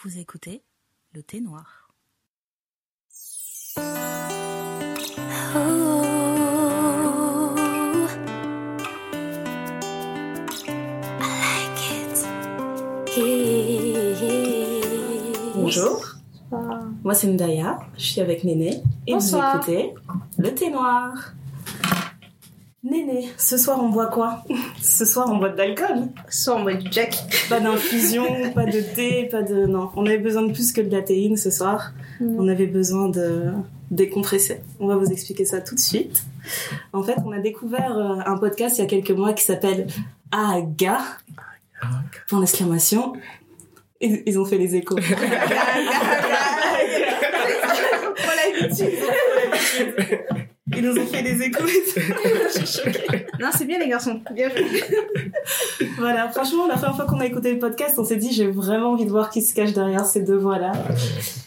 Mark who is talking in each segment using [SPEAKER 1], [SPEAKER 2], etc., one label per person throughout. [SPEAKER 1] Vous écoutez le thé noir. Bonjour, moi c'est Ndaya, je suis avec Néné et
[SPEAKER 2] Bonsoir.
[SPEAKER 1] vous écoutez le thé noir. Néné, ce soir on boit quoi Ce soir on boit de l'alcool
[SPEAKER 2] Soit on boit du Jack.
[SPEAKER 1] Pas d'infusion, pas de thé, pas de... Non, on avait besoin de plus que de la théine ce soir. On avait besoin de décompresser. On va vous expliquer ça tout de suite. En fait, on a découvert euh, un podcast il y a quelques mois qui s'appelle Aga. Point d'exclamation. Ils, ils ont fait les échos. Ils nous ont fait les échos.
[SPEAKER 2] Non, c'est bien les garçons. Bien joué.
[SPEAKER 1] voilà, franchement, la première fois qu'on a écouté le podcast, on s'est dit j'ai vraiment envie de voir qui se cache derrière ces deux voix-là.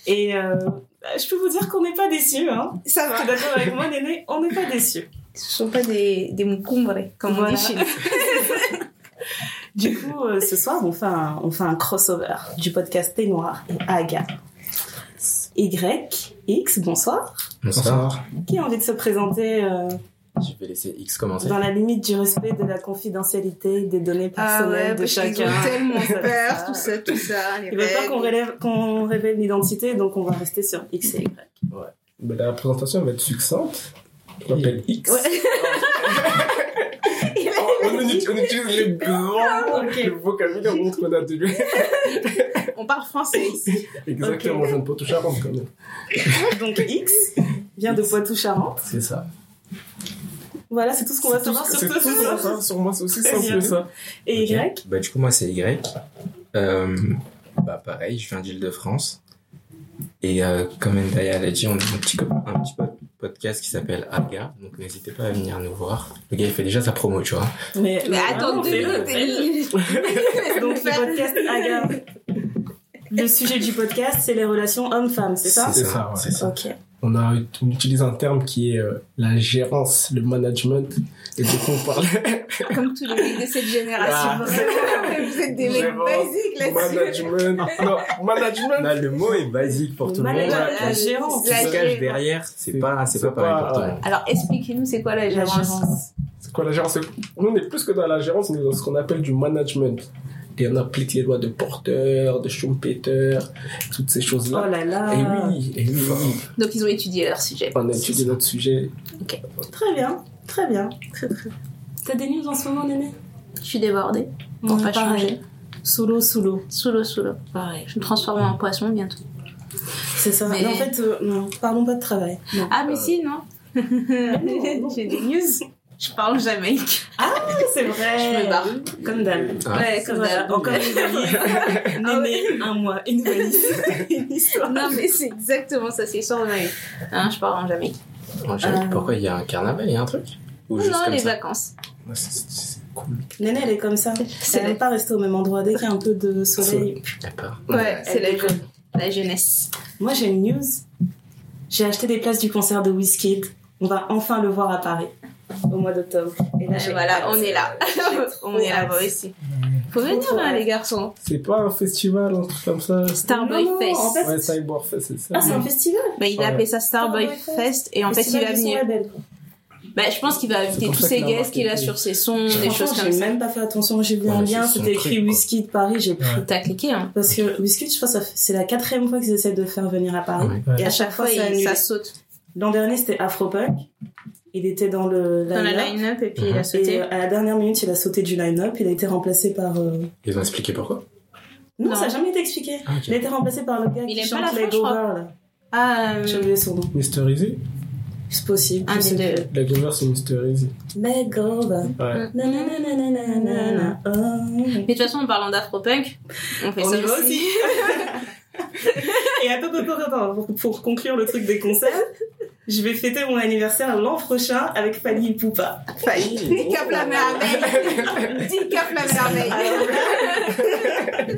[SPEAKER 1] Et euh, bah, je peux vous dire qu'on n'est pas déçus. Hein.
[SPEAKER 2] Ça va.
[SPEAKER 1] T'es d'accord avec moi, Néné On n'est pas déçus.
[SPEAKER 2] Ce sont pas des, des moucombres, comme on
[SPEAKER 1] Voilà.
[SPEAKER 2] dit chez
[SPEAKER 1] Du coup, euh, ce soir, on fait, un, on fait un crossover du podcast Thé Noir et Aga. Y, X, bonsoir.
[SPEAKER 3] Bonsoir.
[SPEAKER 1] Qui a envie de se présenter euh,
[SPEAKER 3] Je vais laisser X commencer.
[SPEAKER 1] dans la limite du respect de la confidentialité des données personnelles de
[SPEAKER 2] Ah parce qu'ils
[SPEAKER 1] chacun
[SPEAKER 2] ont tellement
[SPEAKER 1] Ça,
[SPEAKER 2] peur,
[SPEAKER 1] ça.
[SPEAKER 2] tout ça, tout ça. Les
[SPEAKER 1] Ils veulent pas
[SPEAKER 2] règles.
[SPEAKER 1] qu'on relève- qu'on révèle l'identité, donc on va rester sur X et Y.
[SPEAKER 4] Mais Ben, la présentation va être succincte. Je m'appelle X. Oh, on, utilise, on utilise les grands
[SPEAKER 2] Ok.
[SPEAKER 4] le vocabulaire contre qu'on a tenu.
[SPEAKER 2] On parle français ici.
[SPEAKER 4] Exactement, je ne peux toucher à Rome quand même.
[SPEAKER 1] Donc X vient de Poitou-Charentes.
[SPEAKER 4] C'est ça.
[SPEAKER 1] Voilà, c'est tout ce qu'on va savoir sur
[SPEAKER 4] C'est
[SPEAKER 1] toi
[SPEAKER 4] tout
[SPEAKER 1] ce soir.
[SPEAKER 4] sur ça, sur moi, c'est aussi
[SPEAKER 1] Très
[SPEAKER 4] simple
[SPEAKER 1] bien.
[SPEAKER 4] que ça.
[SPEAKER 1] Et Y,
[SPEAKER 3] Ok. Bah, du coup, moi, c'est Y. Euh, bah, pareil, je viens d'Île-de-France. Et euh, comme Ndaya l'a dit, on a un petit, co- un petit pod- podcast qui s'appelle Aga. Donc, n'hésitez pas à venir nous voir. Le gars, il fait déjà sa promo, tu vois.
[SPEAKER 1] Mais,
[SPEAKER 2] Mais
[SPEAKER 1] vraiment,
[SPEAKER 2] attends, deux
[SPEAKER 1] fais-le.
[SPEAKER 2] minutes.
[SPEAKER 1] Donc le podcast Aga. Le sujet du podcast, c'est les relations hommes-femmes, c'est ça
[SPEAKER 4] C'est ça, ouais.
[SPEAKER 3] C'est ça.
[SPEAKER 1] Ok.
[SPEAKER 4] On, a, on utilise un terme qui est euh, la gérance, le management. Et du coup, on parle
[SPEAKER 2] Comme tous les mecs de cette génération.
[SPEAKER 4] Ah.
[SPEAKER 2] Vraiment, Vous êtes des mecs
[SPEAKER 4] Vraiment.
[SPEAKER 2] basiques là-dessus.
[SPEAKER 4] management. Non, management.
[SPEAKER 3] Là, Bah, le mot est basique pour
[SPEAKER 1] Le
[SPEAKER 3] tout le monde.
[SPEAKER 1] management,
[SPEAKER 3] Voilà,
[SPEAKER 1] la
[SPEAKER 3] ce qui
[SPEAKER 1] gérance.
[SPEAKER 3] se
[SPEAKER 2] La
[SPEAKER 3] cache
[SPEAKER 2] gérance.
[SPEAKER 3] derrière, c'est
[SPEAKER 4] C'est-
[SPEAKER 3] pas, c'est
[SPEAKER 4] c'est
[SPEAKER 3] pas pareil
[SPEAKER 4] pas-
[SPEAKER 3] pour tout le monde.
[SPEAKER 2] Alors, expliquez-nous, c'est quoi la
[SPEAKER 1] La
[SPEAKER 2] gérance
[SPEAKER 1] gérance.
[SPEAKER 4] C'est quoi la gérance Nous, on est plus que dans la gérance, on est dans ce qu'on appelle du management. Et on applique les lois de Porter, de Schumpeter, toutes ces
[SPEAKER 1] Oh
[SPEAKER 4] choses-là.
[SPEAKER 1] là là.
[SPEAKER 4] Et oui, et oui,
[SPEAKER 2] Donc, ils ont étudié leur sujet.
[SPEAKER 4] on a étudié notre sujet.
[SPEAKER 1] Très bien, très bien, très très. bien. T'as des news en ce moment, Néné
[SPEAKER 2] Je suis débordée. Pour
[SPEAKER 1] Ouais,
[SPEAKER 2] pas
[SPEAKER 1] pareil.
[SPEAKER 2] changer.
[SPEAKER 1] Sous l'eau, sous l'eau.
[SPEAKER 2] Sous l'eau, sous l'eau.
[SPEAKER 1] Pareil.
[SPEAKER 2] Je me transforme en poisson bientôt.
[SPEAKER 1] C'est ça.
[SPEAKER 2] Mais-
[SPEAKER 1] Mais en fait, euh, non, parlons pas de travail. Non.
[SPEAKER 2] Ah, mais si, non
[SPEAKER 1] non.
[SPEAKER 2] J'ai des news. Euh, Je parle jamais.
[SPEAKER 1] Ah, c'est vrai.
[SPEAKER 2] Je me barre.
[SPEAKER 1] Comme d'hab.
[SPEAKER 3] Ah.
[SPEAKER 2] Ouais, comme
[SPEAKER 1] Voilà,
[SPEAKER 2] d'hab.
[SPEAKER 1] Encore une
[SPEAKER 2] Ah
[SPEAKER 1] valise. Néné, un mois, une valise. une histoire.
[SPEAKER 2] Non, mais c'est exactement ça, c'est sans jamais. Hein, je pars en Jamaïque.
[SPEAKER 3] Angèle, Pourquoi il y a un carnaval, il y a un truc Ou juste
[SPEAKER 2] Non,
[SPEAKER 3] comme
[SPEAKER 2] les
[SPEAKER 3] ça
[SPEAKER 2] vacances.
[SPEAKER 4] Ouais, c'est- C'est c'est cool.
[SPEAKER 1] Néné, elle est comme ça.
[SPEAKER 2] C'est
[SPEAKER 1] Elle aime pas rester au même endroit. Dès qu'il y a un peu de soleil,
[SPEAKER 3] Il y a peur.
[SPEAKER 2] la... Ouais, c'est
[SPEAKER 1] Elle
[SPEAKER 2] la,
[SPEAKER 1] déconne.
[SPEAKER 2] jeune- la jeunesse.
[SPEAKER 1] Moi, j'ai une news. J'ai acheté des places du concert de Wizkid. On va enfin le voir à Paris au mois d'octobre. Et
[SPEAKER 2] Et
[SPEAKER 1] j'ai
[SPEAKER 2] Ah, voilà,
[SPEAKER 1] hâte.
[SPEAKER 2] on est là. on est là,
[SPEAKER 1] hâte.
[SPEAKER 2] bon, ici. Faut venir,
[SPEAKER 1] trop
[SPEAKER 2] hein,
[SPEAKER 1] hâte.
[SPEAKER 2] les garçons.
[SPEAKER 4] C'est pas un festival, un truc comme ça.
[SPEAKER 2] Starboy
[SPEAKER 1] Non, non,
[SPEAKER 2] Fest.
[SPEAKER 1] en fait-
[SPEAKER 4] Ouais, Cyborg Fest, c'est ça.
[SPEAKER 1] Ah, c'est un festival
[SPEAKER 2] Bah, il a
[SPEAKER 4] Ouais.
[SPEAKER 2] appelé ça Starboy
[SPEAKER 1] Starboy Fest.
[SPEAKER 2] Fest et en fait, il
[SPEAKER 1] Festival
[SPEAKER 2] va
[SPEAKER 1] du son
[SPEAKER 2] venir.
[SPEAKER 1] label.
[SPEAKER 2] Bah, je pense qu'il va inviter
[SPEAKER 4] pour
[SPEAKER 2] tous
[SPEAKER 4] ça
[SPEAKER 2] ses
[SPEAKER 4] qu'il a
[SPEAKER 2] guests qu'il a
[SPEAKER 4] marqué.
[SPEAKER 2] sur ses sons, des
[SPEAKER 1] Franchement,
[SPEAKER 2] choses comme
[SPEAKER 1] j'ai
[SPEAKER 2] ça.
[SPEAKER 1] même pas fait attention. J'ai vu
[SPEAKER 3] Ouais,
[SPEAKER 1] un
[SPEAKER 3] mais
[SPEAKER 1] lien,
[SPEAKER 3] c'est son
[SPEAKER 1] c'était
[SPEAKER 3] truc,
[SPEAKER 1] écrit
[SPEAKER 3] quoi.
[SPEAKER 1] Wizkid Paris, j'ai pris.
[SPEAKER 2] T'as cliqué, hein.
[SPEAKER 1] Parce que Wizkid, je crois que ça fait- c'est la quatrième fois qu'ils essaient de le faire venir à Paris.
[SPEAKER 3] Ouais.
[SPEAKER 1] Et à chaque fois, ça annule.
[SPEAKER 2] ça saute
[SPEAKER 1] L'an dernier, c'était Afropunk. Il était dans le
[SPEAKER 2] dans la
[SPEAKER 1] line-up.
[SPEAKER 2] line-up et puis il
[SPEAKER 3] Mhm.
[SPEAKER 2] a
[SPEAKER 1] Et
[SPEAKER 2] sauté.
[SPEAKER 1] euh, à la dernière minute, il a sauté du line-up. Il a été remplacé par. euh,
[SPEAKER 3] Ils ont expliqué pourquoi
[SPEAKER 1] Non,
[SPEAKER 2] Non.
[SPEAKER 1] ça n'a jamais été expliqué.
[SPEAKER 3] Ah, ok.
[SPEAKER 1] Il a été remplacé par le gars
[SPEAKER 2] Il
[SPEAKER 1] qui
[SPEAKER 2] aime pas
[SPEAKER 1] chante
[SPEAKER 2] la
[SPEAKER 1] les
[SPEAKER 2] fin, je crois.
[SPEAKER 1] Gover, là.
[SPEAKER 2] Ah, euh,
[SPEAKER 1] J'ai oublié son nom.
[SPEAKER 4] Mister Easy
[SPEAKER 1] C'est possible.
[SPEAKER 2] un
[SPEAKER 1] je
[SPEAKER 2] des
[SPEAKER 1] sais
[SPEAKER 2] deux.
[SPEAKER 4] La Glover, c'est Mister Easy.
[SPEAKER 1] plus. Let go, bah.
[SPEAKER 4] Ouais.
[SPEAKER 1] Na, na, na, na, na, na, na, oh.
[SPEAKER 2] Mais de toute façon, en parlant d'Afropunk, on fait
[SPEAKER 1] On
[SPEAKER 2] ça
[SPEAKER 1] y va aussi. Et attends, attends, attends, attends, pour, pour conclure le truc des concerts, je vais fêter mon anniversaire l'an prochain avec Fanny et Poupa.
[SPEAKER 3] Ah,
[SPEAKER 2] Dis cap la merveille Dis cap la merveille
[SPEAKER 1] Alors,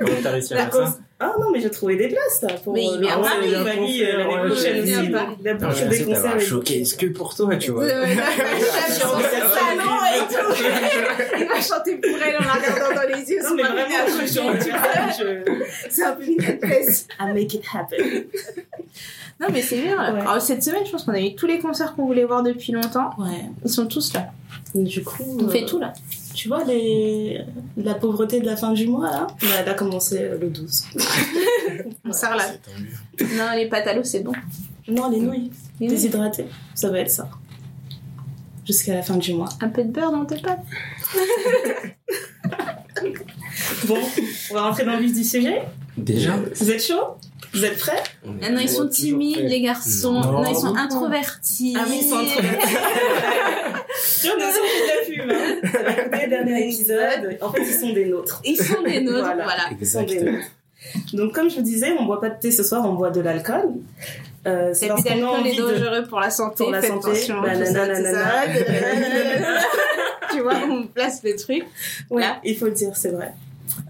[SPEAKER 3] Comment t'as réussi à
[SPEAKER 1] la
[SPEAKER 3] faire
[SPEAKER 1] cause-
[SPEAKER 3] ça
[SPEAKER 1] Ah non, mais j'ai trouvé des places là pour
[SPEAKER 2] Mais il
[SPEAKER 1] euh,
[SPEAKER 2] vient
[SPEAKER 1] lancer
[SPEAKER 2] pas,
[SPEAKER 1] Fanny,
[SPEAKER 2] il
[SPEAKER 4] vient pas
[SPEAKER 1] euh, l'année
[SPEAKER 4] faire, ouais,
[SPEAKER 1] prochaine
[SPEAKER 2] il vient
[SPEAKER 1] aussi,
[SPEAKER 2] pas.
[SPEAKER 1] la
[SPEAKER 3] Non,
[SPEAKER 1] bouche des
[SPEAKER 3] j'ai l'impression
[SPEAKER 1] concerts.
[SPEAKER 3] d'avoir choqué. Est-ce que pour toi, tu vois
[SPEAKER 2] Le- la- la- la-
[SPEAKER 1] J'ai envie
[SPEAKER 2] le
[SPEAKER 1] d'être
[SPEAKER 2] salon et tout. Il va chanter pour elle en la regardant dans les yeux.
[SPEAKER 1] Non,
[SPEAKER 2] C'est
[SPEAKER 1] mais
[SPEAKER 2] pas
[SPEAKER 1] vraiment,
[SPEAKER 2] mignon,
[SPEAKER 1] je suis
[SPEAKER 2] tu vois.
[SPEAKER 1] tu vois,
[SPEAKER 2] C'est un peu une espèce.
[SPEAKER 1] je- I make it happen.
[SPEAKER 2] Non, mais c'est bien.
[SPEAKER 1] Ouais.
[SPEAKER 2] Alors, cette semaine, je pense qu'on a eu tous les concerts qu'on voulait voir depuis longtemps.
[SPEAKER 1] Ouais.
[SPEAKER 2] Ils sont tous là.
[SPEAKER 1] Du coup.
[SPEAKER 2] On
[SPEAKER 1] euh,
[SPEAKER 2] fait tout là.
[SPEAKER 1] Tu vois, les... la pauvreté de la fin du mois, là, bah, elle a commencé euh, le 12.
[SPEAKER 2] On sort là.
[SPEAKER 3] C'est tant mieux.
[SPEAKER 2] Non, les pâtes à l'eau, c'est bon.
[SPEAKER 1] Non, les nouilles.
[SPEAKER 2] Les nouilles.
[SPEAKER 1] Déshydratées. Ça va être ça. Jusqu'à la fin du mois.
[SPEAKER 2] Un peu de beurre dans tes pâtes.
[SPEAKER 1] Bon, on va rentrer dans le vif du sujet.
[SPEAKER 3] Déjà,
[SPEAKER 1] Vous êtes chaud Vous êtes prêts
[SPEAKER 3] on
[SPEAKER 2] Ah
[SPEAKER 3] est
[SPEAKER 2] non, ils sont
[SPEAKER 4] Ouais, toujours
[SPEAKER 2] timides,
[SPEAKER 4] prêt.
[SPEAKER 2] les garçons. Non,
[SPEAKER 3] Non.
[SPEAKER 2] ils sont introvertis.
[SPEAKER 1] Ah oui, ils sont introvertis. Tu vois, on a sorti de la pub. Hein. Ça va coûter le dernier épisode. En fait, ils sont des nôtres.
[SPEAKER 2] Ils sont des nôtres, voilà.
[SPEAKER 1] Voilà. Ils sont des
[SPEAKER 3] exactement.
[SPEAKER 1] nôtres. Donc, comme je vous disais, on ne boit pas de thé ce soir, on boit de l'alcool. Euh,
[SPEAKER 2] C'est
[SPEAKER 1] parce
[SPEAKER 2] plus
[SPEAKER 1] qu'on a
[SPEAKER 2] d'alcool est
[SPEAKER 1] envie de-
[SPEAKER 2] dangereux pour la santé.
[SPEAKER 1] Pour la
[SPEAKER 2] faites
[SPEAKER 1] santé. Bah,
[SPEAKER 2] attention.
[SPEAKER 1] Nanana,
[SPEAKER 2] tout ça, tout
[SPEAKER 1] nanana.
[SPEAKER 2] ça. tu vois, on place le truc.
[SPEAKER 1] Ouais,
[SPEAKER 2] Là.
[SPEAKER 1] il faut le dire, c'est vrai.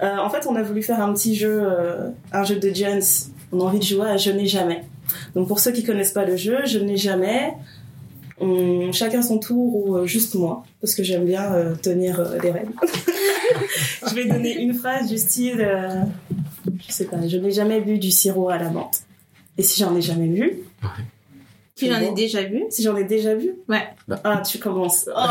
[SPEAKER 1] Euh, en fait, on a voulu faire un petit jeu, euh, un jeu de Jones. On a envie de jouer à Je n'ai jamais. Donc, pour ceux qui connaissent pas le jeu, Je n'ai jamais, on- chacun son tour ou euh, juste moi, parce que j'aime bien euh, tenir euh, les règles. je vais donner une phrase du style, euh, je sais pas, je n'ai jamais bu du sirop à la menthe. Et si j'en ai jamais bu
[SPEAKER 2] Tu l'en
[SPEAKER 1] C'est
[SPEAKER 2] as
[SPEAKER 1] bon.
[SPEAKER 2] déjà vu.
[SPEAKER 1] Si j'en ai déjà vu
[SPEAKER 2] Ouais.
[SPEAKER 3] Bah.
[SPEAKER 1] Ah, tu commences. Oh.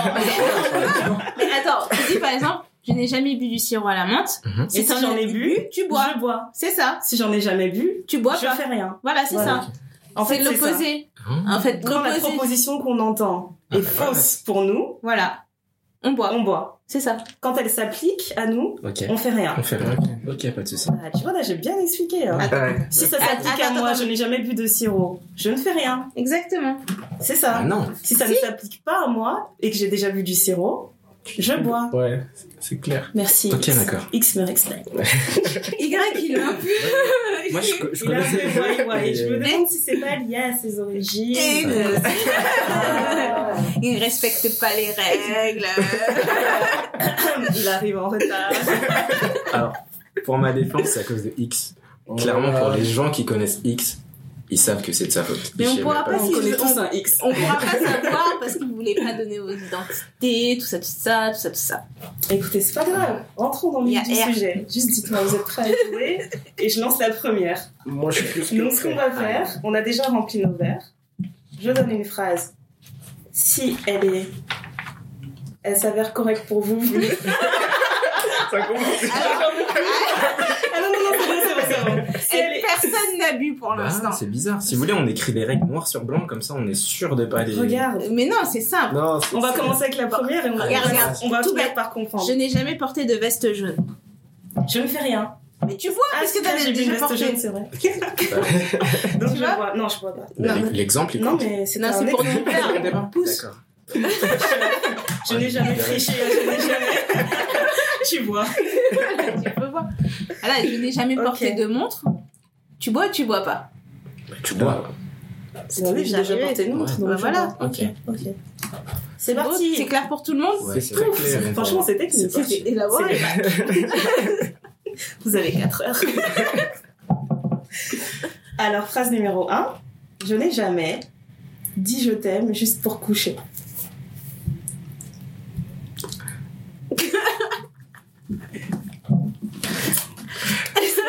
[SPEAKER 2] Mais attends, tu dis par exemple, je n'ai jamais bu du sirop à la menthe.
[SPEAKER 3] Mhm.
[SPEAKER 1] Et si
[SPEAKER 2] t'en
[SPEAKER 1] j'en
[SPEAKER 2] as
[SPEAKER 1] ai bu,
[SPEAKER 2] tu bois.
[SPEAKER 1] Je bois.
[SPEAKER 2] C'est ça.
[SPEAKER 1] Si j'en ai jamais bu,
[SPEAKER 2] Tu bois
[SPEAKER 1] je
[SPEAKER 2] pas.
[SPEAKER 1] fais rien.
[SPEAKER 2] Voilà, c'est
[SPEAKER 1] Voilà.
[SPEAKER 2] ça.
[SPEAKER 1] En
[SPEAKER 2] c'est
[SPEAKER 1] fait, c'est ça.
[SPEAKER 2] l'opposé.
[SPEAKER 3] Hein
[SPEAKER 2] En fait,
[SPEAKER 1] Quand la
[SPEAKER 2] l'opposé.
[SPEAKER 1] proposition qu'on entend est
[SPEAKER 3] Ah,
[SPEAKER 1] fausse pour nous,
[SPEAKER 2] Voilà. On boit.
[SPEAKER 1] on boit.
[SPEAKER 2] C'est ça.
[SPEAKER 1] Quand elle s'applique à nous,
[SPEAKER 3] Ok,
[SPEAKER 1] on fait rien.
[SPEAKER 3] on fait rien. Ok, pas de soucis.
[SPEAKER 1] Ah, tu vois, là, j'ai bien expliqué. hein.
[SPEAKER 3] Ah Ouais.
[SPEAKER 1] Si ça
[SPEAKER 2] Attends,
[SPEAKER 1] s'applique à
[SPEAKER 2] Ah, attends,
[SPEAKER 1] moi,
[SPEAKER 2] attends.
[SPEAKER 1] je n'ai jamais bu de sirop, je ne fais rien.
[SPEAKER 2] Exactement.
[SPEAKER 1] C'est
[SPEAKER 3] Ah
[SPEAKER 1] ça.
[SPEAKER 3] non,
[SPEAKER 1] Si ça ne s'applique pas à moi et que j'ai déjà bu du sirop, je bois.
[SPEAKER 4] Ouais, c'est- c'est clair.
[SPEAKER 1] Merci.
[SPEAKER 3] Ok,
[SPEAKER 1] X.
[SPEAKER 3] d'accord.
[SPEAKER 1] X me respecte.
[SPEAKER 2] Y, il un peu.
[SPEAKER 3] moi je, co- je
[SPEAKER 1] Il a
[SPEAKER 3] connais.
[SPEAKER 1] fait Y, Y. Je me demande si c'est pas lié à ses origines.
[SPEAKER 2] Et
[SPEAKER 3] de-
[SPEAKER 1] Ah.
[SPEAKER 2] Il respecte pas les règles.
[SPEAKER 1] Il arrive en retard.
[SPEAKER 3] Pour ma défense, c'est à cause de X. Clairement, pour
[SPEAKER 4] Euh,
[SPEAKER 3] les gens qui connaissent X, ils savent que c'est de sa faute.
[SPEAKER 2] Mais
[SPEAKER 3] Ils
[SPEAKER 2] on
[SPEAKER 3] savent
[SPEAKER 2] pourra
[SPEAKER 3] pas.
[SPEAKER 2] pas
[SPEAKER 1] on
[SPEAKER 2] Ah, si
[SPEAKER 1] connaît
[SPEAKER 2] je-
[SPEAKER 1] tous un X.
[SPEAKER 2] On pourra pas savoir parce qu'ils voulaient pas donner vos identités, tout ça, tout ça, tout ça, tout ça.
[SPEAKER 1] Écoutez, c'est pas grave. Rentrons dans le vif
[SPEAKER 2] Il y a
[SPEAKER 1] du sujet. Juste dites-moi, vous êtes prêts à jouer Et je lance la première.
[SPEAKER 4] Moi, je suis plus que
[SPEAKER 1] Donc, ce qu'on va faire, on a déjà rempli nos verres. Je donne une phrase. Si elle est... Elle s'avère correcte pour vous. vous-
[SPEAKER 2] Ah.
[SPEAKER 4] Ça commence.
[SPEAKER 2] Alors,
[SPEAKER 1] Ah non, non, non, c'est bon, c'est bon, c'est bon. Si elle
[SPEAKER 2] elle-
[SPEAKER 1] est...
[SPEAKER 2] personne n'a bu pour
[SPEAKER 3] Ah,
[SPEAKER 2] l'instant.
[SPEAKER 3] c'est bizarre. Si vous voulez, on écrit des règles noires sur blanc, comme ça on est sûr de pas les.
[SPEAKER 1] Regarde.
[SPEAKER 2] Mais non, c'est simple.
[SPEAKER 4] Non,
[SPEAKER 1] On va commencer avec la première et on va,
[SPEAKER 2] Regarde, regarde.
[SPEAKER 1] on va
[SPEAKER 2] Tout
[SPEAKER 1] finir
[SPEAKER 2] bête.
[SPEAKER 1] par comprendre.
[SPEAKER 2] Je n'ai jamais porté de veste jaune.
[SPEAKER 1] Je, ne fais rien.
[SPEAKER 2] Mais tu vois, parce que
[SPEAKER 1] si, là,
[SPEAKER 2] t'avais
[SPEAKER 1] j'ai bu une veste
[SPEAKER 2] déjà porté.
[SPEAKER 1] jaune, c'est vrai.
[SPEAKER 3] Bah,
[SPEAKER 1] Donc,
[SPEAKER 2] Tu
[SPEAKER 1] je
[SPEAKER 2] vois
[SPEAKER 1] vois. Non, je vois pas.
[SPEAKER 2] Non, mais-
[SPEAKER 3] L'exemple, il
[SPEAKER 1] Non,
[SPEAKER 3] compte.
[SPEAKER 1] mais c'est
[SPEAKER 2] Non,
[SPEAKER 1] un
[SPEAKER 2] c'est pour nous
[SPEAKER 1] exemple.
[SPEAKER 2] faire.
[SPEAKER 3] D'accord.
[SPEAKER 2] pousse.
[SPEAKER 3] D'accord.
[SPEAKER 1] Je n'ai jamais triché, je n'ai jamais. tu vois.
[SPEAKER 2] tu peux voir. Voilà, je n'ai jamais
[SPEAKER 1] Ok.
[SPEAKER 2] porté de montre. Tu bois ou tu bois pas
[SPEAKER 3] Bah, Tu bois.
[SPEAKER 1] C'est vrai, j'ai déjà
[SPEAKER 2] arrivé.
[SPEAKER 1] porté une montre.
[SPEAKER 3] Ouais.
[SPEAKER 1] donc
[SPEAKER 2] Bah
[SPEAKER 1] je
[SPEAKER 2] voilà.
[SPEAKER 1] vois. Ok, ok. C'est
[SPEAKER 2] Oh, C'est
[SPEAKER 1] parti.
[SPEAKER 2] clair pour tout le monde
[SPEAKER 3] Ouais,
[SPEAKER 4] C'est
[SPEAKER 3] vrai
[SPEAKER 4] ouf.
[SPEAKER 3] que les-
[SPEAKER 1] Franchement, c'est technique.
[SPEAKER 3] C'est parti.
[SPEAKER 1] C'est-
[SPEAKER 2] élaboré.
[SPEAKER 1] Ah bah, Vous avez 4 heures. Alors, phrase numéro 1. Je n'ai jamais dit je t'aime juste pour coucher.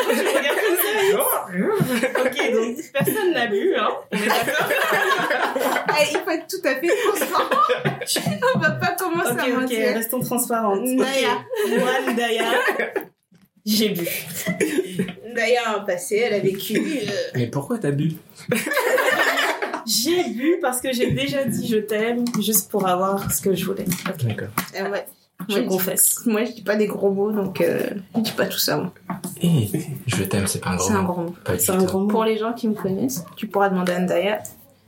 [SPEAKER 1] Je regarde comme ça. Ok, donc personne n'a bu, hein. On est d'accord
[SPEAKER 2] Eh, Il faut être tout à fait transparent. On va pas commencer
[SPEAKER 1] Ok,
[SPEAKER 2] à
[SPEAKER 1] ok,
[SPEAKER 2] mentir.
[SPEAKER 1] restons transparentes.
[SPEAKER 2] Naya.
[SPEAKER 1] Ok, Moi, Daya, j'ai bu.
[SPEAKER 2] D'ailleurs, en passé, elle a vécu. euh,
[SPEAKER 3] Mais pourquoi t'as bu
[SPEAKER 1] J'ai bu parce que j'ai déjà dit je t'aime juste pour avoir ce que je voulais.
[SPEAKER 3] D'accord.
[SPEAKER 2] euh, ouais.
[SPEAKER 1] Je
[SPEAKER 2] Moi, dis-
[SPEAKER 1] confesse.
[SPEAKER 2] Moi, je dis pas des gros mots, donc euh, je dis pas tout ça. moi.
[SPEAKER 3] Eh, je t'aime, c'est pas un
[SPEAKER 2] C'est un
[SPEAKER 3] grand mot.
[SPEAKER 2] grand mot.
[SPEAKER 3] Pas du
[SPEAKER 1] C'est un
[SPEAKER 3] tout.
[SPEAKER 1] grand mot.
[SPEAKER 2] Pour les gens qui me connaissent, tu pourras demander à Ndaya.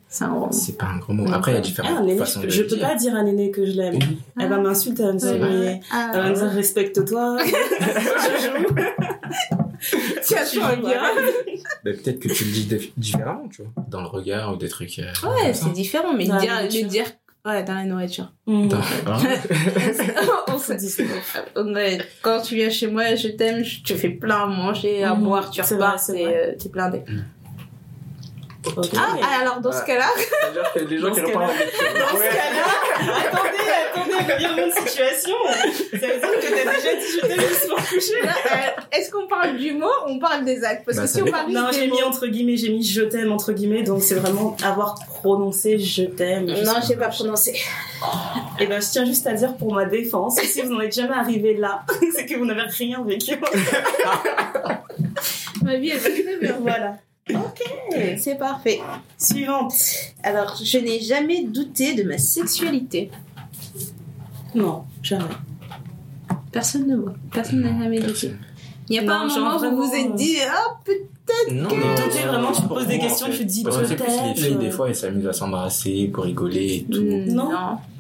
[SPEAKER 2] C'est un grand mot.
[SPEAKER 3] C'est pas un grand mot. Après, il y a
[SPEAKER 1] Ah,
[SPEAKER 3] différentes
[SPEAKER 1] Néné,
[SPEAKER 3] façons de
[SPEAKER 1] je
[SPEAKER 3] le
[SPEAKER 1] peux
[SPEAKER 3] dire.
[SPEAKER 1] pas dire à Néné que je l'aime. Elle va m'insulter, elle va me dire, mais-
[SPEAKER 2] Ah,
[SPEAKER 1] elle va me dire respecte-toi.
[SPEAKER 2] Tiens, tu reviens.
[SPEAKER 3] Bah, Peut-être que tu le dis dif- différemment, tu vois. Dans le regard ou des trucs. euh,
[SPEAKER 2] Ouais,
[SPEAKER 3] comme ça.
[SPEAKER 2] c'est différent, mais
[SPEAKER 1] Dans la
[SPEAKER 2] dire, le
[SPEAKER 1] nourriture.
[SPEAKER 2] dire. Ouais, dans la nourriture.
[SPEAKER 1] Mmh.
[SPEAKER 3] Dans- hein
[SPEAKER 2] on
[SPEAKER 1] Faut
[SPEAKER 2] sait.
[SPEAKER 1] dire ça.
[SPEAKER 2] Ouais, Euh, quand tu viens chez moi, je t'aime, je te fais plein à manger, à
[SPEAKER 1] Mhm.
[SPEAKER 2] boire, tu
[SPEAKER 1] C'est
[SPEAKER 2] repars, euh,
[SPEAKER 1] vrai, c'est
[SPEAKER 2] t'es
[SPEAKER 1] vrai.
[SPEAKER 2] euh, t'es blindé.
[SPEAKER 1] Ok.
[SPEAKER 2] Ah, alors dans ce cas-là,
[SPEAKER 4] C'est-à-dire que les gens
[SPEAKER 1] Dans
[SPEAKER 4] qui
[SPEAKER 1] ce
[SPEAKER 4] repartent avec
[SPEAKER 1] Dans ce
[SPEAKER 4] Ouais.
[SPEAKER 1] cas-là, attendez, attendez, revirement de situation. Ça veut dire que t'as déjà dit je t'aime juste pour coucher.
[SPEAKER 2] euh, est-ce qu'on parle du mot ou on parle des actes Parce
[SPEAKER 3] Bah,
[SPEAKER 2] que
[SPEAKER 3] ça
[SPEAKER 2] si on
[SPEAKER 3] dépend.
[SPEAKER 2] parle
[SPEAKER 1] Non,
[SPEAKER 2] juste des
[SPEAKER 1] j'ai
[SPEAKER 2] mots...
[SPEAKER 1] mis entre guillemets, j'ai mis je t'aime entre guillemets, donc c'est vraiment avoir prononcé je t'aime.
[SPEAKER 2] Non, j'ai pas prononcé.
[SPEAKER 1] Et ben, je tiens juste à dire pour ma défense, si vous n'en êtes jamais arrivé là, c'est que vous n'avez rien vécu.
[SPEAKER 2] Ma vie, elle va très bien.
[SPEAKER 1] voilà.
[SPEAKER 2] C'est parfait.
[SPEAKER 1] Suivante.
[SPEAKER 2] Alors, je n'ai jamais douté de ma sexualité.
[SPEAKER 1] Non, jamais.
[SPEAKER 2] Personne ne moi. Personne n'a jamais douté.
[SPEAKER 3] Personne.
[SPEAKER 2] Il n'y a pas
[SPEAKER 1] Non,
[SPEAKER 2] un
[SPEAKER 1] genre
[SPEAKER 2] moment où vous vous
[SPEAKER 1] vraiment,
[SPEAKER 2] êtes dit Ah, peut-
[SPEAKER 1] mais toi,
[SPEAKER 3] Non, non,
[SPEAKER 1] tu es
[SPEAKER 3] non,
[SPEAKER 1] vraiment, tu te
[SPEAKER 3] pour
[SPEAKER 1] poses des
[SPEAKER 3] moi, en
[SPEAKER 1] questions,
[SPEAKER 3] fait.
[SPEAKER 1] tu te dis
[SPEAKER 3] Parce que c'est plus les
[SPEAKER 1] peut-être,
[SPEAKER 3] filles,
[SPEAKER 1] euh.
[SPEAKER 3] des fois, elles s'amusent à s'embrasser pour rigoler et tout.
[SPEAKER 2] Hmm,
[SPEAKER 1] Non.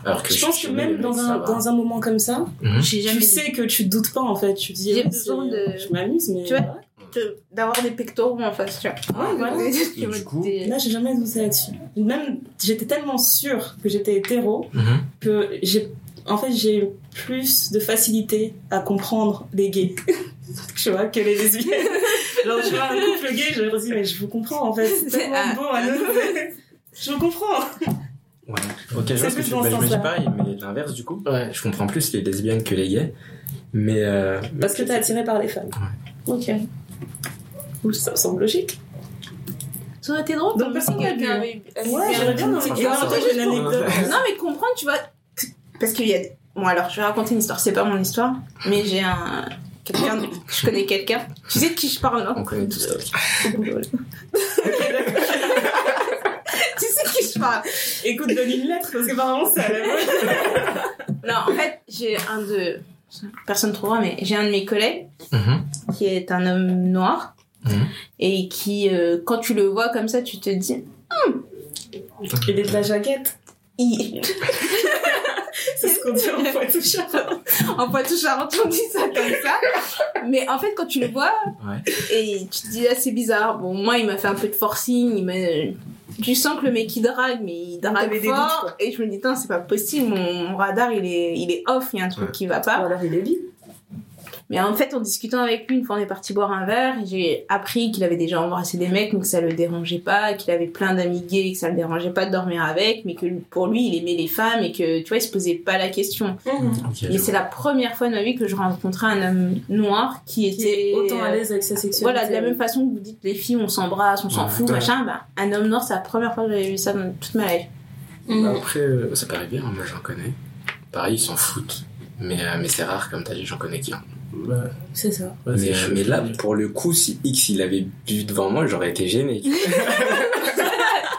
[SPEAKER 3] Alors que
[SPEAKER 1] Je pense que
[SPEAKER 3] suis
[SPEAKER 1] même
[SPEAKER 3] nul,
[SPEAKER 1] dans
[SPEAKER 3] ça
[SPEAKER 1] un,
[SPEAKER 3] va.
[SPEAKER 1] dans un moment comme ça,
[SPEAKER 3] Mhm.
[SPEAKER 2] J'ai jamais
[SPEAKER 1] tu sais que tu te doutes pas en fait. Tu te dis,
[SPEAKER 2] J'ai
[SPEAKER 1] ouais,
[SPEAKER 2] besoin
[SPEAKER 1] c'est-
[SPEAKER 2] de-
[SPEAKER 1] Je m'amuse, mais.
[SPEAKER 2] Tu vois, de- d'avoir des pectoraux en face, tu vois.
[SPEAKER 1] Ouais, voilà.
[SPEAKER 3] Et du coup-
[SPEAKER 2] Des-
[SPEAKER 1] Là, j'ai jamais douté là-dessus. Même, j'étais tellement sûre que j'étais hétéro
[SPEAKER 3] Mhm.
[SPEAKER 1] que j'ai. En fait, j'ai plus de facilité à comprendre les gays, tu vois, que les lesbiennes. Genre, je vois un couple gay, je leur dis, mais je vous comprends en fait, c'est tellement
[SPEAKER 2] Ah.
[SPEAKER 1] beau à nous. Je vous comprends.
[SPEAKER 3] Ouais. Ok,
[SPEAKER 1] C'est
[SPEAKER 3] je vois ce que
[SPEAKER 1] plus
[SPEAKER 3] tu
[SPEAKER 1] dans ce
[SPEAKER 3] bah, Je me dis
[SPEAKER 1] sens-là.
[SPEAKER 3] pareil, mais l'inverse du coup.
[SPEAKER 4] Ouais.
[SPEAKER 3] Je comprends plus les lesbiennes que les gays. Mais. euh,
[SPEAKER 1] Parce que t'es attiré par les femmes. Ok. Ouh, ça me semble logique.
[SPEAKER 2] euh, Ça aurait été drôle.
[SPEAKER 1] Donc,
[SPEAKER 2] comme
[SPEAKER 1] personne
[SPEAKER 2] si
[SPEAKER 1] n'a
[SPEAKER 2] quelqu'un
[SPEAKER 1] vu.
[SPEAKER 2] avait- avait
[SPEAKER 1] Ouais,
[SPEAKER 2] fait un-
[SPEAKER 1] j'aurais bien envie de
[SPEAKER 3] Franchement,
[SPEAKER 1] Et en
[SPEAKER 3] ça
[SPEAKER 1] même temps,
[SPEAKER 3] aurait
[SPEAKER 1] j'ai une
[SPEAKER 3] été drôle.
[SPEAKER 1] anecdote.
[SPEAKER 2] Non, mais comprendre, tu vois. Parce qu'il y a. Bon, alors, je vais raconter une histoire, c'est pas mon histoire, mais j'ai un. Quelqu'un. Je connais quelqu'un. Tu sais de qui je parle, non
[SPEAKER 3] On connaît tous ça.
[SPEAKER 2] Tu sais de qui je parle
[SPEAKER 1] Écoute, donne une lettre, parce que apparemment, c'est à la mode.
[SPEAKER 2] Non, en fait, j'ai un de. Personne ne trouvera, mais j'ai un de mes collègues
[SPEAKER 3] Mhm.
[SPEAKER 2] qui est un homme noir
[SPEAKER 3] Mhm.
[SPEAKER 2] et qui, euh, quand tu le vois comme ça, tu te dis.
[SPEAKER 1] Il est de la jaquette.
[SPEAKER 2] Il...
[SPEAKER 1] C'est ce qu'on dit en Poitou-Charentes.
[SPEAKER 2] en Poitou-Charentes, on dit ça comme ça. Mais en fait, quand tu le vois,
[SPEAKER 3] Ouais.
[SPEAKER 2] et tu te dis, ah, c'est bizarre. Bon, moi, il m'a fait un peu de forcing. Il m'a... Tu sens que le mec, il drague, mais il drague
[SPEAKER 1] T'avais des
[SPEAKER 2] fort.
[SPEAKER 1] doutes,
[SPEAKER 2] et je me dis, Tain, c'est pas possible. Mon, mon radar, il est, il est off. Il y a un truc
[SPEAKER 3] Ouais.
[SPEAKER 2] qui va pas.
[SPEAKER 1] Voilà, il est bi.
[SPEAKER 2] Mais en fait, en discutant avec lui, une fois, on est parti boire un verre. Et j'ai appris qu'il avait déjà embrassé des mecs, donc ça le dérangeait pas. Qu'il avait plein d'amis gays, que ça le dérangeait pas de dormir avec. Mais que pour lui, il aimait les femmes. Et que, tu vois, il se posait pas la question.
[SPEAKER 3] Ok, je
[SPEAKER 2] Mais
[SPEAKER 3] vois.
[SPEAKER 2] c'est la première fois de ma vie que je rencontrais un homme noir qui était
[SPEAKER 1] Qui est autant à l'aise avec sa sexualité.
[SPEAKER 2] Voilà, de la même façon que vous dites les filles, on s'embrasse, on s'en
[SPEAKER 3] Ouais.
[SPEAKER 2] fout,
[SPEAKER 3] Ouais.
[SPEAKER 2] machin, bah, un homme noir, c'est la première fois que j'avais vu ça dans toute ma vie.
[SPEAKER 1] Bah, Mm.
[SPEAKER 2] Mhm.
[SPEAKER 4] Après, euh,
[SPEAKER 3] Ça paraît bien, moi j'en connais. Pareil, ils s'en foutent. Mais, euh, mais c'est rare, comme t'as dit, j'en connais qui en
[SPEAKER 4] bah,
[SPEAKER 1] C'est ça.
[SPEAKER 4] ouais,
[SPEAKER 3] mais,
[SPEAKER 4] c'est
[SPEAKER 3] euh,
[SPEAKER 4] chaud.
[SPEAKER 3] mais là, pour le coup, si X il avait bu devant moi, j'aurais été gêné. tu vois.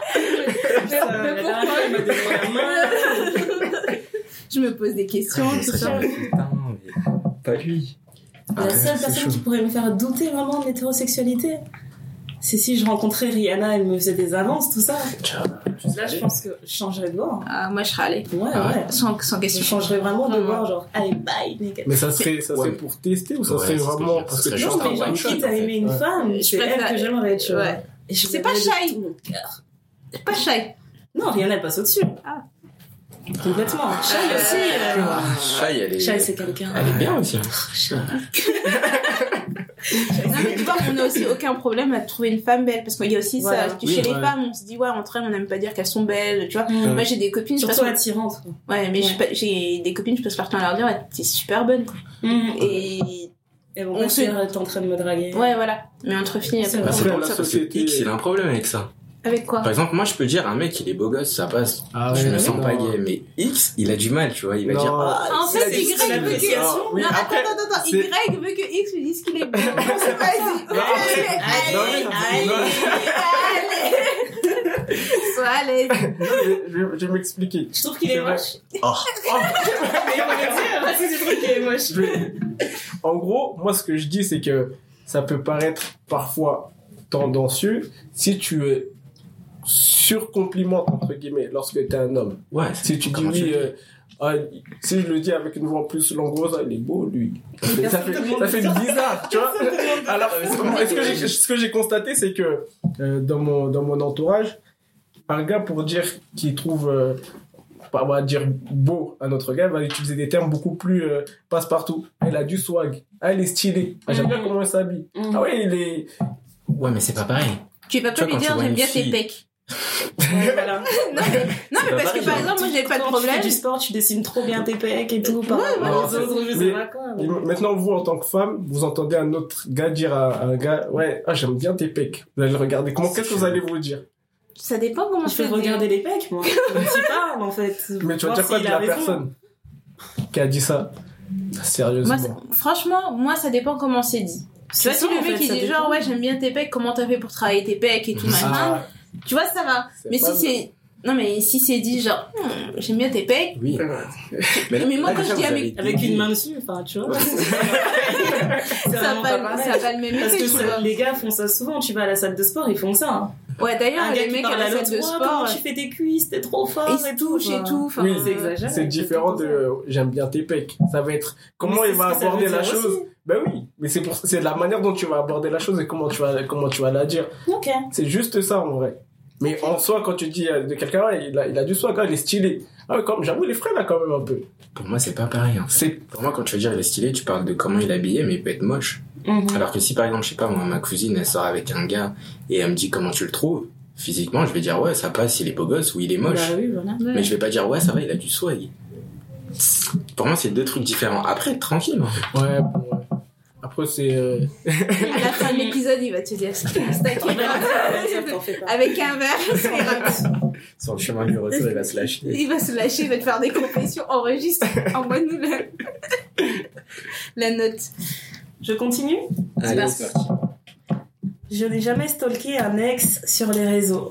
[SPEAKER 1] la dernière fois, il m'a donné la main.
[SPEAKER 2] Je me pose des questions,
[SPEAKER 3] Je me
[SPEAKER 2] tout
[SPEAKER 3] serais
[SPEAKER 2] ça.
[SPEAKER 3] jamais fait, putain, mais pas lui. Ah,
[SPEAKER 1] La seule
[SPEAKER 3] c'est
[SPEAKER 1] personne
[SPEAKER 3] chaud.
[SPEAKER 1] qui pourrait me faire douter vraiment de l'hétérosexualité, c'est si je rencontrais Rihanna, elle me faisait des avances, tout ça.
[SPEAKER 3] Tiens,
[SPEAKER 1] Là, je pense que je changerais de bord.
[SPEAKER 2] Ah, moi, je serais allée.
[SPEAKER 1] Ouais,
[SPEAKER 3] Ah ouais.
[SPEAKER 1] ouais.
[SPEAKER 2] Sans, sans
[SPEAKER 1] Je
[SPEAKER 2] question.
[SPEAKER 1] changerais vraiment de
[SPEAKER 2] Ouais.
[SPEAKER 1] bord, genre, allez, bye, nigga.
[SPEAKER 4] Mais ça serait, ça serait
[SPEAKER 3] Ouais.
[SPEAKER 4] pour tester ou ça
[SPEAKER 3] Ouais, c'est ce
[SPEAKER 4] serait
[SPEAKER 3] que Bah, je veux
[SPEAKER 4] vraiment
[SPEAKER 3] dire.
[SPEAKER 4] parce
[SPEAKER 3] Ça
[SPEAKER 4] que
[SPEAKER 3] serait
[SPEAKER 1] Non,
[SPEAKER 3] juste
[SPEAKER 1] mais
[SPEAKER 3] un
[SPEAKER 1] genre,
[SPEAKER 3] one shot,
[SPEAKER 1] quitte à
[SPEAKER 3] en fait.
[SPEAKER 1] aimer une
[SPEAKER 4] Ouais.
[SPEAKER 1] femme,
[SPEAKER 2] Je
[SPEAKER 1] c'est elle
[SPEAKER 2] préfère-
[SPEAKER 1] que j'aimerais, tu vois.
[SPEAKER 2] Ouais.
[SPEAKER 1] Et je
[SPEAKER 2] C'est pas
[SPEAKER 1] regarderais
[SPEAKER 2] shy.
[SPEAKER 1] de tout mon cœur.
[SPEAKER 2] C'est pas shy.
[SPEAKER 1] Non, Rihanna, elle passe au-dessus.
[SPEAKER 2] Ah.
[SPEAKER 1] Complètement. Shy
[SPEAKER 2] Ah.
[SPEAKER 1] aussi. euh,
[SPEAKER 3] Ah, Shai, elle est.
[SPEAKER 1] Shy, c'est quelqu'un.
[SPEAKER 3] Elle est bien aussi. hein.
[SPEAKER 2] Non, mais tu vois, on n'a aussi aucun problème à trouver une femme belle. Parce qu'il y a aussi ça.
[SPEAKER 1] Voilà.
[SPEAKER 2] parce que
[SPEAKER 4] Oui,
[SPEAKER 2] chez les
[SPEAKER 4] ouais.
[SPEAKER 2] femmes, on se dit, ouais, entre elles, on n'aime pas dire qu'elles sont belles, tu vois.
[SPEAKER 1] Mm.
[SPEAKER 2] Moi, j'ai des copines, je passe.
[SPEAKER 1] Surtout attirante. quoi.
[SPEAKER 2] Ouais, mais je
[SPEAKER 1] Ouais.
[SPEAKER 2] pa- j'ai des copines, je passe partout à leur dire, ouais, t'es super bonne. quoi. Mm, Et
[SPEAKER 1] Et bon,
[SPEAKER 2] On
[SPEAKER 1] on
[SPEAKER 2] se-
[SPEAKER 1] se t'es en train de me draguer.
[SPEAKER 2] Ouais, voilà. Mais entre filles,
[SPEAKER 1] C'est
[SPEAKER 2] après,
[SPEAKER 3] Bah,
[SPEAKER 4] Après,
[SPEAKER 3] c'est
[SPEAKER 4] la
[SPEAKER 3] pour ça, parce que
[SPEAKER 4] société-
[SPEAKER 3] X il a un problème avec ça.
[SPEAKER 2] avec quoi
[SPEAKER 3] Par exemple, moi je peux dire un mec il est beau gosse, ça passe.
[SPEAKER 4] Ah
[SPEAKER 3] je
[SPEAKER 4] ouais,
[SPEAKER 3] me sens
[SPEAKER 4] non.
[SPEAKER 3] pas gay. Mais X il a du mal, tu vois. Il va
[SPEAKER 4] Non.
[SPEAKER 3] dire. ah,
[SPEAKER 2] En
[SPEAKER 1] c'est
[SPEAKER 2] fait,
[SPEAKER 1] la
[SPEAKER 2] Y
[SPEAKER 1] liste de
[SPEAKER 2] veut que-
[SPEAKER 1] l'appréciation.
[SPEAKER 4] Oui,
[SPEAKER 2] non,
[SPEAKER 4] après,
[SPEAKER 2] attends, attends, attends.
[SPEAKER 4] c'est-
[SPEAKER 2] Y veut que X lui dise qu'il est beau. Vas-y,
[SPEAKER 4] Non, après-
[SPEAKER 2] allez,
[SPEAKER 4] Non,
[SPEAKER 2] allez,
[SPEAKER 4] non,
[SPEAKER 2] allez, allez. Sois à l'aise.
[SPEAKER 4] Non, je- je- je vais m'expliquer.
[SPEAKER 1] Je trouve qu'il est
[SPEAKER 4] C'est vrai.
[SPEAKER 1] moche.
[SPEAKER 3] Oh.
[SPEAKER 1] Mais il faut le dire, c'est du truc qui est moche.
[SPEAKER 4] Je vais- En gros, moi, ce que je dis, c'est que ça peut paraître parfois tendancieux si tu es surcomplimentes, entre guillemets, lorsque tu es un homme.
[SPEAKER 3] Ouais.
[SPEAKER 4] Si tu dis
[SPEAKER 3] Comment tu
[SPEAKER 4] oui,
[SPEAKER 3] le
[SPEAKER 4] euh, ah, si je le dis avec une voix en plus langoureuse, ah, il est beau, lui. Mais ça fait, ça fait bizarre, tu vois.
[SPEAKER 2] Ah
[SPEAKER 4] Alors,
[SPEAKER 1] Euh,
[SPEAKER 4] est ce que j'ai- ce que j'ai constaté, c'est que euh, dans, mon, dans mon entourage, un gars, pour dire qu'il trouve, euh, pas- on va dire beau à notre gars, va utiliser des termes beaucoup plus euh, passe-partout. Ah, Il a du swag. Ah, il est stylé. Ah, J'aime bien
[SPEAKER 1] Mhm.
[SPEAKER 4] comment il s'habille. Ah ouais, il est.
[SPEAKER 3] Ouais, mais c'est pas pareil.
[SPEAKER 2] Tu vas pas
[SPEAKER 3] Tu vois,
[SPEAKER 2] lui
[SPEAKER 3] quand tu
[SPEAKER 2] dire
[SPEAKER 3] vois
[SPEAKER 2] j'aime
[SPEAKER 3] une
[SPEAKER 2] bien tes
[SPEAKER 3] fille-
[SPEAKER 2] pecs.
[SPEAKER 1] voilà.
[SPEAKER 2] Non, mais, Bah, non, mais
[SPEAKER 3] pas
[SPEAKER 2] parce que
[SPEAKER 3] pareil,
[SPEAKER 2] par
[SPEAKER 3] hein.
[SPEAKER 2] exemple, moi j'avais pas de
[SPEAKER 1] Quand tu
[SPEAKER 2] problème.
[SPEAKER 1] fais du sport, tu dessines trop bien tes pecs et tout. par
[SPEAKER 2] Ouais,
[SPEAKER 1] rapport
[SPEAKER 4] voilà,
[SPEAKER 1] aux
[SPEAKER 4] c'est-
[SPEAKER 1] autres, je
[SPEAKER 4] mais-
[SPEAKER 1] sais pas quoi.
[SPEAKER 4] Et Maintenant, vous, en tant que femme, vous entendez un autre gars dire à à un gars, ouais, ah, j'aime bien tes pecs. Vous allez le regarder. Comment, qu'est-ce que vous allez vous dire?
[SPEAKER 2] Ça dépend comment
[SPEAKER 1] Il faut
[SPEAKER 2] tu
[SPEAKER 1] regarder les pecs, moi. Tu parles, en fait.
[SPEAKER 4] Mais tu vas
[SPEAKER 1] Voir
[SPEAKER 4] dire quoi de
[SPEAKER 1] s'il a
[SPEAKER 4] la
[SPEAKER 1] raison.
[SPEAKER 4] personne qui a dit ça?
[SPEAKER 2] Moi,
[SPEAKER 4] Sérieusement.
[SPEAKER 2] c'est- franchement, moi ça dépend comment c'est dit. Tu vois, si
[SPEAKER 1] ça,
[SPEAKER 2] le
[SPEAKER 1] en
[SPEAKER 2] mec
[SPEAKER 1] fait,
[SPEAKER 2] il
[SPEAKER 1] ça
[SPEAKER 2] dit
[SPEAKER 1] dépend.
[SPEAKER 2] genre ouais j'aime bien tes pecs, comment t'as fait pour travailler tes pecs et tout machin,
[SPEAKER 4] Ah,
[SPEAKER 2] tu vois ça va.
[SPEAKER 4] c'est
[SPEAKER 2] Mais
[SPEAKER 4] pas
[SPEAKER 2] si c'est non mais si c'est dit genre Hmm, j'aime bien tes pecs,
[SPEAKER 3] Oui.
[SPEAKER 4] bon.
[SPEAKER 2] Mais moi, quand je dis avec-
[SPEAKER 1] Avec une main dessus, enfin, tu vois. C'est
[SPEAKER 2] ça
[SPEAKER 1] vraiment
[SPEAKER 2] a
[SPEAKER 1] pas
[SPEAKER 2] pas, ça a
[SPEAKER 1] mal.
[SPEAKER 2] pas le même
[SPEAKER 1] Parce
[SPEAKER 2] effet,
[SPEAKER 1] que
[SPEAKER 2] tu
[SPEAKER 1] ça-
[SPEAKER 2] vois.
[SPEAKER 1] les gars font ça souvent. Tu vas à la salle de sport, ils font ça. hein.
[SPEAKER 2] Ouais d'ailleurs
[SPEAKER 1] Un gars
[SPEAKER 2] les
[SPEAKER 1] qui
[SPEAKER 2] mecs à
[SPEAKER 1] parle à
[SPEAKER 2] la salle
[SPEAKER 1] l'autre,
[SPEAKER 2] de
[SPEAKER 1] Ouah, comment
[SPEAKER 2] sport
[SPEAKER 1] tu fais tes cuisses, t'es trop
[SPEAKER 2] ils
[SPEAKER 1] fort
[SPEAKER 2] se
[SPEAKER 1] et tout.
[SPEAKER 2] touchent et
[SPEAKER 1] quoi.
[SPEAKER 2] tout. euh, enfin,
[SPEAKER 4] Oui,
[SPEAKER 1] C'est exagéré.
[SPEAKER 4] C'est différent de euh, j'aime bien tes pecs. Ça va être comment
[SPEAKER 1] Mais
[SPEAKER 4] il
[SPEAKER 1] c'est
[SPEAKER 4] va
[SPEAKER 1] ce que ça veut
[SPEAKER 4] aborder la
[SPEAKER 1] dire
[SPEAKER 4] chose. Ben oui, mais c'est pour c'est la manière dont tu vas aborder la chose et comment tu vas comment tu vas la dire.
[SPEAKER 1] Ok.
[SPEAKER 4] C'est juste ça en vrai. Mais en soi, quand tu dis euh, de quelqu'un, ouais, il a, il a du soin, quand il est stylé. Ah ouais, comme j'avoue, il est frais là quand même un peu.
[SPEAKER 3] Pour moi, c'est pas pareil. hein.
[SPEAKER 4] C'est
[SPEAKER 3] Pour moi, quand tu veux dire il est stylé, tu parles de comment il est habillé, mais il peut être moche.
[SPEAKER 1] Mhm. Ah,
[SPEAKER 3] Alors que si par exemple, je sais pas, moi, ma cousine, elle sort avec un gars et elle me dit comment tu le trouves, physiquement, je vais dire ouais, ça passe, il est beau gosse ou il est moche.
[SPEAKER 1] Bah oui, voilà.
[SPEAKER 3] Mais je vais pas dire ouais, ça va, il a du swag. Pour moi, c'est deux trucs différents. Après, tranquille. hein.
[SPEAKER 4] ouais. bon, ouais. Après c'est euh,
[SPEAKER 2] à la fin de l'épisode il va te dire ça.
[SPEAKER 1] T'en fais pas.
[SPEAKER 2] avec un verre ça ira mieux.
[SPEAKER 3] Sur le chemin du retour, il va se lâcher.
[SPEAKER 2] Il va se lâcher, il va te faire des confessions, enregistre, envoie-nous la... la note.
[SPEAKER 1] Je continue
[SPEAKER 3] Allez,
[SPEAKER 2] parti.
[SPEAKER 3] c'est parti.
[SPEAKER 1] Je n'ai jamais stalké un ex sur les réseaux.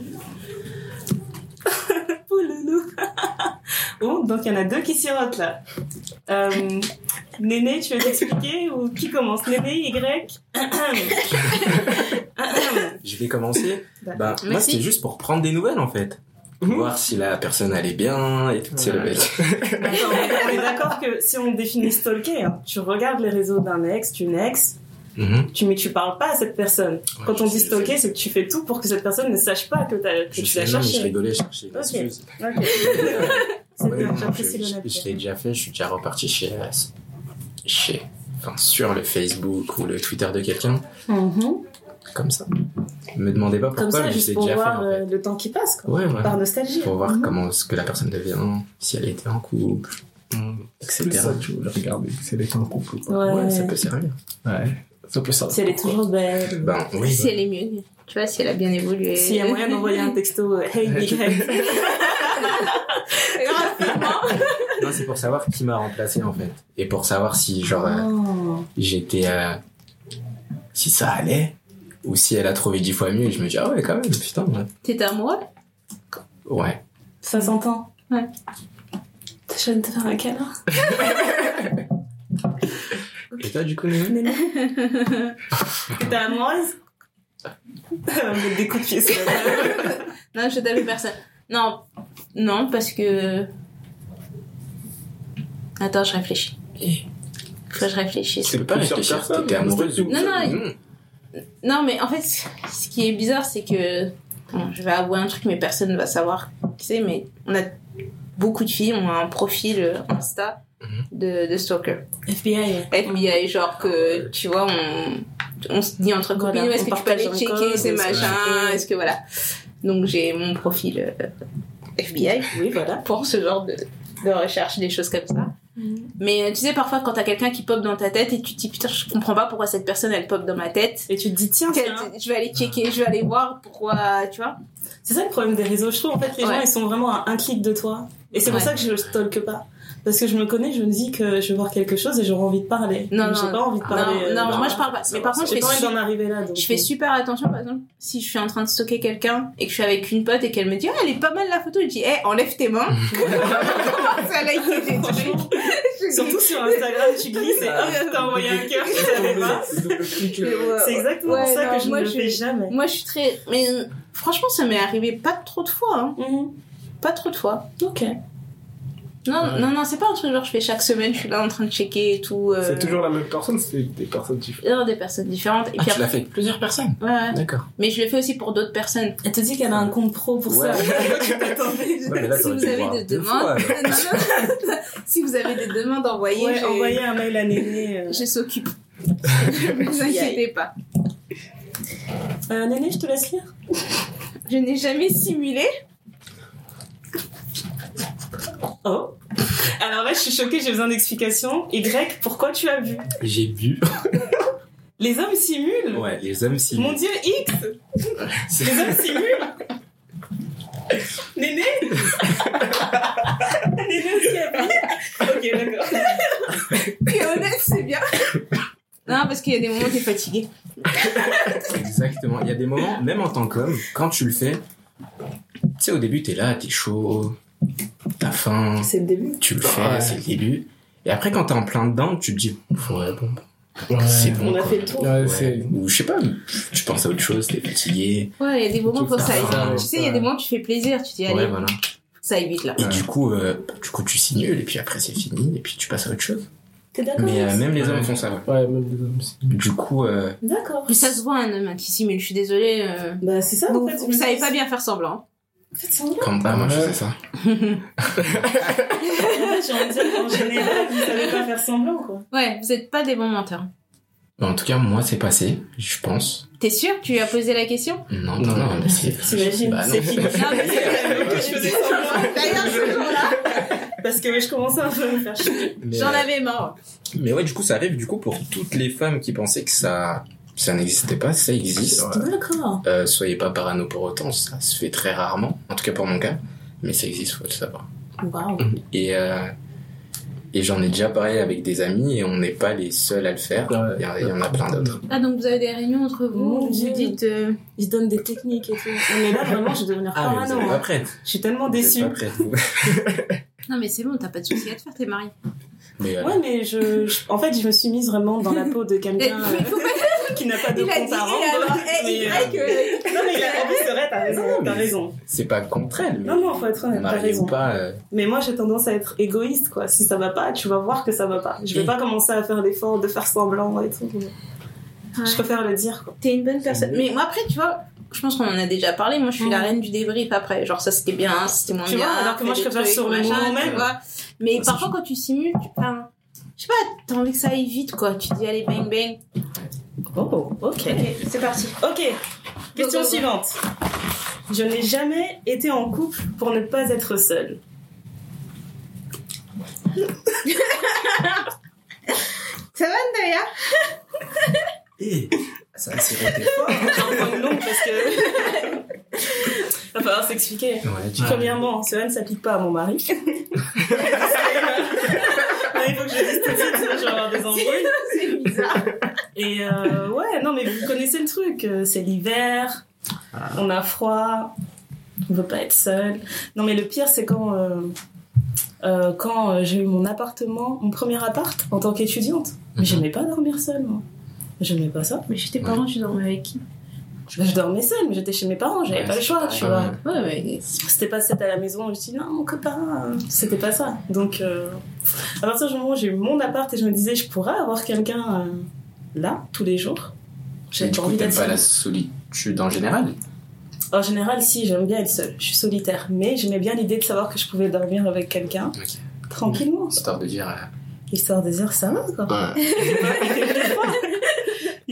[SPEAKER 1] Pouloulou. bon, donc il y en a deux qui sirotent là. Euh, Néné, tu veux t'expliquer ou qui commence Néné, Y
[SPEAKER 3] Je vais commencer.
[SPEAKER 1] Bah,
[SPEAKER 3] Bah, moi,
[SPEAKER 2] merci.
[SPEAKER 3] c'était juste pour prendre des nouvelles en fait.
[SPEAKER 4] Mhm.
[SPEAKER 3] Voir si la personne allait bien et toutes ces
[SPEAKER 4] Ouais.
[SPEAKER 3] nouvelles.
[SPEAKER 1] Attends, on est d'accord que si on définit stalker, hein, tu regardes les réseaux d'un ex, d'une ex,
[SPEAKER 3] Mhm.
[SPEAKER 1] tu, mais tu parles pas à cette personne. Quand on
[SPEAKER 3] Ouais, je
[SPEAKER 1] dit
[SPEAKER 3] sais,
[SPEAKER 1] stalker, c'est que tu fais tout pour que cette personne ne sache pas que, t'as- que
[SPEAKER 3] Je
[SPEAKER 1] tu l'as
[SPEAKER 3] sais, non, mais je
[SPEAKER 1] cherché.
[SPEAKER 3] rigolais, je cherchais une
[SPEAKER 1] Ok.
[SPEAKER 3] excuse.
[SPEAKER 1] Ok. C'est
[SPEAKER 3] Ouais,
[SPEAKER 1] bien,
[SPEAKER 3] non,
[SPEAKER 1] j'apprécie
[SPEAKER 3] je-
[SPEAKER 1] l'honnêteté.
[SPEAKER 3] Je l'ai déjà fait, je suis déjà reparti chez. euh, chez. Enfin, sur le Facebook ou le Twitter de quelqu'un,
[SPEAKER 1] Mhm.
[SPEAKER 3] comme ça. Me demandez pas
[SPEAKER 1] Comme
[SPEAKER 3] pourquoi,
[SPEAKER 1] ça,
[SPEAKER 3] mais je
[SPEAKER 1] juste
[SPEAKER 3] l'ai
[SPEAKER 1] pour
[SPEAKER 3] déjà fait
[SPEAKER 1] voir
[SPEAKER 3] en
[SPEAKER 1] euh,
[SPEAKER 3] fait.
[SPEAKER 1] le temps qui passe, quoi.
[SPEAKER 3] Ouais, ouais.
[SPEAKER 1] Par nostalgie.
[SPEAKER 3] Pour voir
[SPEAKER 1] Mhm.
[SPEAKER 3] comment ce que la personne devient, si elle était en couple, Mm.
[SPEAKER 4] c'est plus
[SPEAKER 3] etc.
[SPEAKER 4] ça que tu voulais regarder. C'est les temps en couple. ou pas.
[SPEAKER 1] Ouais.
[SPEAKER 3] Ouais, ça peut servir.
[SPEAKER 4] Ouais. C'est plus ça.
[SPEAKER 1] Si elle est toujours belle.
[SPEAKER 3] Ben oui.
[SPEAKER 2] Si elle est mieux, tu vois, si elle a bien évolué.
[SPEAKER 1] S'il y a moyen d'envoyer un texto, euh, hey big head.
[SPEAKER 2] Graphiquement.
[SPEAKER 3] Non, c'est pour savoir qui m'a remplacé en fait. Et pour savoir si, genre, euh,
[SPEAKER 1] Oh.
[SPEAKER 3] j'étais. euh, si ça allait, ou si elle a trouvé dix fois mieux, et je me dis, ah ouais, quand même, putain, ouais.
[SPEAKER 2] T'es amoureux
[SPEAKER 3] Ouais.
[SPEAKER 1] Ça s'entend.
[SPEAKER 2] Ouais.
[SPEAKER 1] Je viens de te faire un câlin.
[SPEAKER 3] Et toi, du coup, Néo
[SPEAKER 1] Néné. T'es amoureuse On va des coups de pied sur la table.
[SPEAKER 2] Non, je t'avais personne. Non, non, parce que. Attends, je réfléchis.
[SPEAKER 3] Eh,
[SPEAKER 2] Faut que je réfléchisse.
[SPEAKER 3] tu peux pas
[SPEAKER 4] plusieurs
[SPEAKER 3] réfléchir,
[SPEAKER 4] personnes,
[SPEAKER 3] t'étais amoureuse
[SPEAKER 4] c'est
[SPEAKER 3] ou
[SPEAKER 4] tout.
[SPEAKER 2] Non, non, Non, mais en fait, ce qui est bizarre, c'est que. Bon, je vais avouer un truc, mais personne ne va savoir qui c'est, mais on a beaucoup de filles, ont un profil euh, Insta
[SPEAKER 3] Mhm.
[SPEAKER 2] de, de stalker.
[SPEAKER 1] FBI.
[SPEAKER 2] FBI, genre que tu vois, on, on se dit entre
[SPEAKER 1] Voilà,
[SPEAKER 2] copines, est-ce
[SPEAKER 1] on
[SPEAKER 2] que tu peux aller
[SPEAKER 1] partage un
[SPEAKER 2] checker
[SPEAKER 1] code,
[SPEAKER 2] ces
[SPEAKER 1] est-ce que-
[SPEAKER 2] machins,
[SPEAKER 1] Ouais.
[SPEAKER 2] est-ce que voilà. Donc j'ai mon profil euh, FBI
[SPEAKER 1] Oui, voilà.
[SPEAKER 2] pour ce genre de, de recherche, des choses comme ça.
[SPEAKER 1] Mm.
[SPEAKER 2] Mais euh, tu sais, parfois quand t'as quelqu'un qui pop dans ta tête et tu te dis putain, je comprends pas pourquoi cette personne elle pop dans ma tête.
[SPEAKER 1] Et tu te dis, tiens, tiens.
[SPEAKER 2] Je vais aller checker, je vais aller voir pourquoi, tu vois.
[SPEAKER 1] C'est ça le problème des réseaux. Je trouve en fait les gens
[SPEAKER 2] Ouais.
[SPEAKER 1] ils sont vraiment à un clic de toi. Et c'est pour
[SPEAKER 2] Ouais.
[SPEAKER 1] ça que je stalke pas. Parce que je me connais, je me dis que je vais voir quelque chose et j'aurai envie de parler.
[SPEAKER 2] Non,
[SPEAKER 1] Donc, J'ai
[SPEAKER 2] non.
[SPEAKER 1] pas envie de
[SPEAKER 2] Non,
[SPEAKER 1] parler. euh,
[SPEAKER 2] non,
[SPEAKER 1] bah,
[SPEAKER 2] moi je parle pas. Mais par contre,
[SPEAKER 1] J'ai
[SPEAKER 2] je fais
[SPEAKER 1] pas envie
[SPEAKER 2] su-
[SPEAKER 1] d'en arriver là. donc,
[SPEAKER 2] Je fais
[SPEAKER 1] euh,
[SPEAKER 2] super attention, par exemple, si je suis en train de stocker quelqu'un et que je suis avec une pote et qu'elle me dit, ah, elle est pas mal la photo, je dis, hé, enlève tes mains. Commence à liker des trucs. Je dis,
[SPEAKER 1] Surtout sur Instagram, tu glisses et hop, t'as envoyé
[SPEAKER 2] Bah,
[SPEAKER 1] un cœur, je savais pas.
[SPEAKER 4] euh,
[SPEAKER 2] mais ouais,
[SPEAKER 1] C'est
[SPEAKER 2] ouais.
[SPEAKER 1] exactement
[SPEAKER 2] Ouais,
[SPEAKER 1] ça
[SPEAKER 2] non,
[SPEAKER 1] que je
[SPEAKER 2] moi,
[SPEAKER 1] ne le
[SPEAKER 2] je-
[SPEAKER 1] fais jamais.
[SPEAKER 2] Moi, je suis très. Mais euh, franchement, ça m'est arrivé pas trop de fois, hein.
[SPEAKER 1] Mhm.
[SPEAKER 2] Pas trop de fois.
[SPEAKER 1] Ok.
[SPEAKER 2] Non,
[SPEAKER 4] Ouais.
[SPEAKER 2] non, non, c'est pas un truc genre je fais chaque semaine, je suis là en train de checker et tout. euh,
[SPEAKER 4] C'est toujours la même personne, c'est des personnes différentes.
[SPEAKER 2] il y a des personnes différentes. Et
[SPEAKER 3] Ah,
[SPEAKER 2] puis
[SPEAKER 3] tu l'as fait avec plusieurs personnes.
[SPEAKER 2] après- ouais, ouais.
[SPEAKER 3] D'accord.
[SPEAKER 2] Mais je le fais aussi pour d'autres personnes.
[SPEAKER 1] Elle te dit qu'elle a un compte pro pour ça.
[SPEAKER 3] Ouais. Non, mais là,
[SPEAKER 2] si
[SPEAKER 3] t'aurais
[SPEAKER 2] vous
[SPEAKER 3] dû
[SPEAKER 2] avez
[SPEAKER 3] voir
[SPEAKER 2] des
[SPEAKER 3] deux
[SPEAKER 2] demandes,
[SPEAKER 3] fois, alors.
[SPEAKER 2] Non, non, non. si vous avez des demandes, envoyez.
[SPEAKER 1] Ouais,
[SPEAKER 2] j'ai-
[SPEAKER 1] envoyer un mail à Néné. euh.
[SPEAKER 2] Je s'occupe. ne vous inquiétez pas.
[SPEAKER 1] Euh, Néné, je te laisse lire.
[SPEAKER 2] Je n'ai jamais simulé.
[SPEAKER 1] Oh. Alors là, je suis choquée, j'ai besoin d'explications. Y, pourquoi tu as bu
[SPEAKER 3] J'ai bu.
[SPEAKER 1] Les hommes simulent
[SPEAKER 3] Ouais, les hommes simulent.
[SPEAKER 1] Mon dieu, X Les hommes simulent Néné Néné aussi a bu Ok, d'accord.
[SPEAKER 2] Et honnête, c'est bien. Non, parce qu'il y a des moments où t'es fatigué.
[SPEAKER 3] Exactement. Il y a des moments, même en tant qu'homme, quand tu le fais, tu sais, au début, t'es là, t'es chaud, t'as
[SPEAKER 1] Ah,
[SPEAKER 3] faim,
[SPEAKER 2] C'est le début.
[SPEAKER 3] tu le fais,
[SPEAKER 4] Ouais.
[SPEAKER 3] c'est le début. Et après, quand t'es en plein dedans, tu te dis, ouais, bon,
[SPEAKER 4] Ouais.
[SPEAKER 3] c'est bon.
[SPEAKER 1] On a
[SPEAKER 3] quoi.
[SPEAKER 1] fait le tour.
[SPEAKER 4] Ouais,
[SPEAKER 3] Ouais.
[SPEAKER 4] c'est-
[SPEAKER 3] Ou je sais pas, tu penses à autre chose, t'es fatigué.
[SPEAKER 2] Ouais, il y a des moments
[SPEAKER 4] Tout
[SPEAKER 2] où ça
[SPEAKER 4] ça,
[SPEAKER 2] aille
[SPEAKER 4] ça,
[SPEAKER 2] vite. Tu sais, il y a
[SPEAKER 4] ça.
[SPEAKER 2] des moments où tu fais plaisir, tu t'y allais,
[SPEAKER 3] Ouais, voilà.
[SPEAKER 2] ça aille vite là.
[SPEAKER 3] Et du coup, euh, du coup, tu simules, et puis après, c'est fini, et puis tu passes à autre chose.
[SPEAKER 1] T'es d'accord
[SPEAKER 3] Mais euh,
[SPEAKER 1] X
[SPEAKER 3] même les hommes
[SPEAKER 4] Ouais.
[SPEAKER 3] font ça. ouais.
[SPEAKER 4] Ouais, même des hommes aussi.
[SPEAKER 3] Du coup, euh,
[SPEAKER 1] D'accord.
[SPEAKER 2] Mais ça se voit un homme hein, qui simule, je suis désolée. euh,
[SPEAKER 1] Bah, c'est ça, en
[SPEAKER 2] Vous,
[SPEAKER 1] fait.
[SPEAKER 2] vous savez pas bien faire semblant.
[SPEAKER 1] En fait, c'est en vrai.
[SPEAKER 3] comme ah, moi, je
[SPEAKER 4] Ouais.
[SPEAKER 3] faisais ça.
[SPEAKER 1] En fait, j'ai envie de dire, en général, vous savez pas faire semblant, quoi.
[SPEAKER 2] Ouais, vous êtes pas des bons menteurs.
[SPEAKER 3] Mais en tout cas, moi, c'est passé, je pense.
[SPEAKER 2] T'es sûr Tu lui as posé la question
[SPEAKER 3] Non, non, non, mais c'est.
[SPEAKER 1] T'imagines,
[SPEAKER 3] Bah, non.
[SPEAKER 1] c'est fini.
[SPEAKER 2] Non, mais
[SPEAKER 1] que je faisais semblant.
[SPEAKER 2] D'ailleurs, je suis toujours là.
[SPEAKER 1] Parce que ouais, je commençais un peu à me faire chier.
[SPEAKER 3] Mais,
[SPEAKER 2] J'en
[SPEAKER 3] euh,
[SPEAKER 2] avais marre.
[SPEAKER 3] mais ouais, du coup, ça arrive du coup pour toutes les femmes qui pensaient que ça, ça n'existait pas, ça existe.
[SPEAKER 1] D'accord.
[SPEAKER 3] Euh, soyez pas parano pour autant, ça se fait très rarement, en tout cas pour mon cas, mais ça existe, faut le savoir.
[SPEAKER 1] Waouh.
[SPEAKER 3] Et, euh, et j'en ai déjà parlé avec des amis et on n'est pas les seuls à le faire.
[SPEAKER 4] Ouais.
[SPEAKER 3] Il y en a- il y en a plein d'autres.
[SPEAKER 2] Ah, donc vous avez des réunions entre
[SPEAKER 1] Mon
[SPEAKER 2] vous, où
[SPEAKER 1] Dieu.
[SPEAKER 2] vous dites. euh,
[SPEAKER 1] Ils se donnent des techniques et tout. Mais là, vraiment, je vais devenir
[SPEAKER 3] Ah, mais vous
[SPEAKER 1] parano.
[SPEAKER 3] êtes pas
[SPEAKER 1] hein.
[SPEAKER 3] prêts.
[SPEAKER 1] Je suis tellement
[SPEAKER 3] Vous êtes
[SPEAKER 1] déçue.
[SPEAKER 3] pas prêts, vous.
[SPEAKER 2] Non, mais c'est bon, t'as pas de soucis à te faire, t'es marié.
[SPEAKER 3] Mais euh, voilà.
[SPEAKER 1] Ouais, mais je, je- en fait, je me suis mise vraiment dans la peau de
[SPEAKER 2] Mais
[SPEAKER 1] quelqu'un
[SPEAKER 2] il faut pas
[SPEAKER 1] euh, qui n'a pas de
[SPEAKER 2] Il a dit,
[SPEAKER 1] compte
[SPEAKER 2] et
[SPEAKER 1] à rendre.
[SPEAKER 2] alors,
[SPEAKER 1] mais, euh,
[SPEAKER 2] et Y.
[SPEAKER 1] Non, mais il a en plus, c'est vrai, t'as
[SPEAKER 3] Non,
[SPEAKER 1] raison,
[SPEAKER 3] mais-
[SPEAKER 1] t'as raison.
[SPEAKER 3] C'est pas contre elle, mais
[SPEAKER 1] Non, non, faut être honnête, t'as
[SPEAKER 3] marié
[SPEAKER 1] raison.
[SPEAKER 3] ou pas, euh,
[SPEAKER 1] Mais moi, j'ai tendance à être égoïste, quoi. Si ça va pas, tu vas voir que ça va pas. Je vais
[SPEAKER 3] Et-
[SPEAKER 1] pas commencer à faire l'effort de faire semblant et tout. Je
[SPEAKER 2] Ouais.
[SPEAKER 1] préfère le dire, quoi.
[SPEAKER 2] T'es une bonne personne. Mais moi, après, tu vois, je pense qu'on en a déjà parlé. Moi, je suis
[SPEAKER 1] Mm.
[SPEAKER 2] la reine du débrief après. Genre, ça c'était bien, c'était moins
[SPEAKER 1] Tu
[SPEAKER 2] bien.
[SPEAKER 1] vois, alors que moi,
[SPEAKER 2] fais
[SPEAKER 1] je
[SPEAKER 2] des
[SPEAKER 1] préfère
[SPEAKER 2] trucs,
[SPEAKER 1] sur le
[SPEAKER 2] machin,
[SPEAKER 1] moment
[SPEAKER 2] tu
[SPEAKER 1] même.
[SPEAKER 2] vois. Mais
[SPEAKER 3] Parce
[SPEAKER 2] parfois, quand tu simules, tu. Enfin, je sais pas, t'as envie que ça aille vite, quoi. Tu dis, allez, bang, bang.
[SPEAKER 1] Oh, ok.
[SPEAKER 2] c'est parti.
[SPEAKER 1] Ok,
[SPEAKER 2] Go, go,
[SPEAKER 1] question
[SPEAKER 2] go.
[SPEAKER 1] suivante. Je n'ai jamais été en couple pour ne pas être seule.
[SPEAKER 2] Ça va, d'ailleurs
[SPEAKER 3] eh, ça a serré tes
[SPEAKER 1] Un point de nom parce que. Va falloir s'expliquer.
[SPEAKER 3] Ouais, tu-
[SPEAKER 1] Premièrement, cela ne s'applique pas à mon mari. Non, Il faut que je dise tout de suite, sinon je vais avoir des embrouilles.
[SPEAKER 2] C'est bizarre.
[SPEAKER 1] Et euh, ouais, non, mais vous connaissez le truc. euh, C'est l'hiver,
[SPEAKER 3] Ah.
[SPEAKER 1] on a froid, on veut pas être seul. Non, mais le pire, c'est quand, euh, euh, quand euh, j'ai eu mon appartement, mon premier appart en tant qu'étudiante.
[SPEAKER 3] Mhm.
[SPEAKER 1] Mais J'aimais pas dormir seule, moi. J'aimais pas ça. Bah,
[SPEAKER 2] Mais chez tes
[SPEAKER 3] Ouais.
[SPEAKER 2] parents, tu dormais avec qui
[SPEAKER 1] Je je dormais seule, mais j'étais chez mes parents, j'avais
[SPEAKER 3] Ouais,
[SPEAKER 1] pas le
[SPEAKER 3] c'est
[SPEAKER 1] choix,
[SPEAKER 3] pareil.
[SPEAKER 1] tu vois.
[SPEAKER 3] Ouais.
[SPEAKER 2] Ouais, mais.
[SPEAKER 1] C'était pas cette à la maison, je me suis dit non, mon copain, euh, c'était pas ça. Donc, euh, à partir du moment où j'ai eu mon appart et je me disais, je pourrais avoir quelqu'un euh, là, tous les jours.
[SPEAKER 3] Mais
[SPEAKER 1] J'avais
[SPEAKER 3] du
[SPEAKER 1] pas
[SPEAKER 3] coup,
[SPEAKER 1] envie
[SPEAKER 3] t'aimes
[SPEAKER 1] d'être
[SPEAKER 3] pas
[SPEAKER 1] seule.
[SPEAKER 3] la solitude en général
[SPEAKER 1] En général, si, j'aime bien être seule. Je suis solitaire, mais j'aimais bien l'idée de savoir que je pouvais dormir avec quelqu'un
[SPEAKER 3] Ok.
[SPEAKER 1] tranquillement,
[SPEAKER 3] Histoire de dire. euh,
[SPEAKER 1] histoire de dire ça va quoi.
[SPEAKER 3] ouais.
[SPEAKER 1] Il fait plus froid.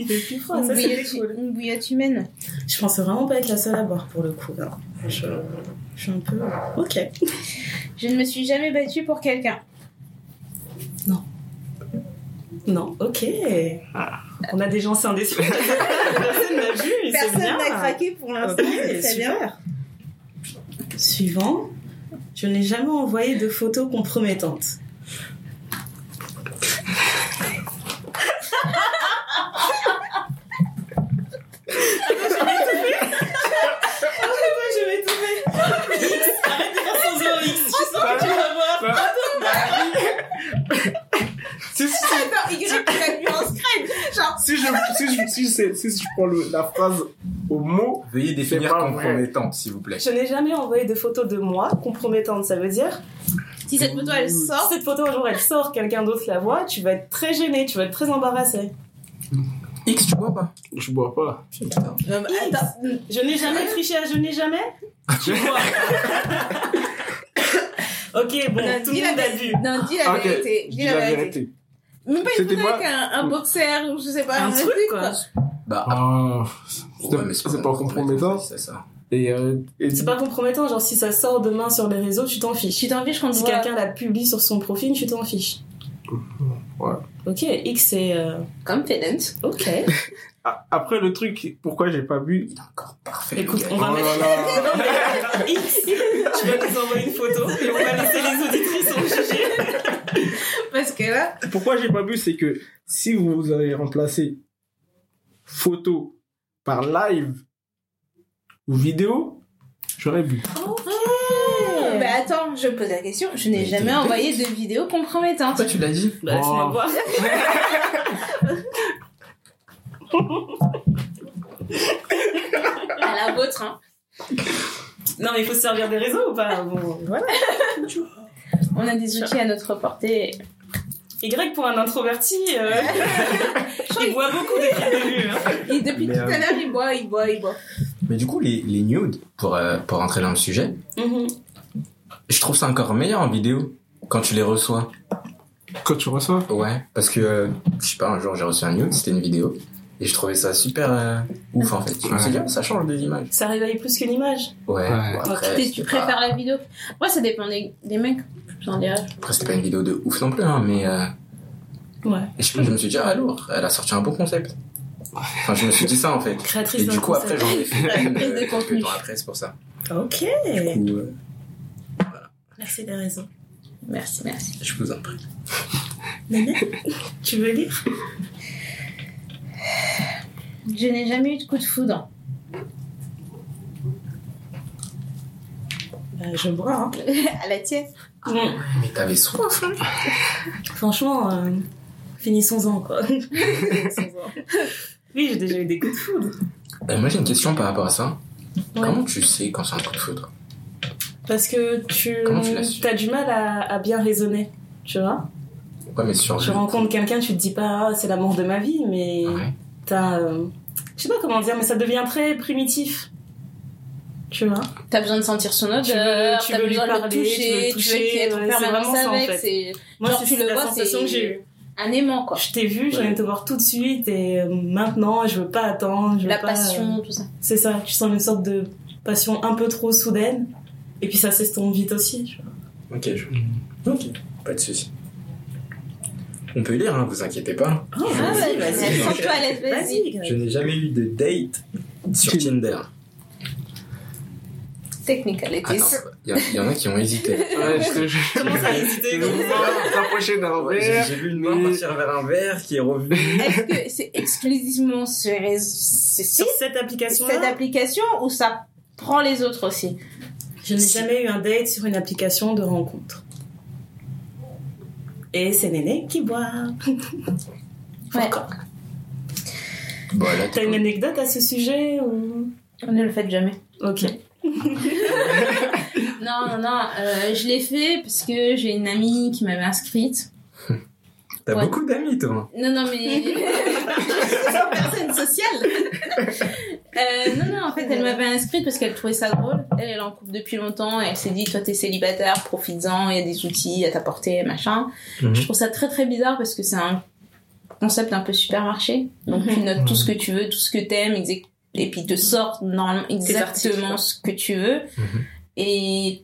[SPEAKER 1] Il fait plus froid, ça c'était cool.
[SPEAKER 2] Une bouillotte humaine.
[SPEAKER 1] Je pensais vraiment pas être la seule à boire pour le coup. hein. Je... je suis un peu. Ok.
[SPEAKER 2] Je ne me suis jamais battue pour quelqu'un.
[SPEAKER 1] Non, ok. On a des gens sans déçus. Personne n'a vu, mais c'est bien.
[SPEAKER 2] pour
[SPEAKER 1] Ok, super. Suivant. Je n'ai jamais envoyé de photos compromettantes. Je vais tout faire. Arrête de faire sans zéro X. Je sens que Bah, tu vas voir.
[SPEAKER 4] Bah, Si, si, si,
[SPEAKER 2] Attends, Y, la nuance crème. Genre,
[SPEAKER 4] si, je, si, je, si, je- si je prends le- la phrase au mot,
[SPEAKER 3] Veuillez définir
[SPEAKER 4] pas
[SPEAKER 3] compromettant, s'il vous plaît.
[SPEAKER 1] Je n'ai jamais envoyé de photos de moi compromettantes. Ça veut dire
[SPEAKER 2] si cette photo elle
[SPEAKER 1] Si
[SPEAKER 2] sort,
[SPEAKER 1] cette photo un jour elle sort, quelqu'un d'autre la voit, tu vas être très gêné, tu vas être très embarrassé.
[SPEAKER 3] X, tu vois pas
[SPEAKER 4] je bois pas.
[SPEAKER 3] Putain.
[SPEAKER 1] Attends, je n'ai jamais triché à je n'ai jamais Tu vois Ok, bon,
[SPEAKER 2] Non,
[SPEAKER 1] tout
[SPEAKER 2] dis
[SPEAKER 1] le
[SPEAKER 2] la
[SPEAKER 1] monde a vu.
[SPEAKER 2] non, dis la
[SPEAKER 4] Ah, Ok,
[SPEAKER 2] vérité. Dis la vérité. Même pas une
[SPEAKER 4] C'était
[SPEAKER 2] photo
[SPEAKER 4] moi.
[SPEAKER 2] avec un, un boxer ou je sais pas.
[SPEAKER 1] Un truc, quoi.
[SPEAKER 3] Bah,
[SPEAKER 4] Ah,
[SPEAKER 3] ouais,
[SPEAKER 4] c'est
[SPEAKER 3] mais
[SPEAKER 4] c'est pas compromettant.
[SPEAKER 3] C'est ça.
[SPEAKER 4] Et, euh, et
[SPEAKER 1] C'est pas compromettant, genre si ça sort demain sur les réseaux, tu t'en fiches.
[SPEAKER 2] Tu t'en fiches quand tu
[SPEAKER 1] Si
[SPEAKER 2] vois.
[SPEAKER 1] quelqu'un la publie sur son profil, tu t'en fiches.
[SPEAKER 4] Ouais.
[SPEAKER 1] Ok, X c'est. euh,
[SPEAKER 2] Confident.
[SPEAKER 1] Ok.
[SPEAKER 4] a- après le truc, pourquoi j'ai pas bu
[SPEAKER 3] Il est encore parfait. le
[SPEAKER 1] Écoute,
[SPEAKER 3] gars.
[SPEAKER 1] on va
[SPEAKER 4] Oh là
[SPEAKER 1] mettre.
[SPEAKER 4] là.
[SPEAKER 1] Non, mais, X, tu vas nous envoyer une photo et on va laisser les auditrices en juger.
[SPEAKER 2] Parce que là.
[SPEAKER 4] Pourquoi j'ai pas bu, c'est que si vous avez remplacé photo par live ou vidéo, j'aurais bu.
[SPEAKER 2] Ah. Mais attends, je pose la question. Je n'ai
[SPEAKER 3] Mais t'es
[SPEAKER 2] jamais
[SPEAKER 3] bête.
[SPEAKER 2] envoyé de vidéo compromettante.
[SPEAKER 3] Pourquoi tu l'as dit
[SPEAKER 1] Bah, tu vas
[SPEAKER 4] Oh.
[SPEAKER 1] voir.
[SPEAKER 2] À la vôtre, hein.
[SPEAKER 1] Non, mais il faut se servir des réseaux ou pas Bon, voilà.
[SPEAKER 2] On a des outils à notre portée.
[SPEAKER 1] Y pour un introverti, euh, il boit beaucoup depuis le début. hein.
[SPEAKER 2] Et depuis
[SPEAKER 4] Mais,
[SPEAKER 2] tout
[SPEAKER 4] euh,
[SPEAKER 2] à l'heure, il boit, il boit, il boit.
[SPEAKER 3] Mais du coup, les, les nudes, pour, euh, pour entrer dans le sujet,
[SPEAKER 2] Mhm.
[SPEAKER 3] je trouve ça encore meilleur en vidéo quand tu les reçois.
[SPEAKER 4] Quand tu reçois
[SPEAKER 3] Ouais. Parce que, euh, je sais pas, un jour j'ai reçu un nude, c'était une vidéo. Et je trouvais ça super euh, ouf en fait. Je me suis dit, ah, ça change de l'image.
[SPEAKER 1] Ça réveille plus que l'image.
[SPEAKER 3] Ouais.
[SPEAKER 4] Ouais.
[SPEAKER 3] bon,
[SPEAKER 2] Donc,
[SPEAKER 3] après,
[SPEAKER 2] tu, tu
[SPEAKER 3] c'était pas-
[SPEAKER 2] préfères la vidéo. Moi, ça dépend des, des mecs. J'en dirais.
[SPEAKER 3] Après, c'était pas une vidéo de ouf non plus, hein, mais euh,
[SPEAKER 1] Ouais.
[SPEAKER 3] je sais pas, je me suis dit, ah lourd, elle a sorti un bon concept. Enfin, je me suis dit ça en fait.
[SPEAKER 1] Créatrice
[SPEAKER 3] Et
[SPEAKER 1] d'un
[SPEAKER 3] du coup, après,
[SPEAKER 1] concept.
[SPEAKER 3] j'en ai fait une
[SPEAKER 2] Prise de
[SPEAKER 3] euh, quelques
[SPEAKER 2] contenu.
[SPEAKER 3] temps après, c'est pour ça.
[SPEAKER 1] Ok.
[SPEAKER 3] Ou, euh,
[SPEAKER 1] Merci des réseaux.
[SPEAKER 2] Merci, merci.
[SPEAKER 3] je vous en prie.
[SPEAKER 1] Nana, tu veux lire
[SPEAKER 2] Je n'ai jamais eu de coup de foudre.
[SPEAKER 1] Je bois. Hein.
[SPEAKER 2] à la tienne.
[SPEAKER 3] Mais t'avais soif, hein
[SPEAKER 1] Franchement, euh, finissons-en quoi. Finissons-en. oui, j'ai déjà eu des coups de foudre.
[SPEAKER 3] Et Euh, Moi, j'ai une question par rapport à ça.
[SPEAKER 1] Ouais.
[SPEAKER 3] Comment tu sais quand c'est un coup de foudre
[SPEAKER 1] Parce que tu,
[SPEAKER 3] Comment tu l'as su
[SPEAKER 1] as du mal à, à bien raisonner, tu vois.
[SPEAKER 3] Ouais, mais sur
[SPEAKER 1] Tu
[SPEAKER 3] le-
[SPEAKER 1] rencontres quelqu'un, tu te dis pas ah, c'est l'amour de ma vie, mais
[SPEAKER 3] Ouais.
[SPEAKER 1] t'as. euh, je sais pas comment dire, mais ça devient très primitif. Tu vois
[SPEAKER 2] T'as besoin de sentir son odeur,
[SPEAKER 1] Tu veux- tu
[SPEAKER 2] t'as
[SPEAKER 1] veux lui
[SPEAKER 2] besoin de
[SPEAKER 1] parler,
[SPEAKER 2] le
[SPEAKER 1] tu
[SPEAKER 2] toucher,
[SPEAKER 1] veux le
[SPEAKER 2] tu veux
[SPEAKER 1] toucher,
[SPEAKER 2] qu'il y
[SPEAKER 1] ouais,
[SPEAKER 2] ait
[SPEAKER 1] c'est
[SPEAKER 2] en permanence
[SPEAKER 1] vraiment ça, en
[SPEAKER 2] avec.
[SPEAKER 1] fait.
[SPEAKER 2] C'est
[SPEAKER 1] Moi,
[SPEAKER 2] Genre,
[SPEAKER 1] c'est
[SPEAKER 2] tu le
[SPEAKER 1] la
[SPEAKER 2] vois,
[SPEAKER 1] sensation
[SPEAKER 2] c'est-
[SPEAKER 1] que j'ai eue.
[SPEAKER 2] un aimant, quoi.
[SPEAKER 1] Je t'ai vu, j'ai envie de te voir tout de suite, et euh, maintenant, je veux pas attendre. Je veux
[SPEAKER 2] La
[SPEAKER 1] pas, euh,
[SPEAKER 2] passion, tout ça.
[SPEAKER 1] C'est ça, tu sens une sorte de passion un peu trop soudaine, et puis ça s'estompe vite aussi. tu vois.
[SPEAKER 3] Ok, je... Ok, pas de soucis. On peut lire, hein, vous inquiétez pas.
[SPEAKER 2] Ah, vas-y, vas-y.
[SPEAKER 3] vas-y.
[SPEAKER 2] Sens-toi à l'aise, vas-y.
[SPEAKER 3] Je n'ai jamais eu de date sur Tinder.
[SPEAKER 2] Technical, it is.
[SPEAKER 3] Attends, il y, en a qui ont hésité.
[SPEAKER 4] Ouais, je te jure.
[SPEAKER 1] Comment ça, hésiter
[SPEAKER 4] Je vais vous rapprocher d'un
[SPEAKER 3] Ouais,
[SPEAKER 4] verre.
[SPEAKER 3] j'ai- j'ai vu une main partir vers un verre qui est revenu.
[SPEAKER 2] Est-ce que c'est exclusivement ce réseau, ce
[SPEAKER 1] Sur
[SPEAKER 2] site,
[SPEAKER 1] cette
[SPEAKER 2] cette
[SPEAKER 1] application-là,
[SPEAKER 2] application, ou ça prend les autres aussi
[SPEAKER 1] je n'ai jamais eu un date sur une application de rencontre. Et c'est Néné qui boit.
[SPEAKER 2] Ouais.
[SPEAKER 1] Encore.
[SPEAKER 3] Bon, Bah, là, t'es-
[SPEAKER 1] T'as une anecdote à ce sujet ou...
[SPEAKER 2] On ne le fait jamais.
[SPEAKER 1] Ok.
[SPEAKER 2] Non, non, non, euh, je l'ai fait parce que j'ai une amie qui m'avait inscrite.
[SPEAKER 3] t'as
[SPEAKER 2] ouais.
[SPEAKER 3] beaucoup d'amis, toi.
[SPEAKER 2] Non, non, mais. je suis une personne sociale Euh, Non, non, en fait, elle m'avait inscrite parce qu'elle trouvait ça drôle. Elle, elle est en couple depuis longtemps et elle s'est dit toi, t'es célibataire, profites-en, il y a des outils à ta portée, machin.
[SPEAKER 3] Mhm.
[SPEAKER 2] Je trouve ça très, très bizarre parce que c'est un concept un peu supermarché. Donc, tu notes tout ce
[SPEAKER 3] Mhm.
[SPEAKER 2] que tu veux, tout ce que t'aimes, exact- et puis ils te sortent normalement exactement
[SPEAKER 1] articles.
[SPEAKER 2] ce que tu veux.
[SPEAKER 3] Mhm.
[SPEAKER 2] Et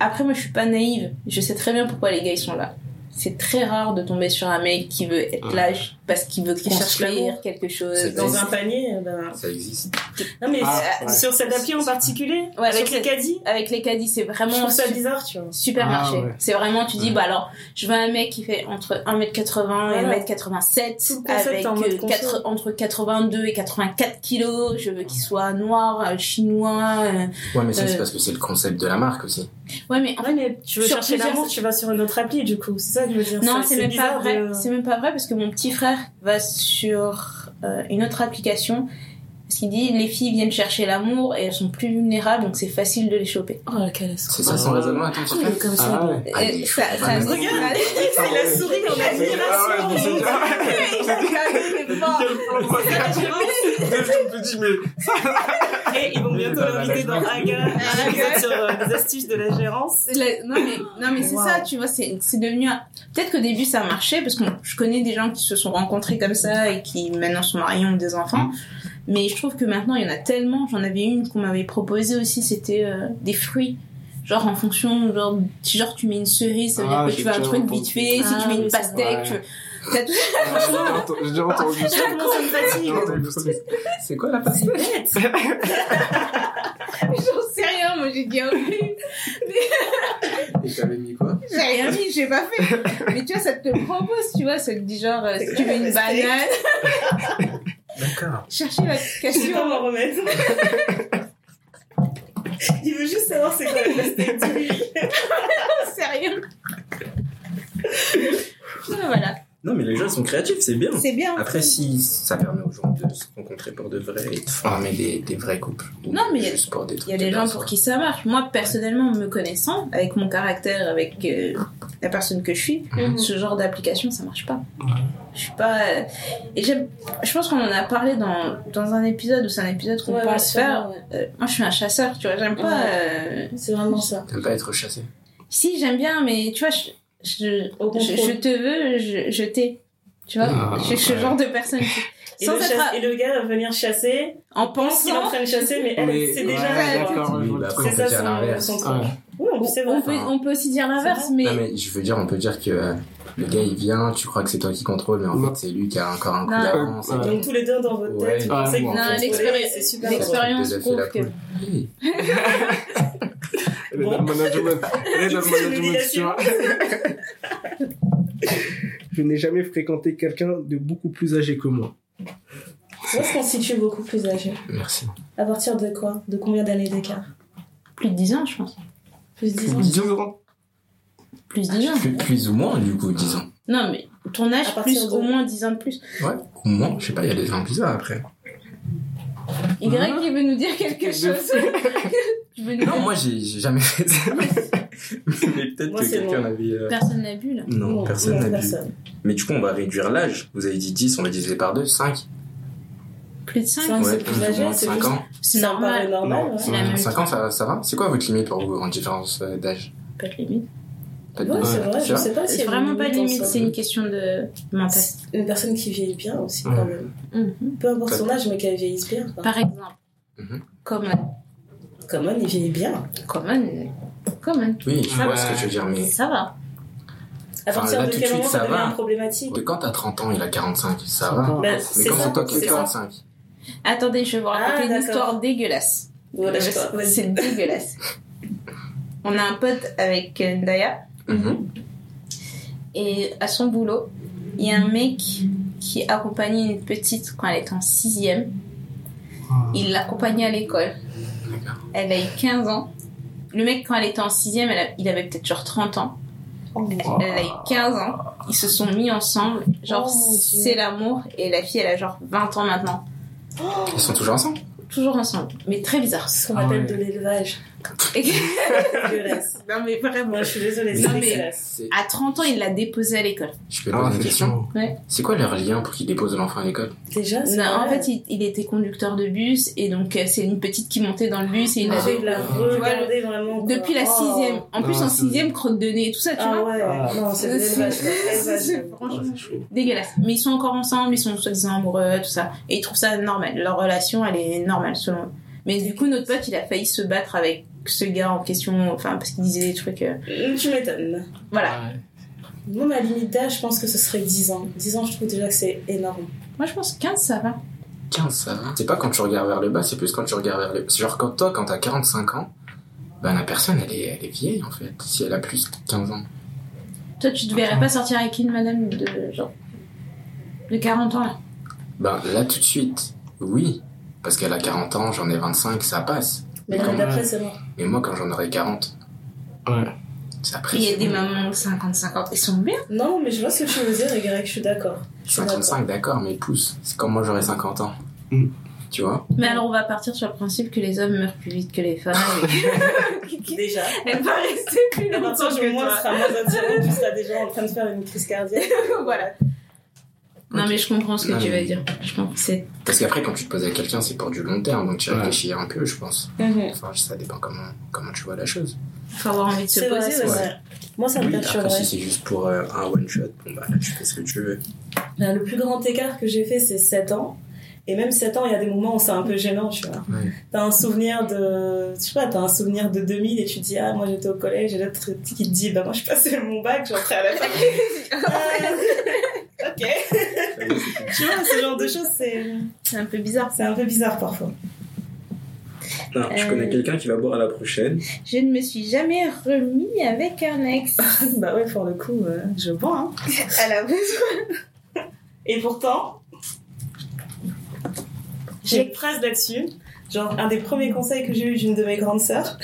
[SPEAKER 2] après, moi, je suis pas naïve. Je sais très bien pourquoi les gars, ils sont là. C'est très rare de tomber sur un mec qui veut être là ju- parce qu'il veut
[SPEAKER 1] Qui cherche
[SPEAKER 2] construire
[SPEAKER 1] l'amour.
[SPEAKER 2] quelque chose.
[SPEAKER 3] C'est
[SPEAKER 1] Dans
[SPEAKER 3] Mais
[SPEAKER 1] un
[SPEAKER 3] c'est-
[SPEAKER 2] euh,
[SPEAKER 1] panier,
[SPEAKER 2] bah,
[SPEAKER 1] ben...
[SPEAKER 3] Ça existe.
[SPEAKER 1] Non mais
[SPEAKER 4] Ah,
[SPEAKER 1] euh,
[SPEAKER 4] ouais.
[SPEAKER 1] sur cette appli en particulier,
[SPEAKER 2] Ouais, avec
[SPEAKER 1] avec les
[SPEAKER 2] cette-
[SPEAKER 1] caddies,
[SPEAKER 2] Avec les caddies, c'est
[SPEAKER 1] je
[SPEAKER 2] vraiment
[SPEAKER 1] trouve ça bizarre, tu vois.
[SPEAKER 2] supermarché.
[SPEAKER 4] Ah, ouais.
[SPEAKER 2] C'est vraiment, tu dis,
[SPEAKER 3] Ouais.
[SPEAKER 2] bah alors, je veux un mec qui fait entre 1m80
[SPEAKER 1] Voilà.
[SPEAKER 2] et 1m87,
[SPEAKER 1] Tout le concept
[SPEAKER 2] avec
[SPEAKER 1] en mode
[SPEAKER 2] euh,
[SPEAKER 1] conso.
[SPEAKER 2] quatre- entre 82 et 84 kilos, je veux qu'il soit noir, euh, chinois. euh.
[SPEAKER 3] Ouais, mais ça,
[SPEAKER 2] Euh.
[SPEAKER 3] c'est parce que c'est le concept de la marque aussi.
[SPEAKER 2] Ouais, mais en
[SPEAKER 1] Ouais, mais tu veux
[SPEAKER 2] Sur
[SPEAKER 1] chercher
[SPEAKER 2] plusieurs-
[SPEAKER 1] l'amour, tu vas sur une autre appli, du coup. C'est ça que je veux dire.
[SPEAKER 2] Non,
[SPEAKER 1] Ça,
[SPEAKER 2] c'est même pas
[SPEAKER 1] bizarre
[SPEAKER 2] vrai.
[SPEAKER 1] de-
[SPEAKER 2] C'est même pas vrai parce que mon petit frère va sur euh, une autre application parce qu'il dit les filles viennent chercher l'amour et elles sont plus vulnérables donc c'est facile de les choper.
[SPEAKER 1] Oh, la calasse.
[SPEAKER 3] C'est ça son
[SPEAKER 4] Ah.
[SPEAKER 3] raisonnement à ton petit frère
[SPEAKER 1] comme ça.
[SPEAKER 4] Ah ouais.
[SPEAKER 3] Ah,
[SPEAKER 2] Euh,
[SPEAKER 3] il est
[SPEAKER 2] ça,
[SPEAKER 3] chaud,
[SPEAKER 2] ça-
[SPEAKER 3] vraiment.
[SPEAKER 1] Regarde, il a souri en
[SPEAKER 4] Ah ouais, je me suis dit-
[SPEAKER 1] admiration.
[SPEAKER 2] Il a regardé,
[SPEAKER 4] Mais quel plan quoi, c'est gratuit. Dès que je me dis, mais
[SPEAKER 1] Et ils vont
[SPEAKER 3] Mais
[SPEAKER 1] bientôt
[SPEAKER 3] bah, bah,
[SPEAKER 1] l'inviter
[SPEAKER 3] la
[SPEAKER 1] dans
[SPEAKER 3] gérance.
[SPEAKER 1] Aga, un épisode sur euh, les astuces de la gérance.
[SPEAKER 2] C'est la- Non mais,
[SPEAKER 1] Oh,
[SPEAKER 2] non, mais c'est
[SPEAKER 1] Wow.
[SPEAKER 2] ça, tu vois, c'est c'est devenu... un- Peut-être qu'au début ça marchait, parce que je connais des gens qui se sont rencontrés comme ça et qui maintenant sont mariés, ont des enfants. Mais je trouve que maintenant, il y en a tellement. J'en avais une qu'on m'avait proposée aussi, c'était euh, des fruits. Genre en fonction, genre, si genre tu mets une cerise, ça veut
[SPEAKER 4] Ah,
[SPEAKER 2] dire que
[SPEAKER 4] j'ai
[SPEAKER 2] tu veux un
[SPEAKER 4] déjà
[SPEAKER 2] truc
[SPEAKER 4] entendu.
[SPEAKER 2] vite fait.
[SPEAKER 1] Ah,
[SPEAKER 2] si tu mets
[SPEAKER 1] oui,
[SPEAKER 2] une
[SPEAKER 1] ça,
[SPEAKER 2] pastèque,
[SPEAKER 4] ouais.
[SPEAKER 2] tu- t'as tout...
[SPEAKER 4] Ah, J'ai déjà entendu- j'ai déjà entendu ça.
[SPEAKER 1] Comment ça me
[SPEAKER 4] J'ai
[SPEAKER 1] fatigue
[SPEAKER 4] déjà entendu ça. C'est quoi la pastèque
[SPEAKER 2] J'en sais rien, moi j'ai dit ah oui.
[SPEAKER 3] Et t'avais mis quoi
[SPEAKER 2] J'ai rien mis, j'ai pas fait. Mais tu vois, ça te le propose, tu vois, ça te dit genre, euh, si tu veux une banane,
[SPEAKER 3] D'accord.
[SPEAKER 2] chercher la
[SPEAKER 1] Je vais pas
[SPEAKER 2] question.
[SPEAKER 1] m'en remettre. Il veut juste savoir c'est quoi la pastèque du riz.
[SPEAKER 2] C'est rien. Ah, voilà.
[SPEAKER 3] Non, mais les gens ils sont créatifs, c'est bien.
[SPEAKER 2] C'est bien.
[SPEAKER 3] Après, si ça permet aux gens de se rencontrer pour de vrai et de former Ah, des, des vrais couples. ou
[SPEAKER 2] Non, mais il y a-
[SPEAKER 3] juste pour des
[SPEAKER 2] Il y a
[SPEAKER 3] trucs
[SPEAKER 2] des
[SPEAKER 3] de
[SPEAKER 2] gens
[SPEAKER 3] danse,
[SPEAKER 2] pour
[SPEAKER 3] quoi.
[SPEAKER 2] qui ça marche. Moi, personnellement, me connaissant, avec mon caractère, avec euh, la personne que je suis, ce genre d'application, ça marche pas. Je suis pas. euh, Et j'aime- je pense qu'on en a parlé dans, dans un épisode ou c'est un épisode qu'on
[SPEAKER 5] Ouais,
[SPEAKER 2] pense
[SPEAKER 5] ouais,
[SPEAKER 2] faire. Euh, moi, je suis un chasseur, tu vois, j'aime pas. euh,
[SPEAKER 5] C'est vraiment ça.
[SPEAKER 3] T'aimes pas être chassé.
[SPEAKER 2] Si, j'aime bien, mais tu vois, je, je,
[SPEAKER 5] Au
[SPEAKER 2] je,
[SPEAKER 5] contrôle.
[SPEAKER 2] je te veux, je, je t'ai. Tu vois,
[SPEAKER 3] Ah,
[SPEAKER 2] je suis ce
[SPEAKER 3] ouais.
[SPEAKER 2] genre de personne. qui-
[SPEAKER 1] Et,
[SPEAKER 2] Sans
[SPEAKER 1] le
[SPEAKER 2] être
[SPEAKER 1] chasse-
[SPEAKER 2] à-
[SPEAKER 1] et le gars va venir chasser,
[SPEAKER 2] en
[SPEAKER 1] pense qu'il est en
[SPEAKER 2] pensant.
[SPEAKER 1] train de chasser, mais elle,
[SPEAKER 4] Mais-
[SPEAKER 1] c'est déjà
[SPEAKER 4] ouais,
[SPEAKER 1] là.
[SPEAKER 4] d'accord, ouais, je vois le
[SPEAKER 3] C'est
[SPEAKER 4] truc.
[SPEAKER 1] C'est
[SPEAKER 3] On
[SPEAKER 1] ça
[SPEAKER 3] peut dire l'inverse.
[SPEAKER 1] son, son truc.
[SPEAKER 4] Ah Ouais.
[SPEAKER 1] Oui, c'est vrai.
[SPEAKER 2] On peut, on peut aussi dire l'inverse, mais.
[SPEAKER 3] Non, mais je veux dire, on peut dire que euh, le gars il vient, tu crois que c'est toi qui contrôle, mais en
[SPEAKER 4] Non.
[SPEAKER 3] fait c'est lui qui a encore un coup
[SPEAKER 2] Non.
[SPEAKER 3] d'avance.
[SPEAKER 4] Ouais.
[SPEAKER 1] Donc tous les deux dans votre
[SPEAKER 3] Ouais. Ah,
[SPEAKER 1] tête,
[SPEAKER 4] Ouais.
[SPEAKER 1] vous pensez que
[SPEAKER 3] Non,
[SPEAKER 1] vous contrôlez,
[SPEAKER 2] l'expérience-
[SPEAKER 1] c'est super.
[SPEAKER 2] l'expérience- prouve que-
[SPEAKER 3] que.
[SPEAKER 4] Elle est dans le management. Elle est dans le management, tu vois. Je n'ai jamais fréquenté quelqu'un de beaucoup plus âgé que moi.
[SPEAKER 5] Où est-ce qu'on se situe beaucoup plus âgé
[SPEAKER 3] Merci.
[SPEAKER 5] À partir de quoi De combien d'années d'écart
[SPEAKER 2] Plus de 10 ans, je pense.
[SPEAKER 5] Plus 10 ans
[SPEAKER 4] Disons,
[SPEAKER 3] Ah,
[SPEAKER 2] Plus de 10 ans.
[SPEAKER 3] Plus, plus ou moins, du coup, disons.
[SPEAKER 2] Non, mais ton
[SPEAKER 5] À
[SPEAKER 2] âge,
[SPEAKER 5] partir
[SPEAKER 2] plus
[SPEAKER 5] de-
[SPEAKER 2] au moins 10 ans de plus.
[SPEAKER 3] Ouais, ou moins, je sais pas, il y a des gens bizarres après.
[SPEAKER 2] Y,
[SPEAKER 4] Mhm.
[SPEAKER 2] il veut nous dire quelque
[SPEAKER 4] Quelque
[SPEAKER 2] chose. Tu veux nous
[SPEAKER 3] Ah. Non,
[SPEAKER 2] dire-
[SPEAKER 3] moi j'ai j'ai jamais fait ça. mais peut-être
[SPEAKER 1] Moi,
[SPEAKER 3] que
[SPEAKER 1] c'est
[SPEAKER 3] quelqu'un
[SPEAKER 1] bon.
[SPEAKER 3] avait. euh,
[SPEAKER 2] Personne n'a vu, là.
[SPEAKER 3] Non,
[SPEAKER 5] Non,
[SPEAKER 3] personne
[SPEAKER 5] non,
[SPEAKER 3] n'a vu. Mais du coup, on va réduire l'âge. Vous avez dit 10, on va diviser par 2, 5.
[SPEAKER 2] Plus de 5
[SPEAKER 5] Cinq. Ah,
[SPEAKER 3] ouais,
[SPEAKER 5] c'est plus âgé, c'est
[SPEAKER 3] 5
[SPEAKER 5] plus-
[SPEAKER 3] ans.
[SPEAKER 2] C'est
[SPEAKER 1] Ça me paraît
[SPEAKER 2] normal.
[SPEAKER 1] normal. ouais.
[SPEAKER 2] c'est la même
[SPEAKER 3] 5 ans, ça, ça va C'est quoi votre limite pour vous en différence euh, d'âge
[SPEAKER 2] Pas de limite.
[SPEAKER 3] Pas de
[SPEAKER 5] Ouais, c'est
[SPEAKER 3] limite,
[SPEAKER 5] vrai,
[SPEAKER 3] tu
[SPEAKER 5] je
[SPEAKER 3] vois
[SPEAKER 5] sais
[SPEAKER 1] Ah,
[SPEAKER 5] pas si.
[SPEAKER 2] C'est vraiment pas de limite,
[SPEAKER 3] soi.
[SPEAKER 2] c'est une question de mental.
[SPEAKER 5] Une personne qui vieillit bien aussi,
[SPEAKER 3] Ouais.
[SPEAKER 5] quand même.
[SPEAKER 2] Mhm.
[SPEAKER 5] Peu importe son âge, mais qu'elle vieillisse bien. quoi.
[SPEAKER 2] Par exemple,
[SPEAKER 3] Mhm.
[SPEAKER 2] Common.
[SPEAKER 5] Common, il vieillit bien.
[SPEAKER 2] Common. Common.
[SPEAKER 3] Oui, je
[SPEAKER 4] Ah
[SPEAKER 3] vois
[SPEAKER 4] ouais.
[SPEAKER 3] ce que tu veux dire, mais
[SPEAKER 2] Ça va.
[SPEAKER 5] À
[SPEAKER 3] Enfin,
[SPEAKER 5] partir
[SPEAKER 3] Ah, là,
[SPEAKER 5] de
[SPEAKER 3] tout de
[SPEAKER 5] quel
[SPEAKER 3] suite,
[SPEAKER 5] moment
[SPEAKER 3] ça
[SPEAKER 5] ça devient
[SPEAKER 3] va.
[SPEAKER 5] une problématique
[SPEAKER 3] de quand t'as 30 ans, il a 45, ça
[SPEAKER 4] Ah.
[SPEAKER 3] va.
[SPEAKER 1] Bah,
[SPEAKER 3] Mais
[SPEAKER 1] c'est
[SPEAKER 3] comment
[SPEAKER 1] ça.
[SPEAKER 3] toi qui as
[SPEAKER 1] c'est ça.
[SPEAKER 3] 45
[SPEAKER 2] Attendez, je vais vous raconter
[SPEAKER 1] Ah,
[SPEAKER 2] une
[SPEAKER 1] d'accord.
[SPEAKER 2] histoire dégueulasse.
[SPEAKER 5] Voilà, je
[SPEAKER 2] Euh, c'est dégueulasse. On a un pote avec euh, Daya
[SPEAKER 3] Mhm.
[SPEAKER 2] et à son boulot, il y a un mec qui accompagnait une petite quand elle était en sixième. Il l'accompagnait à l'école. Elle a eu 15 ans. Le mec, quand elle était en sixième, elle a- il avait peut-être genre 30 ans.
[SPEAKER 3] Ah,
[SPEAKER 2] Elle a eu 15 ans. Ils se sont mis ensemble. Genre,
[SPEAKER 5] Oh mon Dieu.
[SPEAKER 2] c'est l'amour. Et la fille, elle a genre 20 ans maintenant.
[SPEAKER 3] Ils sont toujours ensemble
[SPEAKER 2] Toujours ensemble. Mais très bizarre.
[SPEAKER 5] Ce qu'on
[SPEAKER 4] Ah
[SPEAKER 5] appelle
[SPEAKER 4] ouais.
[SPEAKER 5] de l'élevage.
[SPEAKER 1] dégueulasse.
[SPEAKER 2] non, mais vraiment.
[SPEAKER 1] Moi, je suis désolée,
[SPEAKER 3] Non,
[SPEAKER 1] c'est euh,
[SPEAKER 2] mais-
[SPEAKER 1] dégueulasse.
[SPEAKER 2] À 30 ans, il l'a déposée à l'école.
[SPEAKER 3] Je
[SPEAKER 1] Bah,
[SPEAKER 3] peux te
[SPEAKER 4] Ah,
[SPEAKER 3] poser une
[SPEAKER 4] c'est
[SPEAKER 3] question.
[SPEAKER 4] chaud.
[SPEAKER 3] C'est quoi leur lien pour qu'ils déposent l'enfant à l'école
[SPEAKER 1] Ah,
[SPEAKER 5] Déjà, c'est.
[SPEAKER 2] Non, en
[SPEAKER 5] vrai.
[SPEAKER 2] fait, il, il était conducteur de bus. Et donc, euh, c'est une petite qui montait dans le bus. Et il
[SPEAKER 5] Ah,
[SPEAKER 2] avait...
[SPEAKER 5] j'ai de la
[SPEAKER 4] Tu
[SPEAKER 2] vois,
[SPEAKER 1] Regardez vraiment. quoi.
[SPEAKER 2] Depuis la
[SPEAKER 1] Oh.
[SPEAKER 2] sixième. En plus,
[SPEAKER 4] Ah,
[SPEAKER 2] en
[SPEAKER 4] c'est-
[SPEAKER 2] sixième, crotte de nez et tout ça, tu
[SPEAKER 1] Ah
[SPEAKER 2] vois.
[SPEAKER 1] ouais,
[SPEAKER 4] Ah.
[SPEAKER 1] ouais. non, c'est de
[SPEAKER 2] C'est-
[SPEAKER 1] l'élevage.
[SPEAKER 2] c'est-
[SPEAKER 1] l'élevage.
[SPEAKER 2] franchement,
[SPEAKER 3] Ouais, c'est chaud.
[SPEAKER 2] dégueulasse. Mais ils sont encore ensemble, ils sont soi-disant amoureux, tout ça. Et ils trouvent ça normal. Leur relation, elle est normale, selon eux. Mais du coup, notre pote, il a failli se battre avec ce gars en question, enfin, parce qu'il disait des trucs. euh,
[SPEAKER 1] Hum, Tu m'étonnes.
[SPEAKER 2] Voilà.
[SPEAKER 4] Ouais.
[SPEAKER 5] Moi, ma limite d'âge, je pense que ce serait 10 ans. 10 ans, je trouve déjà que c'est énorme.
[SPEAKER 2] Moi, je pense 15, ça va.
[SPEAKER 3] 15, ça va. C'est pas quand tu regardes vers le bas, c'est plus quand tu regardes vers le bas. Genre, quand toi, quand t'as 45 ans, ben la personne, elle est, elle est vieille en fait, si elle a plus de 15 ans.
[SPEAKER 2] Toi, tu te verrais pas sortir avec une madame de genre. de 40 ans, là.
[SPEAKER 3] Ben là, tout de suite, oui, parce qu'elle a 40 ans, j'en ai 25, ça passe.
[SPEAKER 5] Mais
[SPEAKER 4] Mais
[SPEAKER 5] l'année
[SPEAKER 4] quand
[SPEAKER 5] d'après,
[SPEAKER 4] même.
[SPEAKER 5] c'est mort.
[SPEAKER 3] Mais moi, quand j'en aurai 40,
[SPEAKER 4] Ouais.
[SPEAKER 3] c'est
[SPEAKER 2] Et
[SPEAKER 3] après.
[SPEAKER 2] Il y a
[SPEAKER 3] c'est
[SPEAKER 2] des
[SPEAKER 3] bon.
[SPEAKER 2] mamans 50-50. Ils sont bien.
[SPEAKER 5] Non, mais je vois ce que tu veux dire, Y, je suis d'accord. Je suis d'accord.
[SPEAKER 3] 55, d'accord, mais pousse. C'est comme moi, j'aurai 50 ans.
[SPEAKER 4] Mm.
[SPEAKER 3] Tu vois
[SPEAKER 2] Mais alors, on va partir sur le principe que les hommes meurent plus vite que les femmes.
[SPEAKER 1] Déjà.
[SPEAKER 2] Ah Elle va rester plus
[SPEAKER 1] À partir
[SPEAKER 2] longtemps
[SPEAKER 1] du
[SPEAKER 2] que
[SPEAKER 1] moins,
[SPEAKER 2] moi.
[SPEAKER 1] ce sera moins attirant. Tu seras déjà en train de faire une crise cardiaque.
[SPEAKER 2] voilà.
[SPEAKER 3] Ok.
[SPEAKER 2] Non, Non, mais je comprends ce que
[SPEAKER 3] Non,
[SPEAKER 2] tu
[SPEAKER 3] mais-
[SPEAKER 2] veux dire. Je pense que c'est.
[SPEAKER 3] Parce qu'après, quand tu te poses avec quelqu'un, c'est pour du long terme, donc tu
[SPEAKER 4] Ouais.
[SPEAKER 3] réfléchis un peu, je pense.
[SPEAKER 1] Mhm.
[SPEAKER 3] Enfin, ça dépend comment, comment tu vois la chose.
[SPEAKER 2] Faut avoir envie de se
[SPEAKER 1] C'est vrai,
[SPEAKER 2] poser
[SPEAKER 1] c'est
[SPEAKER 2] aussi.
[SPEAKER 1] vrai. Moi, ça me
[SPEAKER 3] oui, après,
[SPEAKER 1] perturberait.
[SPEAKER 3] si c'est juste pour euh, un one-shot, bon, bah là, tu fais ce que tu veux.
[SPEAKER 1] Euh, Le plus grand écart que j'ai fait, c'est 7 ans. Et même 7 ans, il y a des moments où c'est un peu gênant, tu vois.
[SPEAKER 3] Ouais.
[SPEAKER 1] T'as un souvenir de, je sais pas, t'as un souvenir de 2000 et tu te dis, ah, moi j'étais au collège, et l'autre qui te dit, bah moi je passais mon bac, j'entrais à la fac. Ah, ok. tu vois, ce genre de choses, c'est,
[SPEAKER 2] C'est un peu bizarre.
[SPEAKER 1] c'est un peu bizarre parfois.
[SPEAKER 3] Non, je
[SPEAKER 2] Euh,
[SPEAKER 3] connais quelqu'un qui va boire à la prochaine.
[SPEAKER 2] Je ne me suis jamais remis avec un ex.
[SPEAKER 1] bah ouais, pour le coup, euh, je bois. hein.
[SPEAKER 2] Alors,
[SPEAKER 1] Et pourtant, j'ai une phrase là-dessus. Genre, un des premiers conseils que j'ai eu d'une de mes grandes sœurs.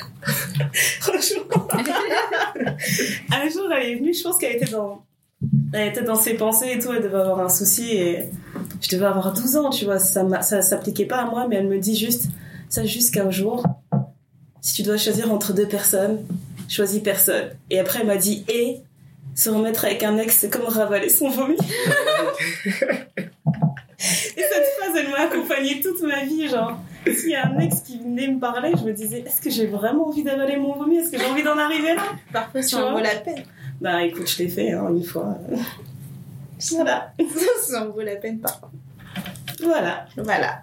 [SPEAKER 1] Franchement. un jour, elle est venue, je pense qu'elle était dans. Elle était dans ses pensées et tout, elle devait avoir un souci et je devais avoir 12 ans, tu vois, ça m'a- ça s'appliquait pas à moi, mais elle me dit juste, ça juste qu'un jour, si tu dois choisir entre deux personnes, choisis personne. Et après, elle m'a dit, et se remettre avec un ex, c'est comme ravaler son vomi. Et cette phrase, elle m'a accompagnée toute ma vie. Genre, s'il y a un ex qui venait me parler, je me disais, est-ce que j'ai vraiment envie d'avaler mon vomi Est-ce que j'ai envie d'en arriver là
[SPEAKER 2] parfois, ça
[SPEAKER 1] Tu
[SPEAKER 2] en
[SPEAKER 1] vois
[SPEAKER 2] vaut la peine.
[SPEAKER 1] Bah écoute, je l'ai fait hein, une fois. Voilà.
[SPEAKER 2] ça en vaut la peine parfois.
[SPEAKER 1] Voilà.
[SPEAKER 2] Voilà.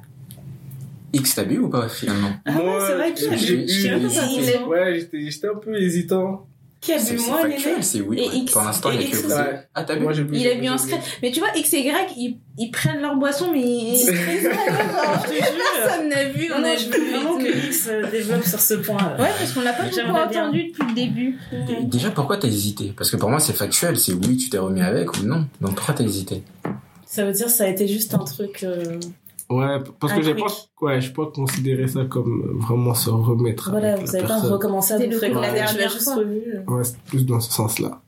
[SPEAKER 3] X t'as bu ou pas finalement
[SPEAKER 1] Ah ouais, c'est vrai qu'il y a
[SPEAKER 4] j'ai
[SPEAKER 3] du-
[SPEAKER 4] eu-
[SPEAKER 3] j'ai eu-
[SPEAKER 4] j'ai- Ouais, j'étais j'étais un peu hésitant.
[SPEAKER 1] Qui a
[SPEAKER 3] C'est
[SPEAKER 1] bu
[SPEAKER 3] c'est
[SPEAKER 1] moins,
[SPEAKER 3] factuel,
[SPEAKER 1] Néné
[SPEAKER 3] c'est oui.
[SPEAKER 2] Et
[SPEAKER 3] ouais.
[SPEAKER 2] X.
[SPEAKER 3] Pour l'instant, il n'y
[SPEAKER 1] Et
[SPEAKER 3] a que
[SPEAKER 1] X.
[SPEAKER 3] vous. deux. Ah, t'as bu
[SPEAKER 4] Moi, j'ai bu.
[SPEAKER 2] Il
[SPEAKER 4] j'ai
[SPEAKER 2] a bu en
[SPEAKER 4] j'ai
[SPEAKER 2] secret. Mais tu vois, X et Y, ils, ils prennent leur boisson, mais ils se présentent. genre,
[SPEAKER 1] Ah, Je te jure.
[SPEAKER 2] Personne n'a vu,
[SPEAKER 1] Non,
[SPEAKER 2] on a
[SPEAKER 1] non,
[SPEAKER 2] vu.
[SPEAKER 1] je veux vraiment
[SPEAKER 2] et tout.
[SPEAKER 1] que X euh, développe sur ce point. euh. là.
[SPEAKER 2] Ouais, parce qu'on l'a pas beaucoup
[SPEAKER 1] J'aimerais bien.
[SPEAKER 2] entendu depuis le début.
[SPEAKER 3] Déjà, pourquoi t'as hésité Parce que pour moi, c'est factuel. C'est oui, tu t'es remis avec ou non. Donc, pourquoi t'as hésité
[SPEAKER 1] Ça veut dire ça a été juste un truc. euh,
[SPEAKER 4] Ouais, p- parce
[SPEAKER 1] Un
[SPEAKER 4] que j'ai
[SPEAKER 1] truc.
[SPEAKER 4] pas, ouais, j'ai pas considéré ça comme euh, vraiment se remettre.
[SPEAKER 1] Voilà,
[SPEAKER 4] Ah, avec
[SPEAKER 1] vous
[SPEAKER 4] la
[SPEAKER 1] avez pas
[SPEAKER 4] personne.
[SPEAKER 1] recommencé à
[SPEAKER 2] C'était
[SPEAKER 1] vous
[SPEAKER 2] le coup de la
[SPEAKER 1] fréquenter.
[SPEAKER 2] dernière
[SPEAKER 1] tu l'as juste
[SPEAKER 2] fois.
[SPEAKER 1] revu. euh.
[SPEAKER 4] Ouais, c'est plus dans ce sens-là.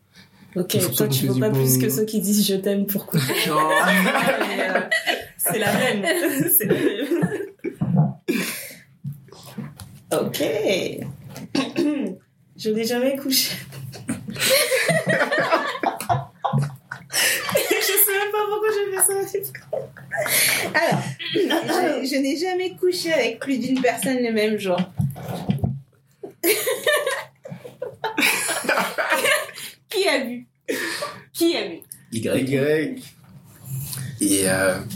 [SPEAKER 4] Et
[SPEAKER 1] Ok,
[SPEAKER 4] surtout,
[SPEAKER 1] toi
[SPEAKER 4] je
[SPEAKER 1] tu
[SPEAKER 4] me
[SPEAKER 1] veux
[SPEAKER 4] suis
[SPEAKER 1] pas
[SPEAKER 4] dit,
[SPEAKER 1] plus
[SPEAKER 4] bon-
[SPEAKER 1] que ceux qui disent je t'aime pour couper. Mais, euh, C'est la même. C'est la même. Ok. Je n'ai jamais couché. je sais même pas pourquoi j'ai fait ça.
[SPEAKER 2] Alors, je, je n'ai jamais couché avec plus d'une personne le même jour. Qui a vu Qui a vu
[SPEAKER 3] Y.
[SPEAKER 4] Y.
[SPEAKER 3] Et.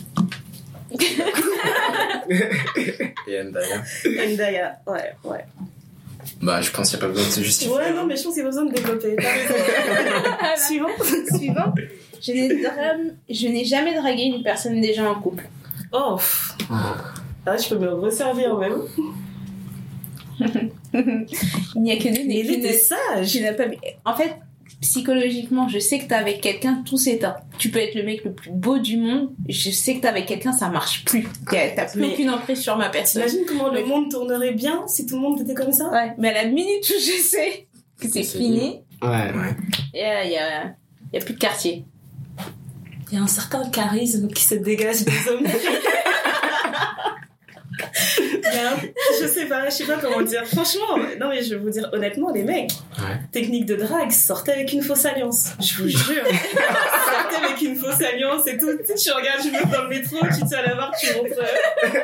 [SPEAKER 3] Euh... Et M d'ailleurs.
[SPEAKER 1] Ndaya, ouais, ouais.
[SPEAKER 3] Bah, je pense qu'il n'y a pas besoin de se justifier.
[SPEAKER 1] Ouais, non, mais je pense qu'il y a besoin de développer. T'as raison. Suivant.
[SPEAKER 2] Suivant. Je n'ai, dra- je n'ai jamais dragué une personne déjà en couple.
[SPEAKER 1] Oh, pff. ah, je peux me resservir même.
[SPEAKER 2] Il n'y a que deux
[SPEAKER 1] Mais
[SPEAKER 2] qui
[SPEAKER 1] il
[SPEAKER 2] ne-
[SPEAKER 1] était sage.
[SPEAKER 2] qui n'a pas. En fait, psychologiquement, je sais que t'es avec quelqu'un, tout s'éteint. Tu peux être le mec le plus beau du monde, je sais que t'es avec quelqu'un, ça marche plus. T'as t'as plus
[SPEAKER 1] Mais-
[SPEAKER 2] aucune emprise sur ma personne.
[SPEAKER 1] T'imagines comment le
[SPEAKER 2] Mais-
[SPEAKER 1] monde tournerait bien si tout le monde était comme ça
[SPEAKER 2] Ouais, mais à la minute où je sais que c'est
[SPEAKER 3] C'est
[SPEAKER 2] fini,
[SPEAKER 4] Ouais.
[SPEAKER 2] il y a, y a- y a plus de quartier.
[SPEAKER 1] Il y a un certain charisme qui se dégage des hommes. Il y a un- je sais pas, je sais pas comment dire. Franchement, non mais je vais vous dire honnêtement, les mecs,
[SPEAKER 3] Ouais.
[SPEAKER 1] technique de drague, sortez avec une fausse alliance. Je vous jure. sortez avec une fausse alliance et tout. Tu sais, tu regardes une meuf dans le métro, tu te tiens à la barre, tu rentres. euh.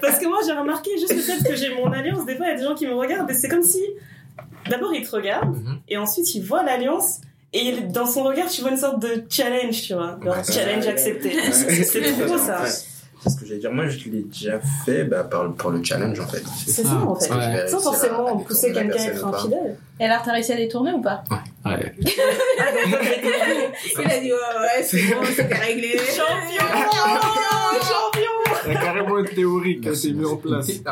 [SPEAKER 1] Parce que moi j'ai remarqué juste le fait que j'ai mon alliance, des fois il y a des gens qui me regardent et c'est comme si. D'abord ils te regardent.
[SPEAKER 3] Mhm.
[SPEAKER 1] Et ensuite, il voit l'alliance. Et il- dans son regard, tu vois une sorte de challenge, tu vois. Genre,
[SPEAKER 3] Ouais, c'est
[SPEAKER 1] challenge
[SPEAKER 3] ça.
[SPEAKER 1] accepté.
[SPEAKER 3] Ouais.
[SPEAKER 1] C'est trop ça.
[SPEAKER 3] Ouais. C'est ce que j'allais dire. Moi, je l'ai déjà fait bah, par le- pour le challenge en fait.
[SPEAKER 1] C'est ça, en fait.
[SPEAKER 4] Ouais.
[SPEAKER 1] Sans forcément pousser quelqu'un à être
[SPEAKER 3] infidèle.
[SPEAKER 1] infidèle.
[SPEAKER 2] Et alors, t'as réussi à détourner ou pas
[SPEAKER 4] Ouais.
[SPEAKER 2] Il a dit, ouais, ouais, c'est bon, c'était réglé. Ah,
[SPEAKER 1] Champion Oh, Champion
[SPEAKER 4] Il y a carrément une théorie qui a été mise en place. C'était-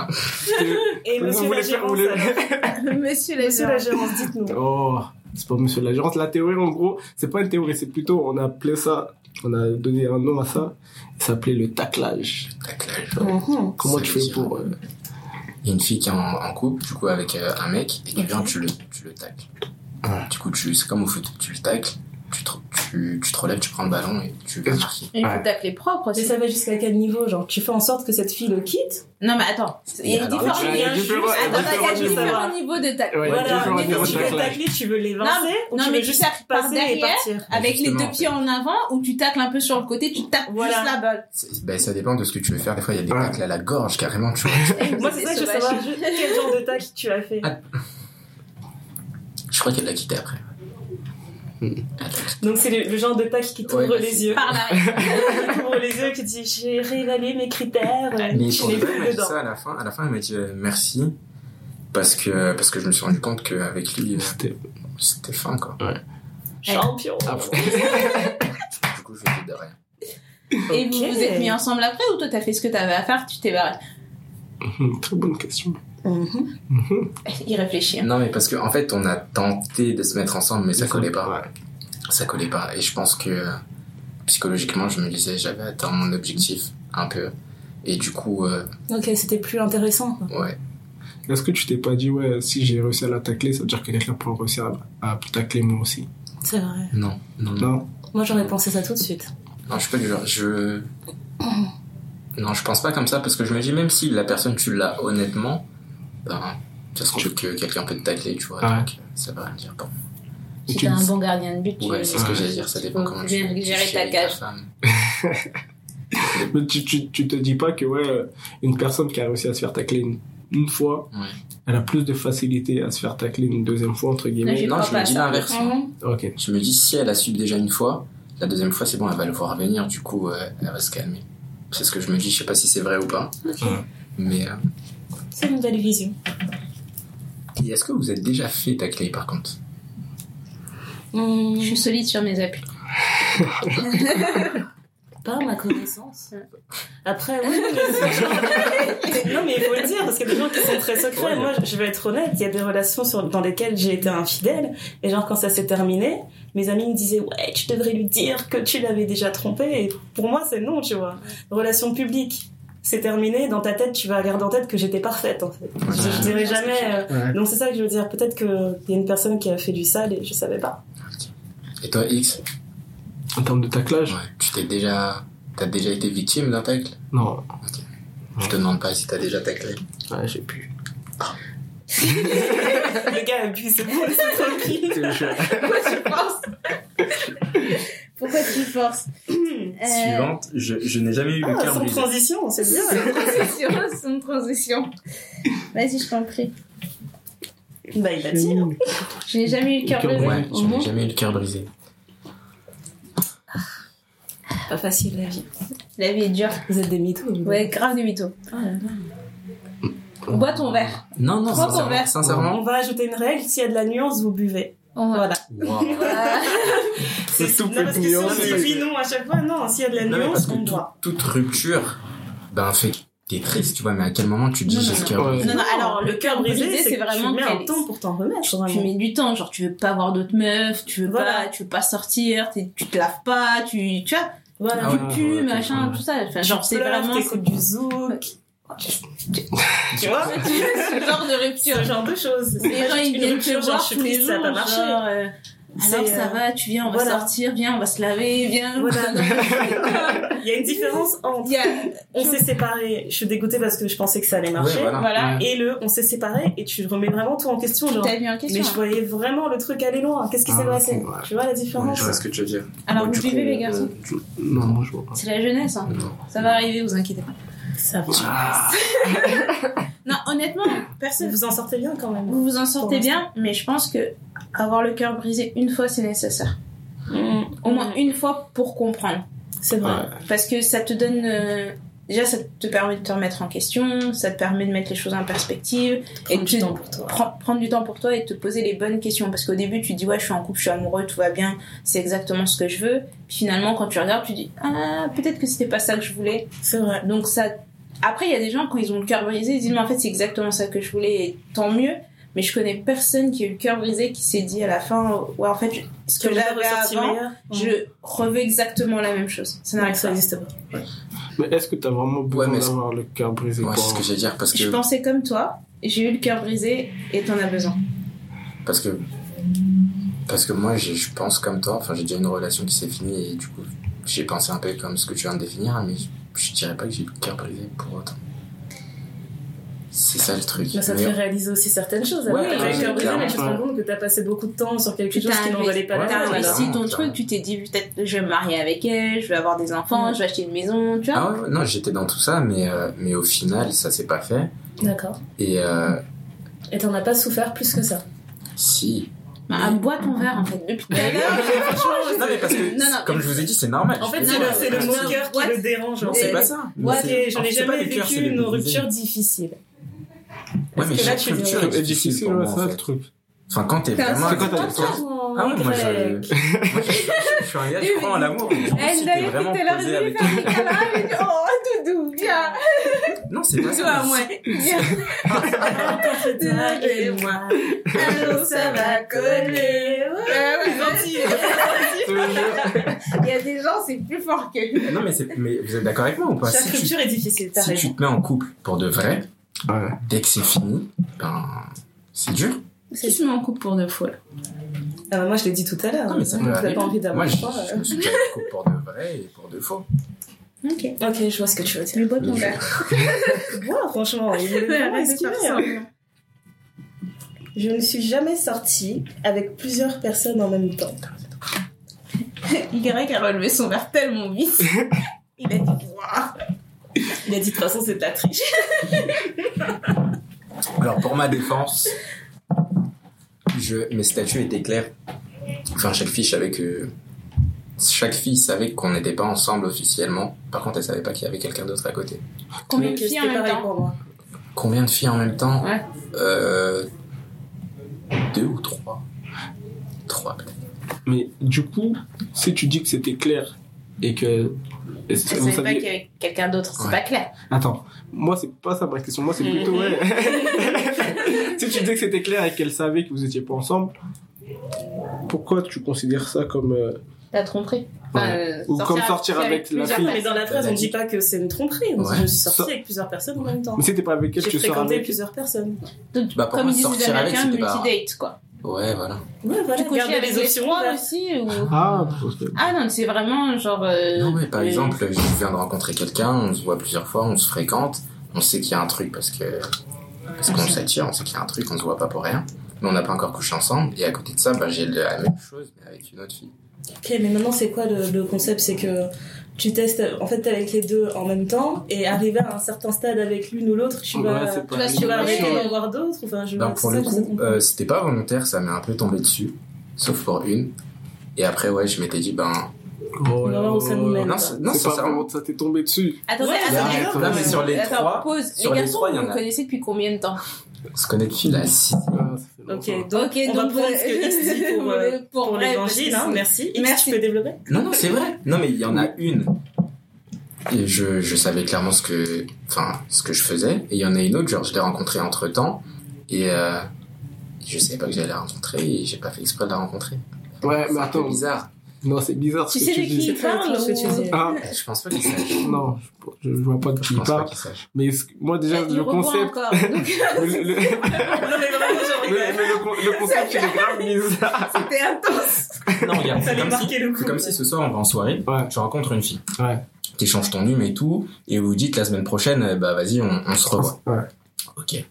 [SPEAKER 1] Et
[SPEAKER 4] Vous
[SPEAKER 1] monsieur la
[SPEAKER 4] voulez faire, vous
[SPEAKER 1] gérance,
[SPEAKER 4] voulez-
[SPEAKER 1] alors.
[SPEAKER 2] Monsieur la
[SPEAKER 1] Monsieur la gérance, dites-nous.
[SPEAKER 4] Oh, c'est pas monsieur l'agence. La théorie, en gros, c'est pas une théorie, c'est plutôt, on a appelé ça, on a donné un nom à ça, ça s'appelait le taclage. Comment
[SPEAKER 3] Ça
[SPEAKER 4] tu
[SPEAKER 3] veut
[SPEAKER 4] fais
[SPEAKER 3] dire-
[SPEAKER 4] pour. euh,
[SPEAKER 3] Il y a une fille qui est en, en couple, du coup, avec euh, un mec, et tu viens, tu le, tu le tacles.
[SPEAKER 4] Ouais.
[SPEAKER 3] Du coup, tu, c'est comme au foot, tu le tacles, tu, te- tu tu, tu te relèves, tu prends le ballon et tu vas marquer.
[SPEAKER 2] Il faut
[SPEAKER 3] Ouais.
[SPEAKER 2] tacler propre
[SPEAKER 1] Mais
[SPEAKER 2] aussi.
[SPEAKER 1] ça va jusqu'à quel niveau Genre, tu fais en sorte que cette fille le quitte
[SPEAKER 2] Non, mais attends, il y a une
[SPEAKER 3] Alors là,
[SPEAKER 2] différence.
[SPEAKER 3] tu-
[SPEAKER 2] il y a un
[SPEAKER 3] tu
[SPEAKER 2] juste-
[SPEAKER 3] peux voir-
[SPEAKER 2] Attends,
[SPEAKER 3] tu
[SPEAKER 2] il
[SPEAKER 3] peux
[SPEAKER 2] y a
[SPEAKER 3] voir-
[SPEAKER 1] tu peux
[SPEAKER 2] différents
[SPEAKER 1] voir.
[SPEAKER 2] niveaux de tacle.
[SPEAKER 4] Ouais, il y a
[SPEAKER 1] Voilà,
[SPEAKER 4] toujours un
[SPEAKER 1] mais
[SPEAKER 4] niveau
[SPEAKER 1] quand
[SPEAKER 4] de
[SPEAKER 1] tu veux
[SPEAKER 4] taclage.
[SPEAKER 1] tacler, tu veux l'évincer ou
[SPEAKER 2] non,
[SPEAKER 1] tu
[SPEAKER 2] mais
[SPEAKER 1] veux
[SPEAKER 2] tu
[SPEAKER 1] juste
[SPEAKER 2] tacles par
[SPEAKER 1] passer et
[SPEAKER 2] derrière.
[SPEAKER 1] partir
[SPEAKER 2] Avec les
[SPEAKER 3] Justement,
[SPEAKER 2] deux pieds en avant ou tu tacles un peu sur le côté, tu tapes
[SPEAKER 1] Voilà.
[SPEAKER 2] juste la balle.
[SPEAKER 3] C'est- Ben, ça dépend de ce que tu veux faire. Des fois, il y a des
[SPEAKER 4] Ouais.
[SPEAKER 3] tacles à la gorge, carrément, tu vois.
[SPEAKER 1] Moi, c'est ça que je veux
[SPEAKER 2] sauvage.
[SPEAKER 1] savoir. juste Quel genre de tacle tu as fait
[SPEAKER 3] Ah. Je crois qu'elle l'a quitté après. Hmm.
[SPEAKER 1] Donc, c'est le, le genre de tacle qui t'ouvre
[SPEAKER 3] Ouais,
[SPEAKER 1] les yeux.
[SPEAKER 2] Par l'arrière.
[SPEAKER 1] Qui t'ouvre les yeux, qui te dit J'ai réévalué mes critères.
[SPEAKER 3] Mais
[SPEAKER 1] je
[SPEAKER 3] pour de
[SPEAKER 1] n'ai
[SPEAKER 3] vrai, elle m'a
[SPEAKER 1] plus
[SPEAKER 3] dit
[SPEAKER 1] dedans.
[SPEAKER 3] ça à la fin. À la fin, elle m'a dit euh, merci parce que parce que je me suis rendu compte qu'avec lui, euh,
[SPEAKER 4] C'était-
[SPEAKER 3] c'était fin quoi.
[SPEAKER 1] Champion
[SPEAKER 3] Ah, Du coup, je lui ai dit de rien.
[SPEAKER 2] Et vous
[SPEAKER 1] Ok.
[SPEAKER 2] vous êtes mis ensemble après ou toi t'as fait ce que t'avais à faire, tu t'es barré
[SPEAKER 4] Hum, Très bonne question.
[SPEAKER 1] Mhm.
[SPEAKER 2] Il réfléchit. hein.
[SPEAKER 3] Non, mais parce qu'en en fait, on a tenté de se mettre ensemble, mais ça collait pas.
[SPEAKER 4] Ouais.
[SPEAKER 3] ça collait pas. Et je pense que euh, psychologiquement, je me disais, j'avais atteint mon objectif un peu. Et du coup, euh,
[SPEAKER 1] Ok, c'était plus intéressant. quoi.
[SPEAKER 3] ouais.
[SPEAKER 4] Est-ce que tu t'es pas dit, ouais, si j'ai réussi à la tacler, ça veut dire que quelqu'un pourra réussir à, à tacler moi aussi
[SPEAKER 1] C'est vrai.
[SPEAKER 3] Non, non, non.
[SPEAKER 4] Non
[SPEAKER 1] Moi, j'aurais pensé ça tout de suite.
[SPEAKER 3] Non, je suis pas du genre. Je. Non, je pense pas comme ça parce que je me dis, même si la personne, tu l'as honnêtement, ben, ça se trouve que quelqu'un peut te tacler, tu vois.
[SPEAKER 4] Ah ouais.
[SPEAKER 3] Donc, euh, ça va rien dire. Bon.
[SPEAKER 2] Si
[SPEAKER 4] Tu
[SPEAKER 2] t'es un
[SPEAKER 4] dis-
[SPEAKER 2] bon gardien de but, tu
[SPEAKER 3] Ouais, c'est ce
[SPEAKER 4] Ouais.
[SPEAKER 3] que j'allais dire, ça dépend
[SPEAKER 2] Faut
[SPEAKER 3] comment tu
[SPEAKER 2] gérer-
[SPEAKER 3] tu
[SPEAKER 2] gérer
[SPEAKER 3] chies
[SPEAKER 2] ta
[SPEAKER 3] avec
[SPEAKER 2] cage.
[SPEAKER 3] femme.
[SPEAKER 4] Mais tu, tu, tu te dis pas que, ouais, euh, une personne qui a réussi à se faire tacler une, une fois,
[SPEAKER 3] Ouais.
[SPEAKER 4] elle a plus de facilité à se faire tacler une deuxième fois, entre guillemets.
[SPEAKER 2] Je
[SPEAKER 3] Non,
[SPEAKER 2] crois
[SPEAKER 3] je
[SPEAKER 2] pas
[SPEAKER 3] me
[SPEAKER 2] à
[SPEAKER 3] dis
[SPEAKER 2] ça.
[SPEAKER 3] l'inverse. moi.
[SPEAKER 4] Ok.
[SPEAKER 3] Je me dis, si elle a su déjà une fois, la deuxième fois, c'est bon, elle va le voir venir, du coup, euh, elle va se calmer. C'est ce que je me dis, je sais pas si c'est vrai ou pas.
[SPEAKER 4] Ouais.
[SPEAKER 3] Mais. euh,
[SPEAKER 1] C'est une belle vision.
[SPEAKER 3] Et est-ce que vous êtes déjà fait tacler par contre
[SPEAKER 1] Mhm.
[SPEAKER 2] je suis solide sur mes appuis.
[SPEAKER 1] Pas à ma connaissance. Après, oui, mais c'est genre- Mais Non, mais il faut le dire, parce qu'il y a des gens qui sont très secrets.
[SPEAKER 3] Ouais.
[SPEAKER 1] Moi, je- je vais être honnête, il y a des relations sur- dans lesquelles j'ai été infidèle. Et genre, quand ça s'est terminé, mes amis me disaient Ouais, tu devrais lui dire que tu l'avais déjà trompé. Et pour moi, c'est non, tu vois. Relation publique, c'est terminé. Dans ta tête, tu vas garder en tête que j'étais parfaite, en fait. Je, je dirais jamais. euh,
[SPEAKER 4] Ouais.
[SPEAKER 1] Donc, c'est ça que je veux dire. Peut-être qu'il y a une personne qui a fait du sale et je savais pas.
[SPEAKER 3] Et toi, X
[SPEAKER 4] En termes de taclage
[SPEAKER 3] Tu t'es déjà. T'as déjà été victime d'un tacle
[SPEAKER 4] Non.
[SPEAKER 3] Je te demande pas si t'as déjà taclé.
[SPEAKER 4] Ouais, j'ai pu.
[SPEAKER 1] Le gars a bu, c'est bon, c'est tranquille.
[SPEAKER 4] C'est le jeu.
[SPEAKER 2] Pourquoi tu forces Pourquoi tu forces
[SPEAKER 3] Suivante, je, je n'ai jamais eu le
[SPEAKER 1] Ah,
[SPEAKER 3] cœur
[SPEAKER 1] sans
[SPEAKER 3] brisé.
[SPEAKER 1] transition, c'est bien.
[SPEAKER 2] C'est une transition, Euh, c'est une transition. Vas-y, je t'en prie.
[SPEAKER 1] Bah, il a dit.
[SPEAKER 2] Je n'ai jamais eu le cœur
[SPEAKER 4] Cœur
[SPEAKER 2] brisé.
[SPEAKER 4] brisé.
[SPEAKER 3] Ouais, je n'ai
[SPEAKER 2] Mmh.
[SPEAKER 1] Mhm.
[SPEAKER 3] jamais eu le cœur brisé.
[SPEAKER 1] Pas facile la vie.
[SPEAKER 2] La vie est dure.
[SPEAKER 1] Vous êtes des mythos. vous.
[SPEAKER 2] Ouais, grave des mythos.
[SPEAKER 1] Oh là là.
[SPEAKER 2] Bois ton verre.
[SPEAKER 3] Non, non,
[SPEAKER 2] Prends ton
[SPEAKER 3] sincèrement.
[SPEAKER 2] verre.
[SPEAKER 1] On
[SPEAKER 3] sincèrement
[SPEAKER 1] va ajouter une règle, s'il y a de la nuance, vous buvez.
[SPEAKER 2] On va.
[SPEAKER 1] Voilà.
[SPEAKER 3] Wow.
[SPEAKER 2] Ah,
[SPEAKER 1] C'est
[SPEAKER 4] tout
[SPEAKER 1] non, parce que
[SPEAKER 4] petit
[SPEAKER 1] si on
[SPEAKER 4] nuance,
[SPEAKER 1] dit
[SPEAKER 4] c'est-
[SPEAKER 1] oui, non à chaque fois, non, s'il y a de la
[SPEAKER 3] Non, mais
[SPEAKER 1] nuance,
[SPEAKER 3] parce que
[SPEAKER 1] on
[SPEAKER 3] tout-
[SPEAKER 1] boit.
[SPEAKER 3] Toute rupture, ben fait, t'es triste, tu vois, mais à quel moment tu dis
[SPEAKER 2] Non,
[SPEAKER 3] j'ai
[SPEAKER 2] non,
[SPEAKER 3] le cœur
[SPEAKER 4] non.
[SPEAKER 3] brisé
[SPEAKER 2] Non, non, alors le cœur brisé, c'est
[SPEAKER 1] que
[SPEAKER 2] vraiment
[SPEAKER 1] Tu mets
[SPEAKER 2] qu'elle
[SPEAKER 1] un
[SPEAKER 2] est-
[SPEAKER 1] temps pour t'en remettre,
[SPEAKER 2] Ah, tu
[SPEAKER 1] vraiment.
[SPEAKER 2] mets du temps, genre tu veux pas voir d'autres meufs, tu veux
[SPEAKER 1] Voilà.
[SPEAKER 2] pas, tu veux pas sortir, t'es- tu te laves pas, tu, tu vois,
[SPEAKER 1] Voilà.
[SPEAKER 3] Ah
[SPEAKER 2] tu
[SPEAKER 3] ouais,
[SPEAKER 2] pues,
[SPEAKER 3] ouais, ok,
[SPEAKER 2] machin,
[SPEAKER 4] ouais.
[SPEAKER 2] tout ça. Enfin, genre c'est
[SPEAKER 1] Pleure,
[SPEAKER 2] vraiment
[SPEAKER 1] t'écoutes du zouk. Tu vois
[SPEAKER 2] ce genre de rupture.
[SPEAKER 1] Ce genre de choses.
[SPEAKER 2] Les gens ils viennent te voir tous les jours.
[SPEAKER 1] ça t'a marché.
[SPEAKER 2] genre, euh,
[SPEAKER 1] C'est,
[SPEAKER 2] alors ça
[SPEAKER 1] euh,
[SPEAKER 2] va, tu viens, on va
[SPEAKER 1] voilà.
[SPEAKER 2] sortir, viens, on va se laver, viens.
[SPEAKER 1] Voilà. Il y a une différence entre
[SPEAKER 2] Il y a-
[SPEAKER 1] on s'est séparés, je suis dégoûtée parce que je pensais que ça allait marcher,
[SPEAKER 3] Ouais, voilà.
[SPEAKER 2] Voilà.
[SPEAKER 4] Ouais.
[SPEAKER 1] et le on s'est séparés et tu remets vraiment tout en question. hein. Genre,
[SPEAKER 2] T'as vu en question. hein.
[SPEAKER 1] Mais je voyais vraiment le truc aller loin. Qu'est-ce qui
[SPEAKER 4] Ah,
[SPEAKER 1] s'est
[SPEAKER 4] ok,
[SPEAKER 1] passé
[SPEAKER 4] ouais.
[SPEAKER 1] Tu vois la différence
[SPEAKER 3] Je vois ce que tu veux dire.
[SPEAKER 2] Alors
[SPEAKER 3] Bon,
[SPEAKER 2] vous
[SPEAKER 3] du
[SPEAKER 2] buvez
[SPEAKER 3] coup,
[SPEAKER 2] les garçons.
[SPEAKER 1] euh,
[SPEAKER 4] Non, moi, je vois pas.
[SPEAKER 2] C'est la jeunesse, hein.
[SPEAKER 3] Non.
[SPEAKER 2] ça va arriver, vous inquiétez pas.
[SPEAKER 1] Ça va.
[SPEAKER 4] Ah,
[SPEAKER 2] Non, honnêtement, personne.
[SPEAKER 1] Vous en sortez bien quand même.
[SPEAKER 2] Vous vous en sortez bien, mais je pense que avoir le cœur brisé une fois, c'est nécessaire.
[SPEAKER 1] Mm,
[SPEAKER 2] Au moins une fois pour comprendre.
[SPEAKER 1] C'est vrai.
[SPEAKER 2] Parce que ça te donne. euh, déjà, ça te permet de te remettre en question, ça te permet de mettre les choses en perspective, et
[SPEAKER 1] Prends
[SPEAKER 2] tu-
[SPEAKER 1] du temps pour toi.
[SPEAKER 2] Pre- prendre du temps pour toi et te poser les bonnes questions. Parce qu'au début, tu dis, ouais, je suis en couple, je suis amoureux, tout va bien, c'est exactement ce que je veux. Puis finalement, quand tu regardes, tu dis, ah, peut-être que c'était pas ça que je voulais.
[SPEAKER 1] C'est vrai.
[SPEAKER 2] Donc ça. Après, il y a des gens quand ils ont le cœur brisé, ils disent mais en fait c'est exactement ça que je voulais, et tant mieux. Mais je connais personne qui a eu le cœur brisé qui s'est dit à la fin ouais en fait je- ce que
[SPEAKER 1] Comme
[SPEAKER 2] j'avais
[SPEAKER 1] j'avais ressorti
[SPEAKER 2] avant,
[SPEAKER 1] meilleur,
[SPEAKER 2] je reveux exactement la même chose. Ça
[SPEAKER 1] Non,
[SPEAKER 2] n'arrive
[SPEAKER 1] ça
[SPEAKER 2] pas.
[SPEAKER 1] n'existe pas.
[SPEAKER 4] Mais est-ce que t'as vraiment besoin
[SPEAKER 3] mais-
[SPEAKER 4] d'avoir le cœur brisé
[SPEAKER 3] Moi, c'est
[SPEAKER 4] pour...
[SPEAKER 3] ce que j'allais dire parce que.
[SPEAKER 2] Je pensais comme toi, j'ai eu le cœur brisé et t'en as besoin.
[SPEAKER 3] Parce que Parce que moi, j'ai- je pense comme toi. Enfin, j'ai déjà une relation qui s'est finie et du coup, j'ai pensé un peu comme ce que tu viens de définir, mais je, je dirais pas que j'ai le cœur brisé pour autant. C'est ça le truc.
[SPEAKER 1] Bah, ça te
[SPEAKER 3] Mais-
[SPEAKER 1] fait réaliser aussi certaines choses.
[SPEAKER 3] Ouais,
[SPEAKER 1] Après, t'as
[SPEAKER 3] ouais,
[SPEAKER 1] le cœur brisé,
[SPEAKER 3] clairement,
[SPEAKER 1] mais tu te rends
[SPEAKER 4] ouais.
[SPEAKER 1] compte que t'as passé beaucoup de temps sur quelque
[SPEAKER 2] Tu
[SPEAKER 1] chose
[SPEAKER 2] t'as
[SPEAKER 1] qui n'en valait pas
[SPEAKER 3] Ouais,
[SPEAKER 1] la peine.
[SPEAKER 2] T'as
[SPEAKER 3] ouais,
[SPEAKER 1] alors.
[SPEAKER 2] investi
[SPEAKER 3] clairement,
[SPEAKER 2] ton truc,
[SPEAKER 3] clairement.
[SPEAKER 2] tu t'es dit peut-être je vais me marier avec elle, je vais avoir des enfants,
[SPEAKER 1] Mm.
[SPEAKER 2] je vais acheter une maison, tu vois.
[SPEAKER 3] Ah ouais, non, j'étais dans tout ça, mais, euh, mais au final, ça s'est pas fait.
[SPEAKER 1] D'accord.
[SPEAKER 3] Et euh,
[SPEAKER 1] Et t'en as pas souffert plus que ça.
[SPEAKER 3] si.
[SPEAKER 2] Bah, bois ton verre en fait depuis tout à l'heure.
[SPEAKER 3] Non, mais parce que,
[SPEAKER 2] Non, non,
[SPEAKER 3] comme je vous ai dit, c'est normal.
[SPEAKER 1] En
[SPEAKER 3] Je
[SPEAKER 1] fait,
[SPEAKER 3] peux
[SPEAKER 1] c'est
[SPEAKER 3] pas-
[SPEAKER 1] le, c'est le mot
[SPEAKER 2] Non,
[SPEAKER 1] cœur qui
[SPEAKER 2] what
[SPEAKER 1] le dérange.
[SPEAKER 3] Non,
[SPEAKER 1] en
[SPEAKER 3] c'est
[SPEAKER 1] fait.
[SPEAKER 3] pas ça.
[SPEAKER 1] Moi,
[SPEAKER 3] Mais c'est-
[SPEAKER 1] j'ai- j'en
[SPEAKER 3] en
[SPEAKER 1] ai
[SPEAKER 3] fait, c'est pas
[SPEAKER 1] jamais
[SPEAKER 3] le cœur,
[SPEAKER 1] vécu
[SPEAKER 3] c'est le
[SPEAKER 1] une
[SPEAKER 3] brisé.
[SPEAKER 1] rupture difficile.
[SPEAKER 3] Ouais, mais
[SPEAKER 1] que là,
[SPEAKER 3] chaque
[SPEAKER 1] tu dis-
[SPEAKER 3] rupture est difficile pour
[SPEAKER 4] ouais,
[SPEAKER 3] moi,
[SPEAKER 4] c'est
[SPEAKER 3] en
[SPEAKER 4] ça, le
[SPEAKER 3] fait.
[SPEAKER 4] truc.
[SPEAKER 3] Enfin, quand t'es
[SPEAKER 2] T'as un
[SPEAKER 3] vraiment.
[SPEAKER 4] C'est quand t'as-
[SPEAKER 3] attaché- Ah ouais, moi, je... moi, je- je suis un gars, je crois en l'amour. mais du coup, si
[SPEAKER 2] Elle
[SPEAKER 3] t'es
[SPEAKER 2] d'ailleurs
[SPEAKER 3] vraiment
[SPEAKER 2] tout à l'heure, je
[SPEAKER 3] posé
[SPEAKER 2] vais
[SPEAKER 3] avec...
[SPEAKER 2] faire des câlins, elle me dit oh doudou, viens,
[SPEAKER 3] Non, c'est pas
[SPEAKER 2] toi
[SPEAKER 3] ça.
[SPEAKER 2] moi, viens. Toi et moi, allons ça va coller. Il y a des gens c'est plus fort que lui.
[SPEAKER 3] Non, mais, c'est- mais vous êtes d'accord avec moi ou pas
[SPEAKER 1] Chaque
[SPEAKER 3] Bah, Si, tu...
[SPEAKER 1] rupture est difficile, t'as
[SPEAKER 3] si
[SPEAKER 1] raison.
[SPEAKER 3] tu te mets en couple pour de vrai,
[SPEAKER 4] Ouais.
[SPEAKER 3] dès que c'est fini, ben, c'est dur.
[SPEAKER 2] Si tu mets en couple pour deux fois.
[SPEAKER 1] Ah, moi, je l'ai dit tout à l'heure.
[SPEAKER 3] Non, mais ça
[SPEAKER 1] hein,
[SPEAKER 3] peut
[SPEAKER 1] t'as
[SPEAKER 3] arriver.
[SPEAKER 1] pas envie d'avoir
[SPEAKER 3] Moi, je,
[SPEAKER 1] froid,
[SPEAKER 3] je me suis déjà mis en couple pour de vrai et pour de faux.
[SPEAKER 2] Ok.
[SPEAKER 1] euh. Ok, je vois ce que tu veux dire.
[SPEAKER 2] Mais bois ton
[SPEAKER 3] Je-
[SPEAKER 2] verre.
[SPEAKER 1] Moi, franchement, il voulait vraiment esquiver, hein. Je ne suis jamais sortie avec plusieurs personnes en même temps.
[SPEAKER 2] Y a relevé son verre tellement vite. Il a dit waouh.
[SPEAKER 1] Il a dit de toute façon, c'est de la triche.
[SPEAKER 3] Alors pour ma défense, je, mes statuts étaient clairs. Enfin, chaque fille savait que. Chaque fille savait qu'on n'était pas ensemble officiellement. Par contre, elle savait pas qu'il y avait quelqu'un d'autre à côté.
[SPEAKER 2] Combien de
[SPEAKER 1] Donc,
[SPEAKER 2] filles en
[SPEAKER 1] c'était
[SPEAKER 2] même
[SPEAKER 1] pareil
[SPEAKER 2] temps
[SPEAKER 1] pour moi.
[SPEAKER 3] Combien de filles en même temps
[SPEAKER 2] Ouais.
[SPEAKER 3] Euh, Deux ou trois Trois peut-être.
[SPEAKER 4] Mais du coup, si tu dis que c'était clair et que. et
[SPEAKER 2] Je savais
[SPEAKER 4] vous
[SPEAKER 2] pas qu'il y
[SPEAKER 4] saviez-
[SPEAKER 2] avait quelqu'un d'autre, c'est
[SPEAKER 3] Ouais.
[SPEAKER 2] pas clair.
[SPEAKER 4] Attends, moi, c'est pas ça ma question. Moi, c'est plutôt. ouais. si tu dis que c'était clair et qu'elle savait que vous étiez pas ensemble, pourquoi tu considères ça comme. euh,
[SPEAKER 2] T'as tromperie.
[SPEAKER 4] Ouais.
[SPEAKER 2] euh,
[SPEAKER 4] Ou comme sortir avec la
[SPEAKER 2] plusieurs
[SPEAKER 4] fille.
[SPEAKER 1] Mais
[SPEAKER 2] personnes.
[SPEAKER 1] dans la phrase, on ne dit pas que c'est une tromperie. On dit,
[SPEAKER 3] Ouais.
[SPEAKER 1] je suis sortie
[SPEAKER 4] Ça-
[SPEAKER 1] avec plusieurs personnes en même temps.
[SPEAKER 4] Mais si t'es pas avec elle,
[SPEAKER 1] J'ai
[SPEAKER 4] tu sors
[SPEAKER 1] fréquenté
[SPEAKER 4] avec.
[SPEAKER 1] plusieurs personnes.
[SPEAKER 2] Donc,
[SPEAKER 3] Bah, pour
[SPEAKER 2] comme
[SPEAKER 3] moi,
[SPEAKER 2] ils disent les
[SPEAKER 3] sortir avec,
[SPEAKER 2] Américains,
[SPEAKER 3] c'était pas-
[SPEAKER 2] multi-date quoi.
[SPEAKER 3] Ouais, voilà.
[SPEAKER 1] Ouais, voilà,
[SPEAKER 2] Tu couchais
[SPEAKER 1] garder
[SPEAKER 2] avec
[SPEAKER 1] les
[SPEAKER 2] les
[SPEAKER 1] options
[SPEAKER 2] trois
[SPEAKER 1] ouvertes.
[SPEAKER 2] aussi ou...
[SPEAKER 4] Ah, parce que-
[SPEAKER 2] Ah non, mais c'est vraiment genre. euh,
[SPEAKER 3] Non, mais par
[SPEAKER 2] euh,
[SPEAKER 3] exemple, je viens de rencontrer quelqu'un, on se voit plusieurs fois, on se fréquente, on sait qu'il y a un truc parce que parce qu'on s'attire, on sait qu'il y a un truc, on se voit pas pour rien, mais on n'a pas encore couché ensemble. Et à côté de ça, bah, j'ai la même chose mais avec une autre fille.
[SPEAKER 1] Ok, mais maintenant, c'est quoi le, le concept C'est que tu testes, en fait, t'es avec les deux en même temps, et arrivé à un certain stade avec l'une ou l'autre, tu vas,
[SPEAKER 4] Ouais, c'est pas-
[SPEAKER 2] tu vas
[SPEAKER 1] tu vas
[SPEAKER 2] Ouais.
[SPEAKER 1] arrêter d'en voir d'autres. Enfin, je,
[SPEAKER 3] Ben, pour
[SPEAKER 1] c'est ça
[SPEAKER 3] le
[SPEAKER 1] que je
[SPEAKER 3] coup,
[SPEAKER 1] comprends.
[SPEAKER 3] euh, c'était pas volontaire, ça m'est un peu tombé dessus, sauf pour une. Et après, ouais, je m'étais dit, ben.
[SPEAKER 4] Oh là
[SPEAKER 1] Non,
[SPEAKER 4] là.
[SPEAKER 1] ça nous mène.
[SPEAKER 3] Non, c'est- non
[SPEAKER 4] Non, c'est pas
[SPEAKER 3] sincèrement.
[SPEAKER 4] vraiment de ça, t'es tombé dessus.
[SPEAKER 2] Attendez,
[SPEAKER 1] Ouais,
[SPEAKER 2] attendez.
[SPEAKER 1] c'est grave.
[SPEAKER 3] Non, mais sur les
[SPEAKER 2] Attends,
[SPEAKER 3] trois,
[SPEAKER 2] pause.
[SPEAKER 3] sur
[SPEAKER 2] les
[SPEAKER 3] les
[SPEAKER 2] garçons,
[SPEAKER 3] trois, il y
[SPEAKER 2] vous
[SPEAKER 3] en a-
[SPEAKER 2] connaissez depuis combien de temps
[SPEAKER 3] On se connaît depuis la six.
[SPEAKER 4] Ah, ça fait
[SPEAKER 1] Ok,
[SPEAKER 4] longtemps.
[SPEAKER 1] donc
[SPEAKER 2] Ok,
[SPEAKER 1] on va
[SPEAKER 2] donc,
[SPEAKER 1] prendre
[SPEAKER 2] euh,
[SPEAKER 1] ce que X dit pour, euh,
[SPEAKER 2] pour
[SPEAKER 1] pour
[SPEAKER 2] vrai,
[SPEAKER 1] l'évangile.
[SPEAKER 2] parce
[SPEAKER 1] hein,
[SPEAKER 2] que c'est-
[SPEAKER 1] merci. X,
[SPEAKER 2] Merci.
[SPEAKER 1] tu peux développer
[SPEAKER 3] Non, non, c'est vrai. Non, mais il y en a une. Et je, je savais clairement ce que, enfin, ce que je faisais. Et il y en a une autre, genre, je l'ai rencontrée entre temps. Et euh, je savais pas que j'allais la rencontrer et j'ai pas fait exprès de la rencontrer.
[SPEAKER 4] Ouais,
[SPEAKER 3] C'est
[SPEAKER 4] Ah, mais
[SPEAKER 3] un peu
[SPEAKER 4] attends.
[SPEAKER 3] bizarre.
[SPEAKER 4] Non, c'est bizarre ce
[SPEAKER 2] Tu
[SPEAKER 4] que
[SPEAKER 2] sais
[SPEAKER 4] tu
[SPEAKER 2] de qui
[SPEAKER 4] dis.
[SPEAKER 2] il parle
[SPEAKER 1] C'est très étrange ce que tu dis.
[SPEAKER 2] ou... Bah,
[SPEAKER 4] Ah,
[SPEAKER 3] Euh, Je pense pas qu'il sache.
[SPEAKER 4] non, je, je vois pas de qui
[SPEAKER 3] Je
[SPEAKER 4] il
[SPEAKER 3] pense pas
[SPEAKER 4] parle.
[SPEAKER 3] qu'il sache.
[SPEAKER 4] Mais ce- moi, déjà,
[SPEAKER 2] Bah, Il
[SPEAKER 4] le
[SPEAKER 2] revoit
[SPEAKER 4] concept.
[SPEAKER 2] encore. Donc,
[SPEAKER 4] le- le- le- mais, mais le, con- le concept, il est grave bizarre.
[SPEAKER 2] C'était intense.
[SPEAKER 3] Non, regarde,
[SPEAKER 1] Ça
[SPEAKER 3] c'est
[SPEAKER 1] avait
[SPEAKER 3] comme, si,
[SPEAKER 1] marqué le coup.
[SPEAKER 3] c'est comme si ce soir on va en soirée,
[SPEAKER 4] Ouais.
[SPEAKER 3] tu rencontres une fille.
[SPEAKER 4] Ouais.
[SPEAKER 3] T'échanges ton num et tout. Et vous dites la semaine prochaine, euh, bah vas-y, on, on se revoit.
[SPEAKER 4] Ouais.
[SPEAKER 3] Ok.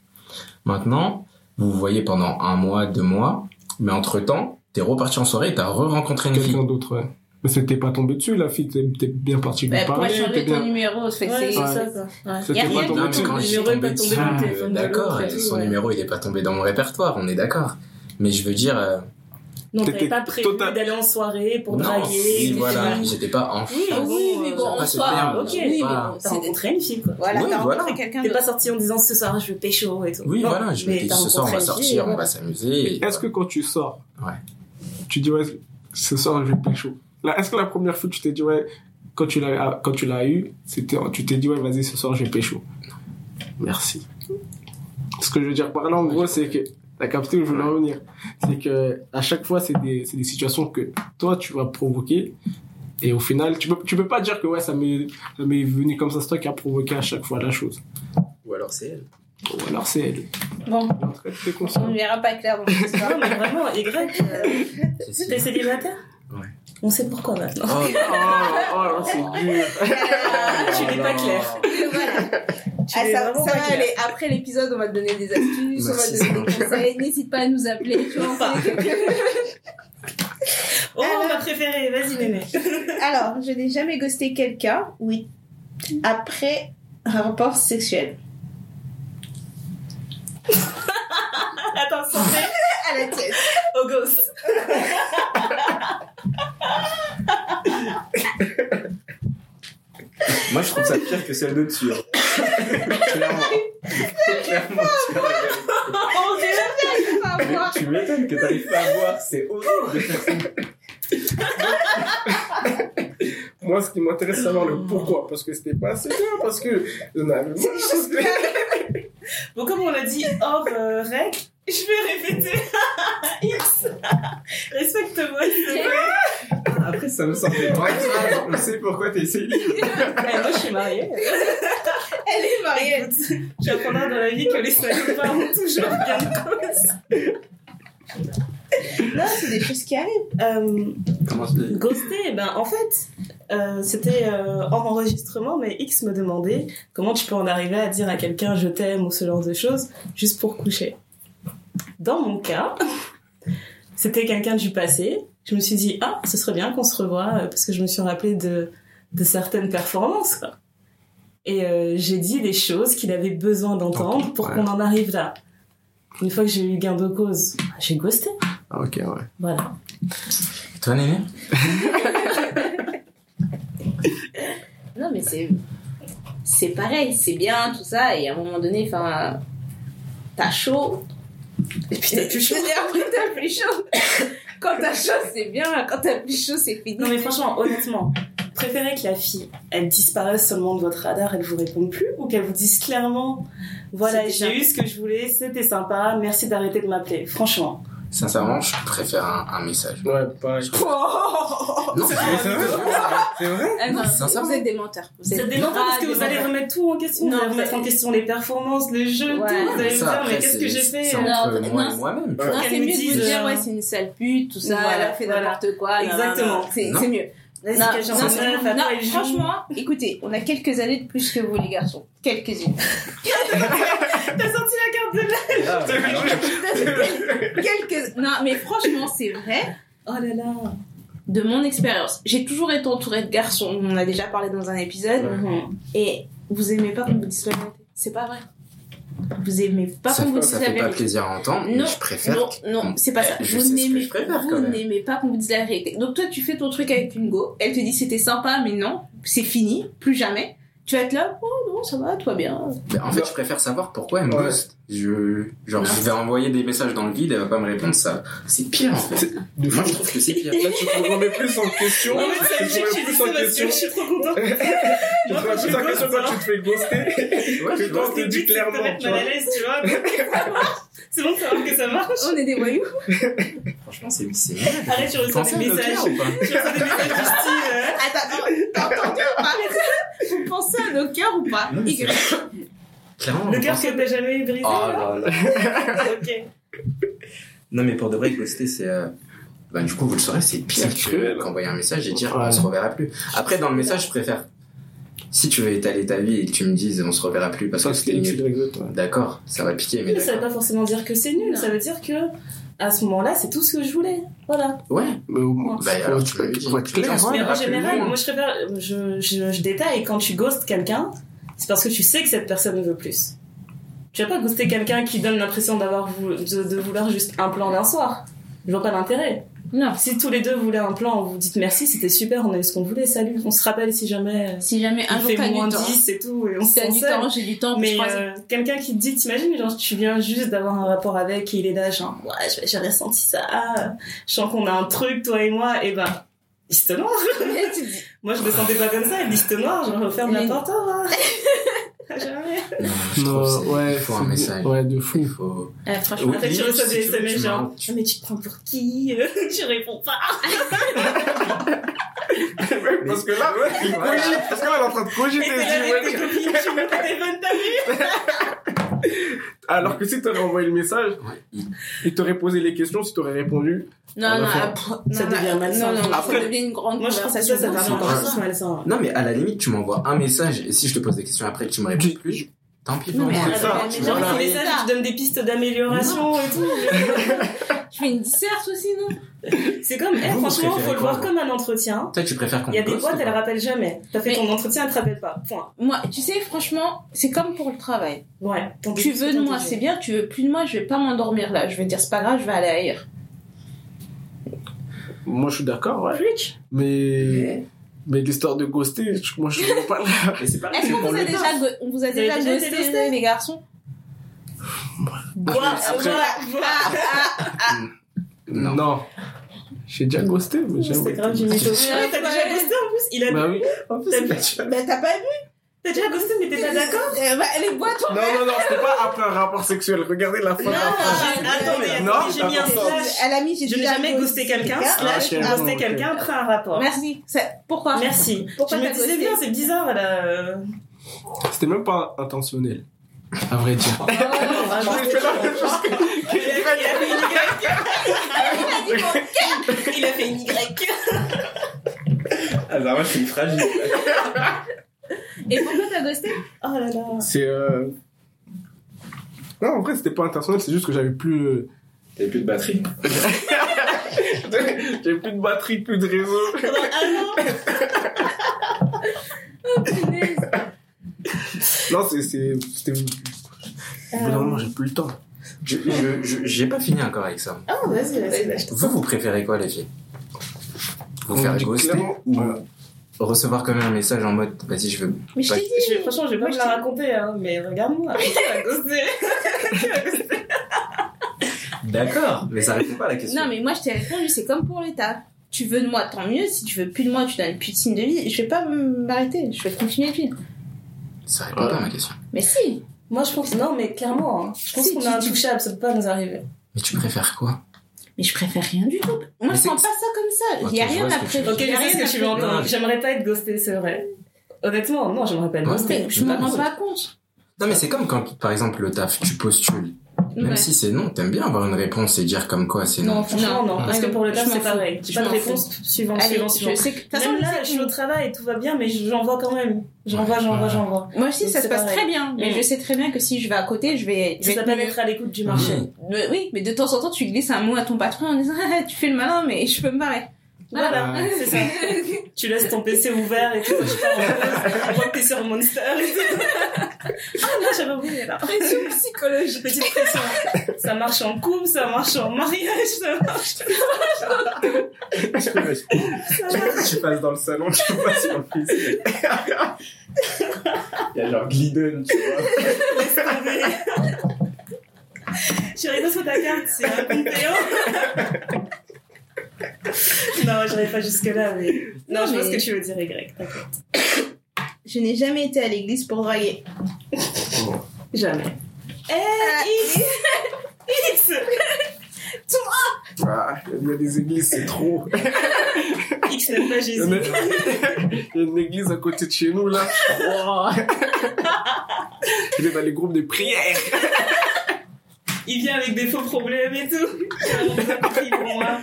[SPEAKER 3] Maintenant, vous vous voyez pendant un mois, deux mois, mais entre temps, t'es reparti en soirée et t'as re-rencontré une
[SPEAKER 4] Quelqu'un
[SPEAKER 3] fille.
[SPEAKER 4] d'autre, ouais. Mais c'était pas tombé dessus, la fille, t'es t'es bien parti lui
[SPEAKER 2] Bah, pour
[SPEAKER 4] parler. t'es
[SPEAKER 2] changer ton
[SPEAKER 4] bien...
[SPEAKER 2] numéro, fait,
[SPEAKER 1] Ouais, c'est
[SPEAKER 2] c'est...
[SPEAKER 4] Ouais.
[SPEAKER 1] ça, quoi. Ouais.
[SPEAKER 2] y a
[SPEAKER 4] C'était
[SPEAKER 2] rien
[SPEAKER 4] pas
[SPEAKER 2] de
[SPEAKER 4] tombé
[SPEAKER 3] Non, mais
[SPEAKER 4] dessus.
[SPEAKER 3] quand
[SPEAKER 1] Le
[SPEAKER 3] j'y suis
[SPEAKER 1] numéro est
[SPEAKER 3] tombé
[SPEAKER 1] pas tombé
[SPEAKER 3] dessus,
[SPEAKER 4] dans le
[SPEAKER 3] euh,
[SPEAKER 1] téléphone de
[SPEAKER 3] d'accord,
[SPEAKER 1] l'autre et
[SPEAKER 3] euh,
[SPEAKER 1] tout,
[SPEAKER 3] son
[SPEAKER 1] ouais.
[SPEAKER 3] numéro il est pas tombé dans mon répertoire, on est d'accord. Mais je veux dire, euh,
[SPEAKER 1] Non,
[SPEAKER 4] T'étais
[SPEAKER 1] t'avais pas prévu
[SPEAKER 4] total-
[SPEAKER 1] d'aller en soirée pour
[SPEAKER 3] non,
[SPEAKER 1] draguer.
[SPEAKER 3] si,
[SPEAKER 1] etc.
[SPEAKER 3] voilà, j'étais pas en
[SPEAKER 1] Oui,
[SPEAKER 3] phase.
[SPEAKER 1] oui, mais bon,
[SPEAKER 3] Ah,
[SPEAKER 1] en
[SPEAKER 3] c'est
[SPEAKER 2] soi,
[SPEAKER 3] bien,
[SPEAKER 1] ok,
[SPEAKER 3] c'est
[SPEAKER 2] oui,
[SPEAKER 3] pas-
[SPEAKER 1] T'as rencontré une fille, quoi.
[SPEAKER 2] Voilà,
[SPEAKER 3] Oui,
[SPEAKER 2] t'as
[SPEAKER 3] voilà.
[SPEAKER 2] rencontré quelqu'un
[SPEAKER 1] T'es
[SPEAKER 2] d'autre.
[SPEAKER 1] pas sorti en disant ce soir je vais pécho et tout.
[SPEAKER 3] Oui,
[SPEAKER 1] Non.
[SPEAKER 3] voilà, je
[SPEAKER 1] Mais
[SPEAKER 3] m'étais dit
[SPEAKER 1] t'as
[SPEAKER 3] ce soir on va
[SPEAKER 1] rencontré une fille,
[SPEAKER 3] sortir, on
[SPEAKER 1] voilà.
[SPEAKER 3] va s'amuser. et
[SPEAKER 4] Est-ce que quand tu sors,
[SPEAKER 3] Ouais.
[SPEAKER 4] tu dis, ouais, ce soir, je vais pécho. Là, est-ce que la première fois, tu t'es dit, ouais, quand tu l'as, quand tu l'as eu, c'était, tu t'es dit, ouais, vas-y, ce soir, je vais pécho. Merci. Ce que je veux dire par là, en gros, c'est que, la capté où je voulais en venir, c'est que, à chaque fois, c'est des, c'est des situations que toi, tu vas provoquer. Et au final, tu peux, tu peux pas dire que ouais, ça m'est, ça m'est venu comme ça, c'est toi qui as provoqué à chaque fois la chose.
[SPEAKER 3] Ou alors c'est elle.
[SPEAKER 4] Ou alors c'est elle.
[SPEAKER 2] Bon,
[SPEAKER 4] En tout cas, tu te
[SPEAKER 2] on ne verra pas clair dans cette histoire.
[SPEAKER 1] Non, mais vraiment, Y, euh, t'es célibataire
[SPEAKER 3] Ouais.
[SPEAKER 1] On sait pourquoi maintenant.
[SPEAKER 3] Oh,
[SPEAKER 4] Oh, oh, c'est dur.
[SPEAKER 2] Euh,
[SPEAKER 1] tu n'es pas clair.
[SPEAKER 2] voilà.
[SPEAKER 1] Tu
[SPEAKER 2] Ah,
[SPEAKER 1] n'es
[SPEAKER 2] ça,
[SPEAKER 1] vraiment
[SPEAKER 2] ça
[SPEAKER 1] pas
[SPEAKER 2] va
[SPEAKER 1] clair.
[SPEAKER 2] aller. Après l'épisode, on va te donner des astuces,
[SPEAKER 3] Merci,
[SPEAKER 2] on va te donner des conseils. N'hésite pas à nous appeler. Tu vois, on fait des calculs.
[SPEAKER 1] Oh,
[SPEAKER 2] Alors-
[SPEAKER 1] ma préférée, vas-y, Néné.
[SPEAKER 2] Alors, je n'ai jamais ghosté quelqu'un, oui, après un rapport sexuel.
[SPEAKER 1] Attends, santé
[SPEAKER 2] À la tête.
[SPEAKER 1] au gosse.
[SPEAKER 3] Moi, je trouve ça pire que celle de dessus. hein. Clairement. Clairement, tu as la vérité.
[SPEAKER 1] Oh, Dieu
[SPEAKER 2] Enfin,
[SPEAKER 3] Mais
[SPEAKER 2] moi,
[SPEAKER 3] tu m'étonnes que t'arrives pas à voir, c'est horrible de faire ça.
[SPEAKER 4] Moi, ce qui m'intéresse, c'est savoir le pourquoi. Parce que c'était pas assez bien, parce que. on a-
[SPEAKER 1] Bon, comme on l'a dit hors euh, règle, je vais répéter. X. Respecte-moi, s'il te plaît.
[SPEAKER 3] Après, ça me semblait vrai. On sait pourquoi t'es célibataire.
[SPEAKER 1] Eh, moi, je suis mariée.
[SPEAKER 2] Elle est mariée.
[SPEAKER 1] Je apprendrai dans la vie que les salopards ont toujours bien cause.
[SPEAKER 2] Non, Ah, c'est des choses qui arrivent.
[SPEAKER 1] Euh,
[SPEAKER 3] Comment tu dis
[SPEAKER 1] Ghosté, ben en fait, euh, c'était euh, hors enregistrement, mais X me demandait comment tu peux en arriver à dire à quelqu'un je t'aime ou ce genre de choses juste pour coucher. Dans mon cas, c'était quelqu'un du passé. Je me suis dit ah ce serait bien qu'on se revoie euh, parce que je me suis rappelé de de certaines performances. quoi. Et euh, j'ai dit des choses qu'il avait besoin d'entendre pour
[SPEAKER 4] Ouais.
[SPEAKER 1] qu'on en arrive là. Une fois que j'ai eu gain de cause, j'ai ghosté.
[SPEAKER 4] Ah, ok, ouais.
[SPEAKER 1] Voilà.
[SPEAKER 3] Toi, Néné
[SPEAKER 2] Non, mais c'est. C'est pareil, c'est bien, tout ça, et à un moment donné, enfin. T'as chaud. Et puis
[SPEAKER 1] t'as plus chaud.
[SPEAKER 2] Et après, t'as plus chaud. Quand t'as chaud, c'est bien, quand t'as plus chaud, c'est fini.
[SPEAKER 1] Non mais franchement, honnêtement, préférez que la fille, elle disparaisse seulement de votre radar, elle vous réponde plus, ou qu'elle vous dise clairement, voilà,
[SPEAKER 2] C'était
[SPEAKER 1] j'ai
[SPEAKER 2] sympa.
[SPEAKER 1] eu ce que je voulais, c'était sympa, merci d'arrêter de m'appeler. Franchement.
[SPEAKER 3] Sincèrement, je préfère un, un message.
[SPEAKER 4] Ouais, pareil.
[SPEAKER 1] Oh,
[SPEAKER 3] Non, c'est vrai. C'est vrai.
[SPEAKER 2] Ah, non,
[SPEAKER 3] Non, sincèrement.
[SPEAKER 2] vous êtes des menteurs. Vous
[SPEAKER 1] C'est
[SPEAKER 2] êtes
[SPEAKER 1] démentant parce
[SPEAKER 2] graves
[SPEAKER 1] que
[SPEAKER 2] des
[SPEAKER 1] vous allez
[SPEAKER 2] menteurs.
[SPEAKER 1] remettre tout en question.
[SPEAKER 2] Non,
[SPEAKER 1] vous allez remettre
[SPEAKER 2] c'est-
[SPEAKER 1] en question les performances, le jeu,
[SPEAKER 2] Ouais.
[SPEAKER 1] tout. Vous allez vous
[SPEAKER 3] Ça,
[SPEAKER 1] dire, mais
[SPEAKER 3] après,
[SPEAKER 1] qu'est-ce
[SPEAKER 3] c'est-
[SPEAKER 1] que j'ai
[SPEAKER 3] C'est
[SPEAKER 1] fait euh,
[SPEAKER 2] en-
[SPEAKER 3] entre
[SPEAKER 2] Non,
[SPEAKER 3] moi
[SPEAKER 2] non,
[SPEAKER 3] et moi-même.
[SPEAKER 2] Non,
[SPEAKER 1] qu'elle
[SPEAKER 2] c'est
[SPEAKER 1] me
[SPEAKER 2] mieux de
[SPEAKER 1] dise,
[SPEAKER 2] vous dire,
[SPEAKER 1] euh,
[SPEAKER 2] ouais, c'est une sale pute, tout ça,
[SPEAKER 1] Voilà,
[SPEAKER 2] elle a fait
[SPEAKER 1] voilà.
[SPEAKER 2] n'importe quoi. nanana.
[SPEAKER 1] Exactement.
[SPEAKER 2] C'est
[SPEAKER 3] Non.
[SPEAKER 2] c'est mieux.
[SPEAKER 1] Vas-y,
[SPEAKER 2] Non,
[SPEAKER 1] qu'elle
[SPEAKER 2] non,
[SPEAKER 1] en
[SPEAKER 2] c'est-
[SPEAKER 1] neuf, à
[SPEAKER 2] non,
[SPEAKER 1] toi, elle joue.
[SPEAKER 2] franchement, écoutez, on a quelques années de plus que vous, les garçons. Quelques-unes.
[SPEAKER 1] T'as sorti la carte de la...
[SPEAKER 3] Ah, alors,
[SPEAKER 2] quelques. Non, mais franchement, c'est vrai.
[SPEAKER 1] Oh là là.
[SPEAKER 2] De mon expérience, j'ai toujours été entourée de garçons. On en a déjà parlé dans un épisode. Et vous aimez pas qu'on vous dise la vérité. C'est pas vrai. Vous aimez pas
[SPEAKER 3] ça
[SPEAKER 2] qu'on vous
[SPEAKER 3] fait,
[SPEAKER 2] dise
[SPEAKER 3] ça
[SPEAKER 2] la
[SPEAKER 3] fait pas
[SPEAKER 2] vérité.
[SPEAKER 3] plaisir à entendre, mais
[SPEAKER 2] Non,
[SPEAKER 3] je préfère.
[SPEAKER 2] Non,
[SPEAKER 3] que-
[SPEAKER 2] non, c'est pas ça.
[SPEAKER 3] Eh, je
[SPEAKER 2] vous
[SPEAKER 3] sais ce que
[SPEAKER 2] n'aimez,
[SPEAKER 3] je préfère,
[SPEAKER 2] vous
[SPEAKER 3] quand même.
[SPEAKER 2] n'aimez pas qu'on vous dise la vérité. Donc toi, tu fais ton truc avec une go. Elle te dit c'était sympa, mais non, c'est fini, plus jamais. Tu vas être là, oh non, ça va, toi bien.
[SPEAKER 3] Mais En fait, je préfère savoir pourquoi elle me
[SPEAKER 4] Ouais.
[SPEAKER 3] ghost. Je... Genre,
[SPEAKER 2] Non.
[SPEAKER 3] je vais envoyer des messages dans le vide, elle va pas me répondre, ça. C'est pire, en fait.
[SPEAKER 4] De
[SPEAKER 3] Moi,
[SPEAKER 4] fou.
[SPEAKER 3] je trouve que c'est pire.
[SPEAKER 4] Là, tu te remets plus en question.
[SPEAKER 1] Non, mais
[SPEAKER 4] tu
[SPEAKER 1] ça, je
[SPEAKER 4] te remets
[SPEAKER 1] suis
[SPEAKER 4] plus en question.
[SPEAKER 1] je suis trop contente.
[SPEAKER 4] Tu te
[SPEAKER 1] Moi,
[SPEAKER 4] remets
[SPEAKER 1] quand
[SPEAKER 4] plus
[SPEAKER 1] je hein.
[SPEAKER 4] en question
[SPEAKER 1] ghost,
[SPEAKER 4] quand tu te fais ghoster.
[SPEAKER 3] Ouais,
[SPEAKER 4] Que
[SPEAKER 3] tu vois.
[SPEAKER 4] quand te dit clairement, tu
[SPEAKER 1] tu
[SPEAKER 4] vois.
[SPEAKER 1] vois. C'est bon de savoir que ça marche.
[SPEAKER 2] On est des voyous.
[SPEAKER 3] Franchement, c'est c'est mal.
[SPEAKER 1] Arrête, tu reçois
[SPEAKER 3] Pensez
[SPEAKER 1] des
[SPEAKER 3] à notre
[SPEAKER 1] messages.
[SPEAKER 3] cas ou pas
[SPEAKER 1] Tu reçois des messages du style... euh,
[SPEAKER 2] Attends, non, t'as entendu parler de- Vous pensez à nos cœurs ou pas
[SPEAKER 3] Non, mais
[SPEAKER 2] Y.
[SPEAKER 3] Clairement,
[SPEAKER 1] Le
[SPEAKER 3] on
[SPEAKER 1] cœur
[SPEAKER 3] pense-
[SPEAKER 1] que t'as jamais brisé
[SPEAKER 3] Oh là là.
[SPEAKER 1] Ok.
[SPEAKER 3] Non, mais pour de vrai, ghoster, c'est. euh, Bah, du coup, vous le saurez, c'est pire
[SPEAKER 4] C'est cruel.
[SPEAKER 3] que qu'envoyer un message et dire
[SPEAKER 4] Ouais.
[SPEAKER 3] on se reverra plus. Après, dans le message, je préfère. Si tu veux étaler ta vie et que tu me dises on se reverra plus
[SPEAKER 4] Ah,
[SPEAKER 3] parce que c'était nul. D'accord, ça va piquer, mais.
[SPEAKER 1] Nul, ça veut
[SPEAKER 3] d'accord.
[SPEAKER 1] pas forcément dire que c'est nul,
[SPEAKER 2] Non.
[SPEAKER 1] ça veut dire que à ce moment-là, c'est tout ce que je voulais. Voilà.
[SPEAKER 3] Ouais,
[SPEAKER 4] Mais au moins,
[SPEAKER 3] bah alors tu m'avais dit.
[SPEAKER 4] Faut être
[SPEAKER 3] tu me dis,
[SPEAKER 4] clair,
[SPEAKER 3] on se
[SPEAKER 4] hein.
[SPEAKER 1] Mais en
[SPEAKER 3] reverra plus.
[SPEAKER 1] général,
[SPEAKER 3] Non.
[SPEAKER 1] moi je préfère. Je, je, je détaille, quand tu ghostes quelqu'un, c'est parce que tu sais que cette personne ne veut plus. Tu vas pas ghoster quelqu'un qui donne l'impression d'avoir vou- de, de vouloir juste un plan d'un soir. Je vois pas l'intérêt.
[SPEAKER 2] Non.
[SPEAKER 1] Si tous les deux voulaient un plan, vous dites merci, c'était super, on a eu ce qu'on voulait, salut, on se rappelle si jamais.
[SPEAKER 2] Si jamais un
[SPEAKER 1] il
[SPEAKER 2] jour
[SPEAKER 1] fait
[SPEAKER 2] t'as
[SPEAKER 1] moins
[SPEAKER 2] du temps.
[SPEAKER 1] 10 et tout, et on
[SPEAKER 2] Si
[SPEAKER 1] se
[SPEAKER 2] t'as
[SPEAKER 1] sent
[SPEAKER 2] du
[SPEAKER 1] seul.
[SPEAKER 2] temps, j'ai du temps.
[SPEAKER 1] Mais
[SPEAKER 2] je pense-
[SPEAKER 1] euh, quelqu'un qui te dit, t'imagines, genre, tu viens juste d'avoir un rapport avec et il est là, genre, ouais, j'avais jamais ressenti ça, je sens qu'on a un truc, toi et moi, et ben, liste noire.
[SPEAKER 2] Tu te dis,
[SPEAKER 1] Moi, je me sentais pas comme ça, liste noire, genre, referme la
[SPEAKER 2] Oui.
[SPEAKER 1] porte, hein. au revoir. À jamais.
[SPEAKER 3] Non, je trouve
[SPEAKER 4] Non,
[SPEAKER 3] que
[SPEAKER 4] ouais,
[SPEAKER 3] il faut un
[SPEAKER 4] c'est-
[SPEAKER 3] message.
[SPEAKER 4] Ouais, de
[SPEAKER 3] Il
[SPEAKER 4] fou.
[SPEAKER 3] faut.
[SPEAKER 2] eh, franchement.
[SPEAKER 3] Oui,
[SPEAKER 1] Après, tu reçois
[SPEAKER 3] si
[SPEAKER 1] des
[SPEAKER 3] tu veux, tu
[SPEAKER 1] SMS, genre,
[SPEAKER 3] m'arrêtes.
[SPEAKER 1] ah, mais tu te prends pour qui Tu réponds pas.
[SPEAKER 4] Ouais, Parce que là, ouais, il
[SPEAKER 3] Voilà.
[SPEAKER 4] cogite. Parce que là, elle est en train de
[SPEAKER 1] Et
[SPEAKER 4] cogiter.
[SPEAKER 1] t'es
[SPEAKER 4] elle
[SPEAKER 1] là
[SPEAKER 4] dit,
[SPEAKER 1] avec
[SPEAKER 4] ouais,
[SPEAKER 1] tes copines, tu me téléphone, t'as vu
[SPEAKER 4] Alors que si t'aurais envoyé le message, il t'aurait posé les questions, si t'aurais répondu.
[SPEAKER 2] Non,
[SPEAKER 3] Ah,
[SPEAKER 2] non,
[SPEAKER 3] d'accord.
[SPEAKER 2] après-
[SPEAKER 1] Ça
[SPEAKER 2] non,
[SPEAKER 1] devient
[SPEAKER 2] non,
[SPEAKER 1] malsain.
[SPEAKER 2] Non, non,
[SPEAKER 3] Après-
[SPEAKER 2] ça devient une grande
[SPEAKER 1] Moi, je pense que
[SPEAKER 2] conversation.
[SPEAKER 1] ça, ça devient
[SPEAKER 2] malsaine.
[SPEAKER 1] encore plus malsain.
[SPEAKER 3] Non, mais à la limite, tu m'envoies un message et si je te pose des questions après, tu me réponds plus. Tant pis pour
[SPEAKER 2] Non, mais
[SPEAKER 3] moi.
[SPEAKER 2] elle
[SPEAKER 4] c'est ça,
[SPEAKER 2] avait-
[SPEAKER 4] tu
[SPEAKER 2] mais
[SPEAKER 4] vois,
[SPEAKER 2] non,
[SPEAKER 4] là.
[SPEAKER 2] mais
[SPEAKER 1] Les
[SPEAKER 2] c'est
[SPEAKER 1] messages,
[SPEAKER 2] ça.
[SPEAKER 1] je donne des pistes d'amélioration et tout.
[SPEAKER 2] Je fais une disserte aussi, non
[SPEAKER 1] C'est comme, eh,
[SPEAKER 3] Vous, vous
[SPEAKER 1] franchement, faut
[SPEAKER 3] préférez
[SPEAKER 1] le
[SPEAKER 3] quoi,
[SPEAKER 1] voir
[SPEAKER 3] vous
[SPEAKER 1] comme un entretien.
[SPEAKER 3] Toi, tu préfères qu'on
[SPEAKER 1] Il y a des
[SPEAKER 3] poste
[SPEAKER 1] boîtes,
[SPEAKER 3] ou
[SPEAKER 1] elles
[SPEAKER 3] pas
[SPEAKER 1] rappellent jamais. T'as fait
[SPEAKER 2] Mais-
[SPEAKER 1] ton entretien, elles te rappellent pas. Point.
[SPEAKER 2] Moi, tu sais, franchement, c'est comme pour le travail.
[SPEAKER 1] Ouais. Tant
[SPEAKER 2] Tu
[SPEAKER 1] pis,
[SPEAKER 2] veux de
[SPEAKER 1] tant
[SPEAKER 2] moi,
[SPEAKER 1] pis.
[SPEAKER 2] c'est bien. Tu veux plus de moi, je vais pas m'endormir là. Je vais dire, c'est pas grave, je vais aller ailleurs.
[SPEAKER 4] Moi, je suis d'accord, ouais.
[SPEAKER 2] Rich.
[SPEAKER 4] Mais,
[SPEAKER 3] Mais
[SPEAKER 4] mais l'histoire de ghoster, je- moi, je suis pas là.
[SPEAKER 3] mais c'est pas
[SPEAKER 2] Est-ce qu'on
[SPEAKER 3] pour
[SPEAKER 2] vous a
[SPEAKER 3] le taf.
[SPEAKER 2] déjà, go- on vous a
[SPEAKER 1] avez
[SPEAKER 2] déjà
[SPEAKER 1] déjà été ghosté
[SPEAKER 2] ghosté, les garçons
[SPEAKER 1] Voilà,
[SPEAKER 4] Après-
[SPEAKER 1] voilà, voilà.
[SPEAKER 3] Non.
[SPEAKER 4] Non. J'ai déjà ghosté, mais j'ai
[SPEAKER 1] C'est
[SPEAKER 4] jamais
[SPEAKER 1] grave
[SPEAKER 4] été
[SPEAKER 1] du mytho.
[SPEAKER 2] Ouais,
[SPEAKER 1] Ah, T'as déjà
[SPEAKER 2] ouais.
[SPEAKER 1] ghosté en plus Il a
[SPEAKER 4] Bah oui.
[SPEAKER 1] En plus, t'as-
[SPEAKER 2] Bah, t'as pas vu
[SPEAKER 1] T'as déjà ghosté, mais
[SPEAKER 2] Euh,
[SPEAKER 1] t'es pas d'accord
[SPEAKER 2] Les boîtes,
[SPEAKER 4] Non, non, non, c'était pas après un rapport sexuel. Regardez la photo après.
[SPEAKER 1] j'ai- attendez,
[SPEAKER 4] Non,
[SPEAKER 1] attendez, j'ai mis un
[SPEAKER 4] attends.
[SPEAKER 1] slash.
[SPEAKER 2] Elle a mis, j'ai
[SPEAKER 1] Je n'ai
[SPEAKER 2] déjà
[SPEAKER 1] jamais ghosté quelqu'un,
[SPEAKER 4] Ah,
[SPEAKER 1] slash,
[SPEAKER 4] ok, bon,
[SPEAKER 1] ghoster
[SPEAKER 4] ok.
[SPEAKER 1] quelqu'un après un rapport.
[SPEAKER 2] Merci. Ça- Pourquoi
[SPEAKER 1] Merci.
[SPEAKER 2] Pourquoi
[SPEAKER 1] je
[SPEAKER 2] t'as
[SPEAKER 1] me disais
[SPEAKER 2] ghosté
[SPEAKER 1] bien, c'est bizarre là. euh,
[SPEAKER 4] C'était même pas intentionnel. À vrai dire.
[SPEAKER 2] Oh,
[SPEAKER 1] vraiment.
[SPEAKER 4] Je l'ai fait la même chose que- que
[SPEAKER 1] Il a il a
[SPEAKER 4] Greg.
[SPEAKER 1] fait une Y. Il a fait une Y.
[SPEAKER 3] Ah bah moi, je suis fragile.
[SPEAKER 2] Et pourquoi t'as ghosté
[SPEAKER 1] Oh là là.
[SPEAKER 4] C'est. euh, Non, en vrai, c'était pas intentionnel, c'est juste que j'avais plus. euh,
[SPEAKER 3] T'avais plus de batterie.
[SPEAKER 4] j'avais plus de batterie, plus de réseau.
[SPEAKER 1] Pendant un an.
[SPEAKER 2] Punaise.
[SPEAKER 4] Non, c'est. c'est- C'était. Au bout d'un moment, j'ai plus le temps.
[SPEAKER 3] Je- je- je- J'ai pas fini encore avec ça.
[SPEAKER 1] Oh, vas-y, vas-y. vas-y.
[SPEAKER 3] Vous, vous préférez quoi, les filles Vous
[SPEAKER 4] On
[SPEAKER 3] faire
[SPEAKER 4] dit
[SPEAKER 3] ghoster
[SPEAKER 4] clairement-
[SPEAKER 3] ou
[SPEAKER 4] Voilà.
[SPEAKER 3] recevoir quand même un message en mode vas-y, je veux.
[SPEAKER 2] Mais je t'ai
[SPEAKER 3] Ouais.
[SPEAKER 1] Je vais-
[SPEAKER 2] dit.
[SPEAKER 1] franchement, je vais pas
[SPEAKER 2] Moi,
[SPEAKER 1] te
[SPEAKER 2] je
[SPEAKER 1] la
[SPEAKER 2] t'ai-
[SPEAKER 1] raconter, hein, mais regarde-moi. t'as ghosté.
[SPEAKER 3] D'accord, mais ça répond pas à la question.
[SPEAKER 2] Non, mais moi je t'ai répondu, c'est comme pour l'État. Tu veux de moi, tant mieux. Si tu veux plus de moi, tu donnes plus de signes de vie. Je vais pas m'arrêter, je vais continuer de vivre.
[SPEAKER 3] Ça répond pas à ma question.
[SPEAKER 2] Mais si
[SPEAKER 1] Moi, je pense. Non, mais clairement, hein, je pense
[SPEAKER 2] Si,
[SPEAKER 1] qu'on
[SPEAKER 2] tu-
[SPEAKER 1] est
[SPEAKER 2] tu-
[SPEAKER 1] intouchable, ça peut pas nous arriver.
[SPEAKER 3] Mais tu préfères quoi
[SPEAKER 2] Mais je préfère rien du tout. Moi
[SPEAKER 3] Mais
[SPEAKER 2] je
[SPEAKER 3] c'est-
[SPEAKER 2] prends pas ça comme ça. Il
[SPEAKER 3] Ok,
[SPEAKER 2] y a
[SPEAKER 3] je
[SPEAKER 2] rien
[SPEAKER 3] vois ce
[SPEAKER 2] à
[SPEAKER 3] que tu
[SPEAKER 2] préférer.
[SPEAKER 3] veux
[SPEAKER 1] Ok, je
[SPEAKER 2] Il y a
[SPEAKER 1] sais ce
[SPEAKER 2] rien
[SPEAKER 1] que
[SPEAKER 2] à
[SPEAKER 1] tu veux
[SPEAKER 2] préférer.
[SPEAKER 1] entendre. J'aimerais pas être ghostée, c'est vrai. Honnêtement, non, j'aimerais pas être
[SPEAKER 3] Ouais.
[SPEAKER 1] ghostée.
[SPEAKER 2] Mais Je me rends pas compte.
[SPEAKER 3] Non, mais c'est comme quand, par exemple, le taf, tu postules. Même
[SPEAKER 2] Ouais.
[SPEAKER 3] si c'est non, t'aimes bien avoir une réponse et dire comme quoi c'est
[SPEAKER 1] Non,
[SPEAKER 3] non.
[SPEAKER 1] franchement, non.
[SPEAKER 3] Non.
[SPEAKER 1] Parce que pour le
[SPEAKER 2] Je
[SPEAKER 1] taf,
[SPEAKER 2] m'en
[SPEAKER 1] c'est
[SPEAKER 2] fous.
[SPEAKER 1] pareil. J'ai
[SPEAKER 2] Je
[SPEAKER 1] pas de
[SPEAKER 2] m'en fous.
[SPEAKER 1] réponse suivant,
[SPEAKER 2] Allez,
[SPEAKER 1] suivant,
[SPEAKER 2] je
[SPEAKER 1] suivant.
[SPEAKER 2] sais que de toute façon
[SPEAKER 1] Même là,
[SPEAKER 2] je
[SPEAKER 1] je
[SPEAKER 2] sais
[SPEAKER 1] suis
[SPEAKER 2] que-
[SPEAKER 1] au travail, tout va bien, mais j'envoie quand même. J'envoie,
[SPEAKER 3] Ouais.
[SPEAKER 1] j'envoie, j'envoie.
[SPEAKER 2] Moi aussi,
[SPEAKER 1] Donc,
[SPEAKER 2] ça se
[SPEAKER 1] c'est
[SPEAKER 2] passe
[SPEAKER 1] pareil.
[SPEAKER 2] très bien, mais
[SPEAKER 1] Mm.
[SPEAKER 2] je sais très bien que si je vais à côté, je vais. je
[SPEAKER 1] Ça
[SPEAKER 2] vais
[SPEAKER 1] s'appelle
[SPEAKER 2] être-
[SPEAKER 1] être à l'écoute du
[SPEAKER 3] Oui.
[SPEAKER 1] marché.
[SPEAKER 2] Mais Oui, mais de temps en temps, tu glisses un mot à ton patron en disant Ah, Tu fais le malin, mais je peux me barrer.
[SPEAKER 1] Voilà,
[SPEAKER 4] Ouais.
[SPEAKER 1] c'est ça. Tu laisses ton PC ouvert et tout. Je sais pas, on voit que t'es sur Monster. et tout. ah non, j'avais oublié là.
[SPEAKER 2] Pression psychologique.
[SPEAKER 1] Petite pression. Ça marche en couple, ça marche en mariage, ça marche.
[SPEAKER 4] tu passes dans le salon, tu passes sur le PC.
[SPEAKER 3] Il y a genre Glidden, tu vois.
[SPEAKER 1] J'aurais pas sur ta carte, c'est un compéo. non, j'aurais pas jusque-là, mais. Non,
[SPEAKER 2] Non,
[SPEAKER 1] je vois ce
[SPEAKER 2] mais-
[SPEAKER 1] que tu veux dire, Y. t'inquiète.
[SPEAKER 2] Je n'ai jamais été à l'église pour draguer. Eh,
[SPEAKER 1] Jamais.
[SPEAKER 2] Ah,
[SPEAKER 1] X
[SPEAKER 4] Ah, il y a des églises, c'est trop.
[SPEAKER 1] X n'aime pas
[SPEAKER 4] Il y en a-
[SPEAKER 1] Jésus.
[SPEAKER 4] il y a une église à côté de chez nous, là. Wow. Il est dans les groupes de prière.
[SPEAKER 1] Il vient avec des faux problèmes et tout. Il pour moi.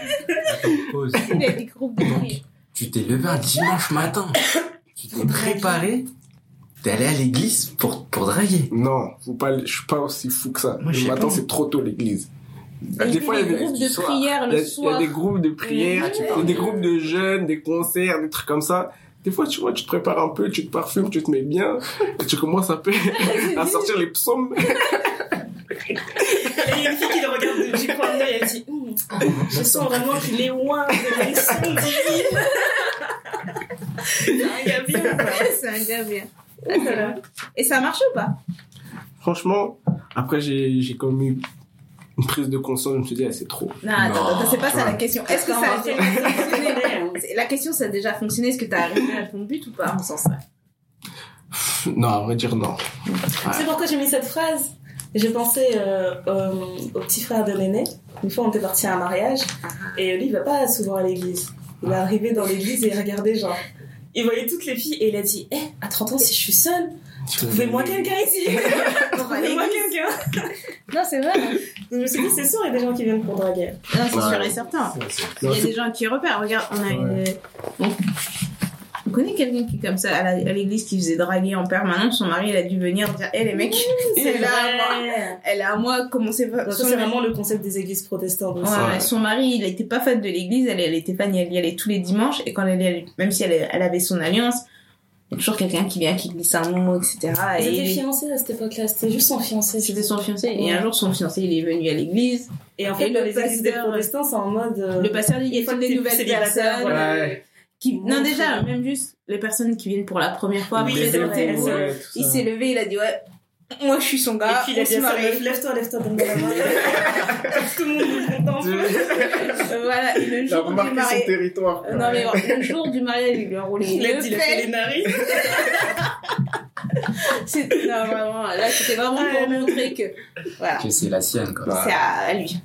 [SPEAKER 3] Pause.
[SPEAKER 2] Il y a des groupes de filles.
[SPEAKER 3] Tu t'es levé un dimanche matin. Tu t'es préparé. T'es allé à l'église pour, pour draguer.
[SPEAKER 4] Non, faut pas, je suis pas aussi fou que ça.
[SPEAKER 3] Moi, je
[SPEAKER 4] Le
[SPEAKER 3] sais
[SPEAKER 4] matin,
[SPEAKER 3] pas.
[SPEAKER 4] c'est trop tôt l'église.
[SPEAKER 2] Il y a
[SPEAKER 4] il y
[SPEAKER 2] des
[SPEAKER 4] a
[SPEAKER 2] groupes
[SPEAKER 4] Ah, des-
[SPEAKER 2] de
[SPEAKER 3] soir.
[SPEAKER 2] prière
[SPEAKER 4] il y a-
[SPEAKER 2] le
[SPEAKER 4] il y a
[SPEAKER 2] soir.
[SPEAKER 4] des groupes de prière, il y a des groupes de jeunes, des concerts, des trucs comme ça. Des fois, tu vois, tu te prépares un peu, tu te parfumes, tu te mets bien, et tu commences un peu à sortir les psaumes.
[SPEAKER 1] Là, il y a une fille qui le regarde du coin de l'œil et elle dit Hum,
[SPEAKER 2] Ah,
[SPEAKER 1] Je sens vraiment qu'il est loin de mes sondes. Ah, Il y a bien.
[SPEAKER 2] Ouais, C'est un gars bien.
[SPEAKER 1] Oh là là.
[SPEAKER 2] Et ça marche ou pas
[SPEAKER 4] Franchement, après, j'ai, j'ai comme eu une prise de conscience, je me suis dit, ah, c'est trop.
[SPEAKER 2] Non, attends,
[SPEAKER 3] Non,
[SPEAKER 2] attends, c'est pas ça
[SPEAKER 4] ouais.
[SPEAKER 2] la question. Est-ce que
[SPEAKER 1] Non,
[SPEAKER 2] ça a
[SPEAKER 1] non,
[SPEAKER 2] déjà
[SPEAKER 1] non.
[SPEAKER 2] fonctionné C'est- La question, ça a déjà fonctionné. Est-ce que t'as arrivé à ton but ou pas en sens ça
[SPEAKER 4] Pff, Non, on va dire non.
[SPEAKER 1] C'est pourquoi j'ai mis cette phrase. J'ai pensé euh, euh, au petit frère de l'aîné. Une fois, on était parti à un mariage
[SPEAKER 2] Ah.
[SPEAKER 1] et lui, il va pas souvent à l'église. Il est Eh, arrivé dans l'église et il regardait genre. Il voyait toutes les filles et il a dit Hé, à 30 ans, si je suis seule, Trouvez-moi quelqu'un ici Trouvez-moi quelqu'un
[SPEAKER 2] Non, c'est vrai.
[SPEAKER 1] Je me suis dit, c'est sûr, il y a des gens qui viennent pour draguer.
[SPEAKER 2] Non, c'est sûr et certain. Il y a des gens qui repèrent. Regarde, on a une. Bon. On connaît quelqu'un qui, comme ça, à la- à l'église, qui faisait draguer en permanence. Son mari, il a dû venir dire Hé les mecs,
[SPEAKER 1] C'est
[SPEAKER 2] là,
[SPEAKER 1] vrai.
[SPEAKER 2] elle est à moi, commencez pas.
[SPEAKER 1] Euh, Ça,
[SPEAKER 2] Son
[SPEAKER 1] c'est
[SPEAKER 2] mari-
[SPEAKER 1] vraiment le concept des églises protestantes.
[SPEAKER 2] Ouais,
[SPEAKER 1] aussi.
[SPEAKER 3] Ouais.
[SPEAKER 2] ouais, Son mari, il était pas fan de l'église, elle, elle était fan, elle y allait tous les dimanches, et quand elle y allait, même si elle, elle avait son alliance, il y a toujours quelqu'un qui vient, qui glisse un mot, etc.
[SPEAKER 1] Ils étaient
[SPEAKER 2] Et
[SPEAKER 1] fiancés à cette époque-là, c'était juste son fiancé.
[SPEAKER 2] c'était son fiancé, et
[SPEAKER 1] Ouais.
[SPEAKER 2] un jour son fiancé, il est venu à l'église.
[SPEAKER 1] Et en fait,
[SPEAKER 2] Et
[SPEAKER 1] dans
[SPEAKER 2] le
[SPEAKER 1] les églises des
[SPEAKER 2] pasteur,
[SPEAKER 1] protestants, c'est en mode. euh,
[SPEAKER 2] Le pasteur dit, il y
[SPEAKER 1] une
[SPEAKER 2] a
[SPEAKER 1] fois
[SPEAKER 2] toutes
[SPEAKER 1] que
[SPEAKER 2] des
[SPEAKER 1] t'es
[SPEAKER 2] nouvelles
[SPEAKER 1] célibataire,
[SPEAKER 2] personnes.
[SPEAKER 1] voilà.
[SPEAKER 4] Ouais.
[SPEAKER 2] Qui... Non,
[SPEAKER 1] Ouais,
[SPEAKER 2] déjà,
[SPEAKER 1] c'est-
[SPEAKER 2] même juste les personnes qui viennent pour la première fois,
[SPEAKER 1] Oui,
[SPEAKER 2] après,
[SPEAKER 1] c'est
[SPEAKER 2] dans
[SPEAKER 1] vrai,
[SPEAKER 2] le
[SPEAKER 1] c'est
[SPEAKER 2] boulot,
[SPEAKER 1] vrai.
[SPEAKER 4] tout
[SPEAKER 2] il
[SPEAKER 4] ça.
[SPEAKER 2] s'est levé, il a dit, ouais, moi je suis son
[SPEAKER 1] Et
[SPEAKER 2] gars,
[SPEAKER 1] puis il a
[SPEAKER 2] on
[SPEAKER 1] dit
[SPEAKER 2] se
[SPEAKER 1] à sa meuf,
[SPEAKER 2] marie.
[SPEAKER 1] lève-toi, lève-toi, donne-moi la main. Comme Tout le monde est content.
[SPEAKER 2] voilà, et le
[SPEAKER 4] Il a
[SPEAKER 2] jour du
[SPEAKER 4] marqué son
[SPEAKER 2] mariage. Euh,
[SPEAKER 4] territoire.
[SPEAKER 1] Euh,
[SPEAKER 4] quoi.
[SPEAKER 2] Non, mais le jour du mariage, il lui a roulé
[SPEAKER 1] Il a
[SPEAKER 2] le
[SPEAKER 1] dit, il a
[SPEAKER 2] pelle.
[SPEAKER 1] fait les narines.
[SPEAKER 2] C'est- Non, vraiment, là, c'était vraiment pour montrer que. Voilà.
[SPEAKER 3] Que c'est la sienne, quoi.
[SPEAKER 1] Bah.
[SPEAKER 2] C'est à lui.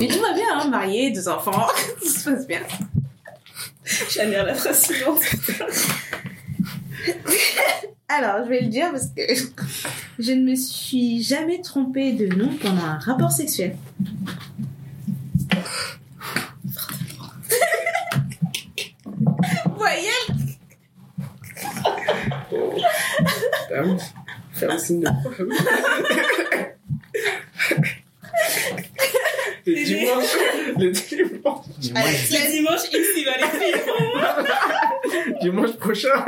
[SPEAKER 2] Mais tout va bien, hein, marié, deux enfants, tout se passe bien.
[SPEAKER 1] J'allais à la phrase suivante.
[SPEAKER 2] Alors, je vais le dire parce que je ne me suis jamais trompée de nom pendant un rapport sexuel. Voyez
[SPEAKER 4] Ah oui. Faire le signe de croix, ah oui. Les dimanches, les dimanches,
[SPEAKER 1] Le dimanche, X, il va les filles.
[SPEAKER 4] dimanche prochain.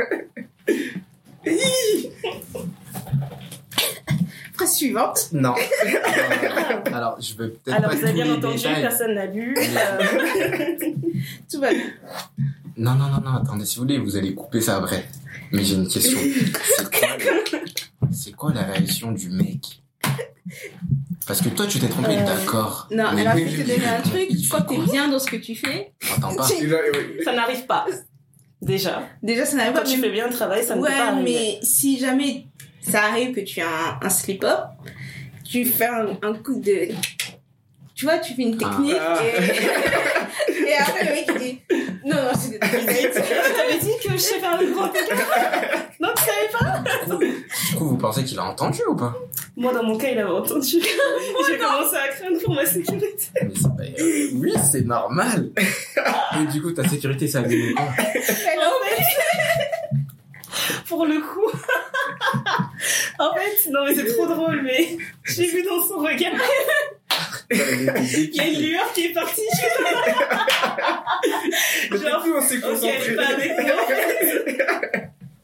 [SPEAKER 2] Phrase suivante.
[SPEAKER 3] Non. Alors, je veux peut-être
[SPEAKER 1] Alors,
[SPEAKER 3] pas
[SPEAKER 1] vous avez
[SPEAKER 3] tous
[SPEAKER 1] bien
[SPEAKER 3] les
[SPEAKER 1] entendu,
[SPEAKER 3] détails.
[SPEAKER 1] personne n'a bu. euh,
[SPEAKER 2] Tout va bien.
[SPEAKER 3] Non, non, non, non, attendez, si vous voulez, vous allez couper ça après. Mais j'ai une question. C'est quoi, le- c'est quoi la réaction du mec Parce que toi, tu t'es trompé,
[SPEAKER 2] Euh,
[SPEAKER 3] d'accord.
[SPEAKER 2] Non,
[SPEAKER 3] mais
[SPEAKER 2] alors
[SPEAKER 3] lui,
[SPEAKER 2] je vais te
[SPEAKER 3] lui,
[SPEAKER 2] donner un
[SPEAKER 3] il-
[SPEAKER 2] truc.
[SPEAKER 3] il fait
[SPEAKER 2] Quand t'es
[SPEAKER 3] quoi
[SPEAKER 2] bien dans ce que tu fais,
[SPEAKER 3] J'entends pas.
[SPEAKER 4] Il a- ouais.
[SPEAKER 1] Ça n'arrive pas. Déjà.
[SPEAKER 2] déjà ça n'arrive
[SPEAKER 1] Quand
[SPEAKER 2] pas.
[SPEAKER 1] tu
[SPEAKER 2] mais-
[SPEAKER 1] fais bien le travail, ça ne peut
[SPEAKER 2] ouais,
[SPEAKER 1] pas arriver.
[SPEAKER 2] mais si jamais ça arrive que tu as un, un slip-up, tu fais un, un coup de. Tu vois, tu fais une technique
[SPEAKER 4] Ah.
[SPEAKER 2] et... et après le mec il dit Non, non, c'est
[SPEAKER 1] Je t'avais dit que je sais faire le grand écart. Non, tu savais pas.
[SPEAKER 3] Du coup, vous pensez qu'il a entendu ou pas
[SPEAKER 1] Moi, dans mon cas, il avait entendu. J'ai commencé à craindre pour ma sécurité.
[SPEAKER 3] Mais c'est pas- euh, Oui, c'est normal. Et du coup, ta sécurité, ça vient de quoi
[SPEAKER 2] Oh,
[SPEAKER 1] Pour le coup. En fait, non, mais c'est trop drôle, mais j'ai vu dans son regard. Il y a une lueur qui est partie. Je
[SPEAKER 4] Depuis
[SPEAKER 1] Genre,
[SPEAKER 4] plus, on s'est
[SPEAKER 1] ok, elle est
[SPEAKER 4] concentré.
[SPEAKER 1] pas avec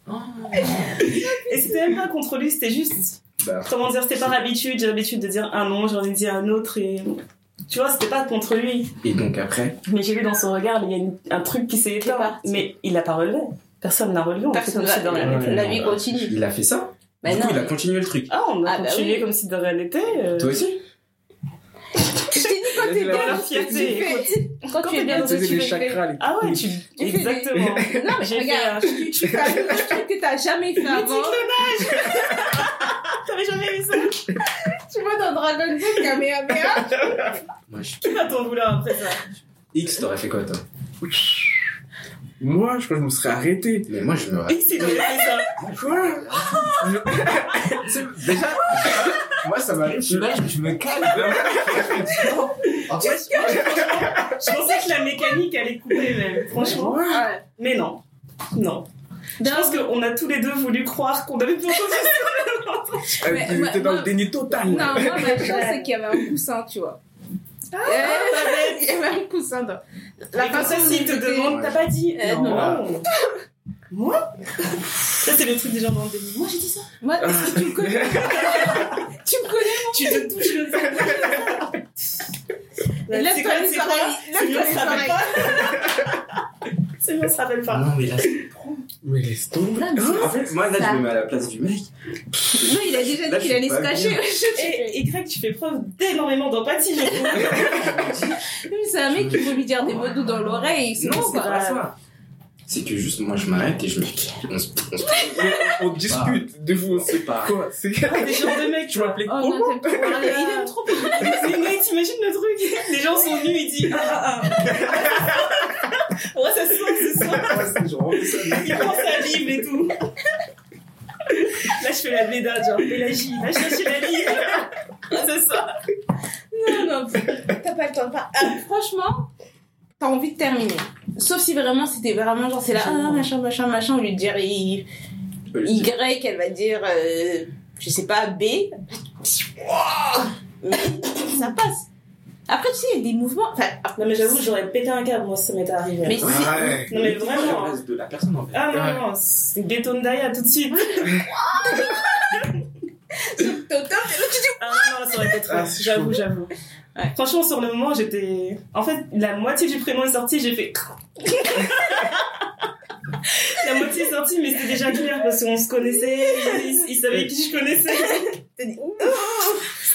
[SPEAKER 1] moi. en fait. Et c'était même pas contre lui, c'était juste.
[SPEAKER 4] Bah.
[SPEAKER 1] Comment dire, c'était par habitude. J'ai l'habitude de dire un nom, j'en ai dit un autre et. Tu vois, c'était pas contre lui.
[SPEAKER 3] Et donc après,
[SPEAKER 1] Mais j'ai vu dans son regard, il y a une- un truc qui s'est éteint.
[SPEAKER 2] parti.
[SPEAKER 1] Mais il l'a pas relevé. Personne n'a relevé. On fait
[SPEAKER 2] Personne
[SPEAKER 1] comme si de rien
[SPEAKER 2] va.
[SPEAKER 1] n'était.
[SPEAKER 2] La vie continue.
[SPEAKER 3] il a fait ça
[SPEAKER 2] Mais
[SPEAKER 3] Du coup,
[SPEAKER 2] non.
[SPEAKER 3] il a continué le truc.
[SPEAKER 1] Ah, on a
[SPEAKER 2] Ah, bah
[SPEAKER 1] continué
[SPEAKER 2] oui.
[SPEAKER 1] comme si de rien n'était. euh,
[SPEAKER 3] Toi aussi
[SPEAKER 2] Je t'ai dit quand
[SPEAKER 4] Là,
[SPEAKER 2] t'es
[SPEAKER 4] c'est la
[SPEAKER 2] bien dans
[SPEAKER 1] la
[SPEAKER 2] ce que tu
[SPEAKER 1] fierté,
[SPEAKER 2] fais. Quand, tu es bien dans ce
[SPEAKER 4] C'est
[SPEAKER 2] que tu
[SPEAKER 4] les
[SPEAKER 2] fais.
[SPEAKER 4] chakras, les
[SPEAKER 1] Ah ouais, tu.
[SPEAKER 2] fais des-
[SPEAKER 1] Exactement.
[SPEAKER 2] Non, mais
[SPEAKER 1] J'ai
[SPEAKER 2] regarde,
[SPEAKER 1] fait
[SPEAKER 2] tu, tu fais un truc que t'as jamais fait avant.
[SPEAKER 1] T'avais jamais vu ça
[SPEAKER 2] Tu vois dans Dragon Ball Kamehameha.
[SPEAKER 3] Moi, je...
[SPEAKER 1] Qui va t'en vouloir après ça
[SPEAKER 3] X, t'aurais fait quoi, toi
[SPEAKER 4] Moi, je crois que je me serais arrêté.
[SPEAKER 3] Mais moi, je me
[SPEAKER 1] Et c'est fait ça.
[SPEAKER 4] Quoi
[SPEAKER 3] C'est- Déjà, moi ça m'arrive, je suis là, je me calme. En fait,
[SPEAKER 1] Je pensais que la mécanique allait couper, même. Franchement.
[SPEAKER 2] Ouais.
[SPEAKER 1] Mais non. Non. Je pense qu'on a tous les deux voulu croire qu'on avait besoin de
[SPEAKER 4] Elle
[SPEAKER 2] Mais-
[SPEAKER 4] était
[SPEAKER 2] moi-
[SPEAKER 4] dans
[SPEAKER 2] moi-
[SPEAKER 4] le déni total.
[SPEAKER 2] Non, moi, ma chance, c'est qu'il y avait un coussin, tu vois. Ah. Euh, il y avait un coussin dans.
[SPEAKER 1] La princesse,
[SPEAKER 2] personne
[SPEAKER 1] il te
[SPEAKER 2] était-
[SPEAKER 1] demande, t'as pas dit
[SPEAKER 2] Euh, non.
[SPEAKER 1] Moi Ça, c'est le truc des gens dans le déni. Moi, j'ai dit ça.
[SPEAKER 2] Moi, est-ce que tu me connais Tu me connais
[SPEAKER 1] Tu te touches le
[SPEAKER 2] Et
[SPEAKER 1] Là,
[SPEAKER 2] Lève-toi
[SPEAKER 1] c'est quoi,
[SPEAKER 2] les
[SPEAKER 1] c'est quoi
[SPEAKER 2] oreilles
[SPEAKER 1] Celui-là,
[SPEAKER 2] Lève-toi
[SPEAKER 1] on se rappelle pas.
[SPEAKER 2] les oreilles
[SPEAKER 1] Celui-là, on se rappelle pas.
[SPEAKER 3] Ah non, mais là,
[SPEAKER 4] Mais laisse tomber.
[SPEAKER 2] Là, mais
[SPEAKER 3] en fait, moi là, je me mets à la place du mec.
[SPEAKER 2] c'est- Non, il a déjà
[SPEAKER 3] Là,
[SPEAKER 2] dit qu'il
[SPEAKER 3] je
[SPEAKER 2] allait
[SPEAKER 3] suis
[SPEAKER 2] se
[SPEAKER 3] pas
[SPEAKER 2] cacher.
[SPEAKER 3] bien.
[SPEAKER 1] Et et Y, tu fais preuve d'énormément d'empathie, je trouve.
[SPEAKER 2] Mais C'est un mec qui veut lui dire des mots doux dans l'oreille, c'est bon
[SPEAKER 3] Non, c'est
[SPEAKER 2] quoi.
[SPEAKER 3] pas ça. C'est que juste moi je m'arrête et je me calme. On se, on se
[SPEAKER 4] On discute. De vous, on sait
[SPEAKER 3] sait pas.
[SPEAKER 4] quoi. C'est
[SPEAKER 1] Des gens de mecs,
[SPEAKER 4] Tu m'appelais
[SPEAKER 2] Oh non, t'aimes trop parler. Il aime trop parler.
[SPEAKER 1] Mais mec, t'imagines le truc Les gens sont venus, ils disent ah ah ah. Ouais, ça se sent que ce soir,
[SPEAKER 4] quoi
[SPEAKER 1] ils pensent à vivre et tout. je fais la bléda, genre Pélagie, là, je cherche la vie. c'est ça.
[SPEAKER 2] Non, non, t'as pas le temps. Enfin, euh, franchement, t'as envie de terminer. Sauf si vraiment c'était vraiment genre c'est là, ah, machin, machin, machin, au lieu de dire Y, y elle va dire, euh, je sais pas, B. Mais ça passe. Après, tu sais, il y a des mouvements. Enfin,
[SPEAKER 1] Non, mais j'avoue, j'aurais pété un câble, moi, si ça m'était arrivé.
[SPEAKER 2] mais c'est-
[SPEAKER 3] Ouais.
[SPEAKER 1] Non, mais
[SPEAKER 3] Et tu vois la
[SPEAKER 1] vraiment.
[SPEAKER 3] place de la personne en fait.
[SPEAKER 1] Ah non,
[SPEAKER 4] Ouais.
[SPEAKER 1] non, c'est Ghetto Ndaya tout de suite.
[SPEAKER 2] T'es au top, et l'autre, tu dis,
[SPEAKER 1] Ah non, ça aurait été trop.
[SPEAKER 4] Ah, c'est
[SPEAKER 1] j'avoue,
[SPEAKER 4] chaud.
[SPEAKER 1] j'avoue.
[SPEAKER 2] Ouais.
[SPEAKER 1] Franchement, sur le moment, j'étais. En fait, la moitié du prénom est sortie, j'ai fait. la moitié est sortie, mais c'était déjà clair parce qu'on se connaissait, ils, ils savaient qui je connaissais.
[SPEAKER 2] t'as dit, ouh.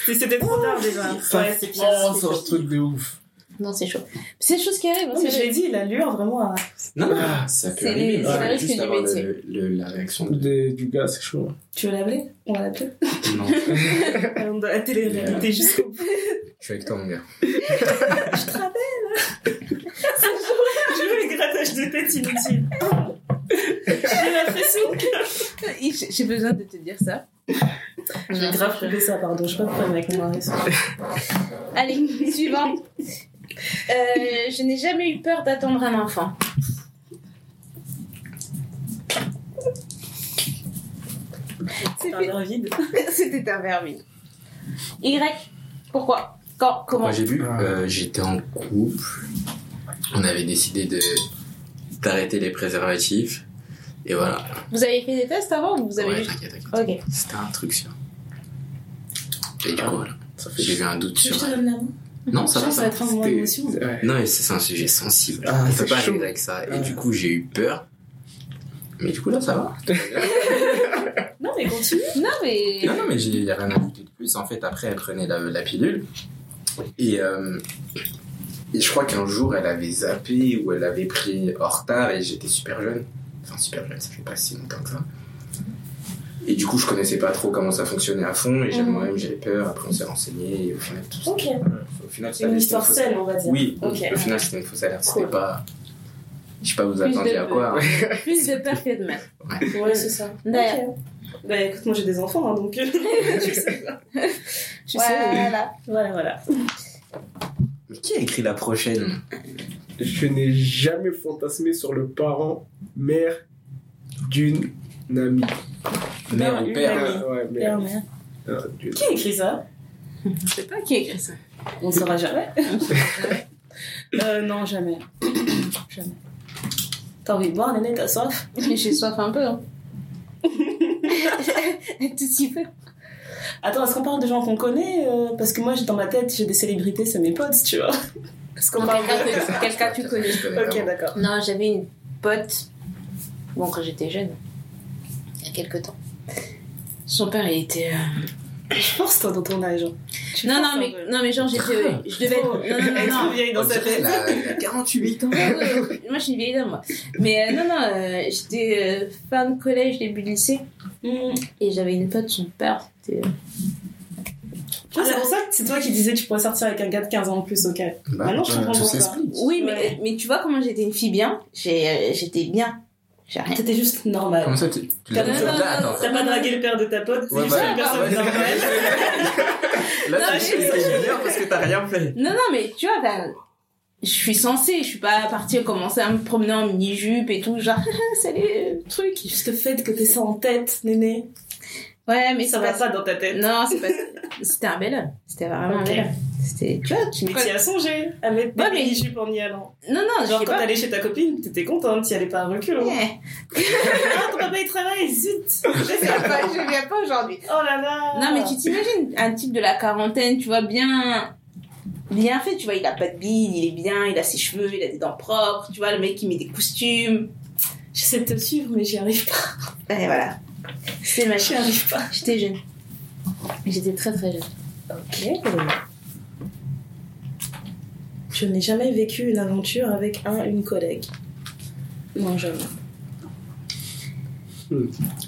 [SPEAKER 1] C'était- C'était trop tard déjà.
[SPEAKER 4] Ça
[SPEAKER 1] Ouais, c'est clair.
[SPEAKER 4] Oh, c'est un truc de ouf.
[SPEAKER 2] Non, c'est chaud. C'est des choses qui arrivent. hein,
[SPEAKER 1] Non, mais
[SPEAKER 2] c'est-
[SPEAKER 1] je l'ai dit, l'allure vraiment. à-
[SPEAKER 3] Non, non, ça peut
[SPEAKER 2] C'est les-
[SPEAKER 3] arriver. mais
[SPEAKER 2] c'est
[SPEAKER 3] faut
[SPEAKER 2] le risque
[SPEAKER 3] juste
[SPEAKER 2] du
[SPEAKER 3] avoir le-
[SPEAKER 2] métier.
[SPEAKER 3] le- la réaction de.
[SPEAKER 4] Des- du gars, c'est chaud.
[SPEAKER 1] Tu veux l'appeler On va l'appeler.
[SPEAKER 3] Non,
[SPEAKER 1] On doit la télé-réalité jusqu'au bout.
[SPEAKER 3] je suis avec toi, mon gars.
[SPEAKER 1] Je veux le grattage de tête inutile. j'ai l'impression
[SPEAKER 2] J'ai j'ai besoin de te dire ça.
[SPEAKER 1] J'ai grave coupé ça, pardon. Je sais pas pourquoi avec mon mari.
[SPEAKER 2] Allez, suivant. Euh, je n'ai jamais eu peur d'attendre un enfant. C'est
[SPEAKER 1] Un verre vide.
[SPEAKER 2] fait- C'était un verbe. Y. Pourquoi Quand Comment
[SPEAKER 3] Moi, j'ai vu, euh, j'étais en couple. On avait décidé de d'arrêter les préservatifs. Et voilà.
[SPEAKER 2] Vous avez fait des tests avant ou vous avez
[SPEAKER 3] ouais,
[SPEAKER 2] juste.
[SPEAKER 3] t'inquiète, t'inquiète.
[SPEAKER 2] Ok.
[SPEAKER 3] C'était un truc sûr. Et du coup, voilà.
[SPEAKER 4] Ça fait
[SPEAKER 3] J'ai eu un doute
[SPEAKER 1] Tu
[SPEAKER 3] sur
[SPEAKER 1] veux que je te
[SPEAKER 3] elle.
[SPEAKER 1] donne la main
[SPEAKER 3] Non, ça
[SPEAKER 1] Je
[SPEAKER 3] va,
[SPEAKER 1] pense que ça
[SPEAKER 3] ça
[SPEAKER 1] va
[SPEAKER 3] va.
[SPEAKER 1] être un moment
[SPEAKER 4] C'était-
[SPEAKER 1] d'émotion.
[SPEAKER 4] Ouais.
[SPEAKER 3] Non, mais c'est c'est un sujet sensible.
[SPEAKER 4] Ah,
[SPEAKER 3] On
[SPEAKER 4] c'est
[SPEAKER 3] peut pas
[SPEAKER 4] chaud.
[SPEAKER 3] arriver avec ça.
[SPEAKER 4] Ah.
[SPEAKER 3] Et du coup, j'ai eu peur. Mais du coup, là, ça va.
[SPEAKER 1] Non, mais continue.
[SPEAKER 2] Non, mais.
[SPEAKER 3] Non, non, mais j'ai- il n'y a rien à ajouter de plus. En fait, après, elle prenait la, la pilule. Et, euh, et je crois qu'un jour, elle avait zappé ou elle avait pris en retard et j'étais super jeune. Enfin, super jeune, ça fait pas si longtemps que ça. Et du coup, je connaissais pas trop comment ça fonctionnait à fond. Et j'avais-
[SPEAKER 2] Mhm.
[SPEAKER 3] moi-même, j'avais peur. Après, on s'est renseigné. Et au final, tout ça.
[SPEAKER 1] Ok.
[SPEAKER 3] Au final,
[SPEAKER 1] C'est
[SPEAKER 3] ça
[SPEAKER 1] une
[SPEAKER 3] allait,
[SPEAKER 1] histoire
[SPEAKER 3] c'était une fausse-
[SPEAKER 1] saine, on va dire.
[SPEAKER 3] Oui,
[SPEAKER 1] Ok.
[SPEAKER 3] au final, c'était une fausse alerte.
[SPEAKER 1] Cool.
[SPEAKER 3] C'était pas. Je sais pas, vous
[SPEAKER 2] Plus de
[SPEAKER 3] attendiez à quoi. hein.
[SPEAKER 2] Plus de peur que de mal.
[SPEAKER 1] Ouais, c'est ça.
[SPEAKER 2] D'ailleurs.
[SPEAKER 1] Ok. Bah écoute, moi j'ai des enfants, hein, donc. tu sais. Tu sais.
[SPEAKER 2] Voilà.
[SPEAKER 1] Voilà, voilà.
[SPEAKER 3] Mais qui a écrit la prochaine
[SPEAKER 4] Je n'ai jamais fantasmé sur le parent, mère d'une amie.
[SPEAKER 3] Mère ou
[SPEAKER 1] une
[SPEAKER 3] père
[SPEAKER 1] amie.
[SPEAKER 4] Ah, ouais, mère.
[SPEAKER 1] Merde, merde.
[SPEAKER 4] Ah, d'une-
[SPEAKER 1] Qui a écrit ça
[SPEAKER 2] Je sais pas qui a écrit ça.
[SPEAKER 1] On ne saura jamais. euh, non, jamais. jamais. T'as envie de boire, Néné, t'as soif
[SPEAKER 2] Mais j'ai soif un peu. Hein. un tout petit peu.
[SPEAKER 1] Attends, est-ce qu'on parle de gens qu'on connaît Euh, Parce que moi, j'ai- dans ma tête, j'ai des célébrités, c'est mes potes, tu vois. Est-ce qu'on parle
[SPEAKER 2] Quelqu'un que, quelqu'un que tu connais.
[SPEAKER 3] Je connais
[SPEAKER 1] Ok,
[SPEAKER 3] vraiment.
[SPEAKER 1] d'accord.
[SPEAKER 2] Non, j'avais une pote, bon, quand j'étais jeune, il y a quelques temps. Son père, il était. euh,
[SPEAKER 1] Je pense, toi, dans ton âge. hein. Tu
[SPEAKER 2] Non,
[SPEAKER 1] penses
[SPEAKER 2] non,
[SPEAKER 1] un
[SPEAKER 2] mais,
[SPEAKER 1] peu.
[SPEAKER 2] non, mais genre, j'étais.
[SPEAKER 3] Grave.
[SPEAKER 2] Je devais être.
[SPEAKER 1] Oh,
[SPEAKER 2] Non, non,
[SPEAKER 1] Elle est
[SPEAKER 2] non,
[SPEAKER 1] trop
[SPEAKER 2] non.
[SPEAKER 1] vieille dans sa tête.
[SPEAKER 3] Elle a 48 ans.
[SPEAKER 2] Ouais, ouais, ouais. Moi, je suis une vieille dame, moi. Mais euh, non, non, euh, j'étais euh, fin de collège, début de lycée.
[SPEAKER 1] Hmm.
[SPEAKER 2] Et j'avais une pote, son père, c'était. euh,
[SPEAKER 1] Ah, c'est pour ça que c'est toi qui disais que tu pourrais sortir avec un gars de 15 ans en plus, ok.
[SPEAKER 3] Bah,
[SPEAKER 1] Maintenant, je comprends
[SPEAKER 3] tout
[SPEAKER 1] pourquoi.
[SPEAKER 3] s'explique.
[SPEAKER 2] Oui, mais,
[SPEAKER 1] Ouais.
[SPEAKER 2] mais tu vois comment j'étais une fille bien J'ai, euh, J'étais bien. J'ai rien.
[SPEAKER 1] T'étais juste
[SPEAKER 3] Comment
[SPEAKER 1] normal.
[SPEAKER 3] ça, tu, tu
[SPEAKER 1] T'as
[SPEAKER 3] l'as
[SPEAKER 1] pas-
[SPEAKER 3] dit là, attends.
[SPEAKER 1] T'as pas dragué le père de ta pote, c'est
[SPEAKER 3] Ouais,
[SPEAKER 1] juste
[SPEAKER 3] bah,
[SPEAKER 1] une personne
[SPEAKER 3] ouais.
[SPEAKER 1] normale.
[SPEAKER 3] Là,
[SPEAKER 2] Non, mais-
[SPEAKER 3] c'est c'est bien parce que t'as rien fait.
[SPEAKER 2] Non, non, mais tu vois, ben, je suis censée, je suis pas partie commencer à me promener en mini-jupe et tout, genre, salut, euh, truc.
[SPEAKER 1] Juste le fait que t'aies ça en tête, néné.
[SPEAKER 2] Ouais, mais
[SPEAKER 1] Ça
[SPEAKER 2] c'est
[SPEAKER 1] va
[SPEAKER 2] pas
[SPEAKER 1] pas dans ta tête.
[SPEAKER 2] Non, c'est pas C'était un bel homme. C'était vraiment
[SPEAKER 1] Ah, Ok.
[SPEAKER 2] un bel homme. C'était, tu vois, tu me
[SPEAKER 1] Mais t'y
[SPEAKER 2] connais.
[SPEAKER 1] as songé à mettre
[SPEAKER 2] Ouais,
[SPEAKER 1] des
[SPEAKER 2] mais-
[SPEAKER 1] mini-jupes en y allant.
[SPEAKER 2] Non, non, je
[SPEAKER 1] Genre
[SPEAKER 2] sais
[SPEAKER 1] quand
[SPEAKER 2] pas.
[SPEAKER 1] t'allais chez ta copine, t'étais contente, t'y allais pas à recul. hein.
[SPEAKER 2] Ouais.
[SPEAKER 1] Ah, ton papa il travaille, zut
[SPEAKER 2] Je sais pas, je viens pas aujourd'hui.
[SPEAKER 1] Oh là là
[SPEAKER 2] Non, mais tu t'imagines un type de la quarantaine, tu vois, bien. Bien fait, tu vois, il a pas de bide, il est bien, il a ses cheveux, il a des dents propres, tu vois, le mec il met des costumes.
[SPEAKER 1] J'essaie de te suivre, mais j'y arrive pas.
[SPEAKER 2] Et voilà. C'est ma
[SPEAKER 1] J'y
[SPEAKER 2] chérie.
[SPEAKER 1] arrive pas.
[SPEAKER 2] J'étais jeune. J'étais très très jeune.
[SPEAKER 1] Ok. Je n'ai jamais vécu une aventure avec un, une collègue. Non, jamais.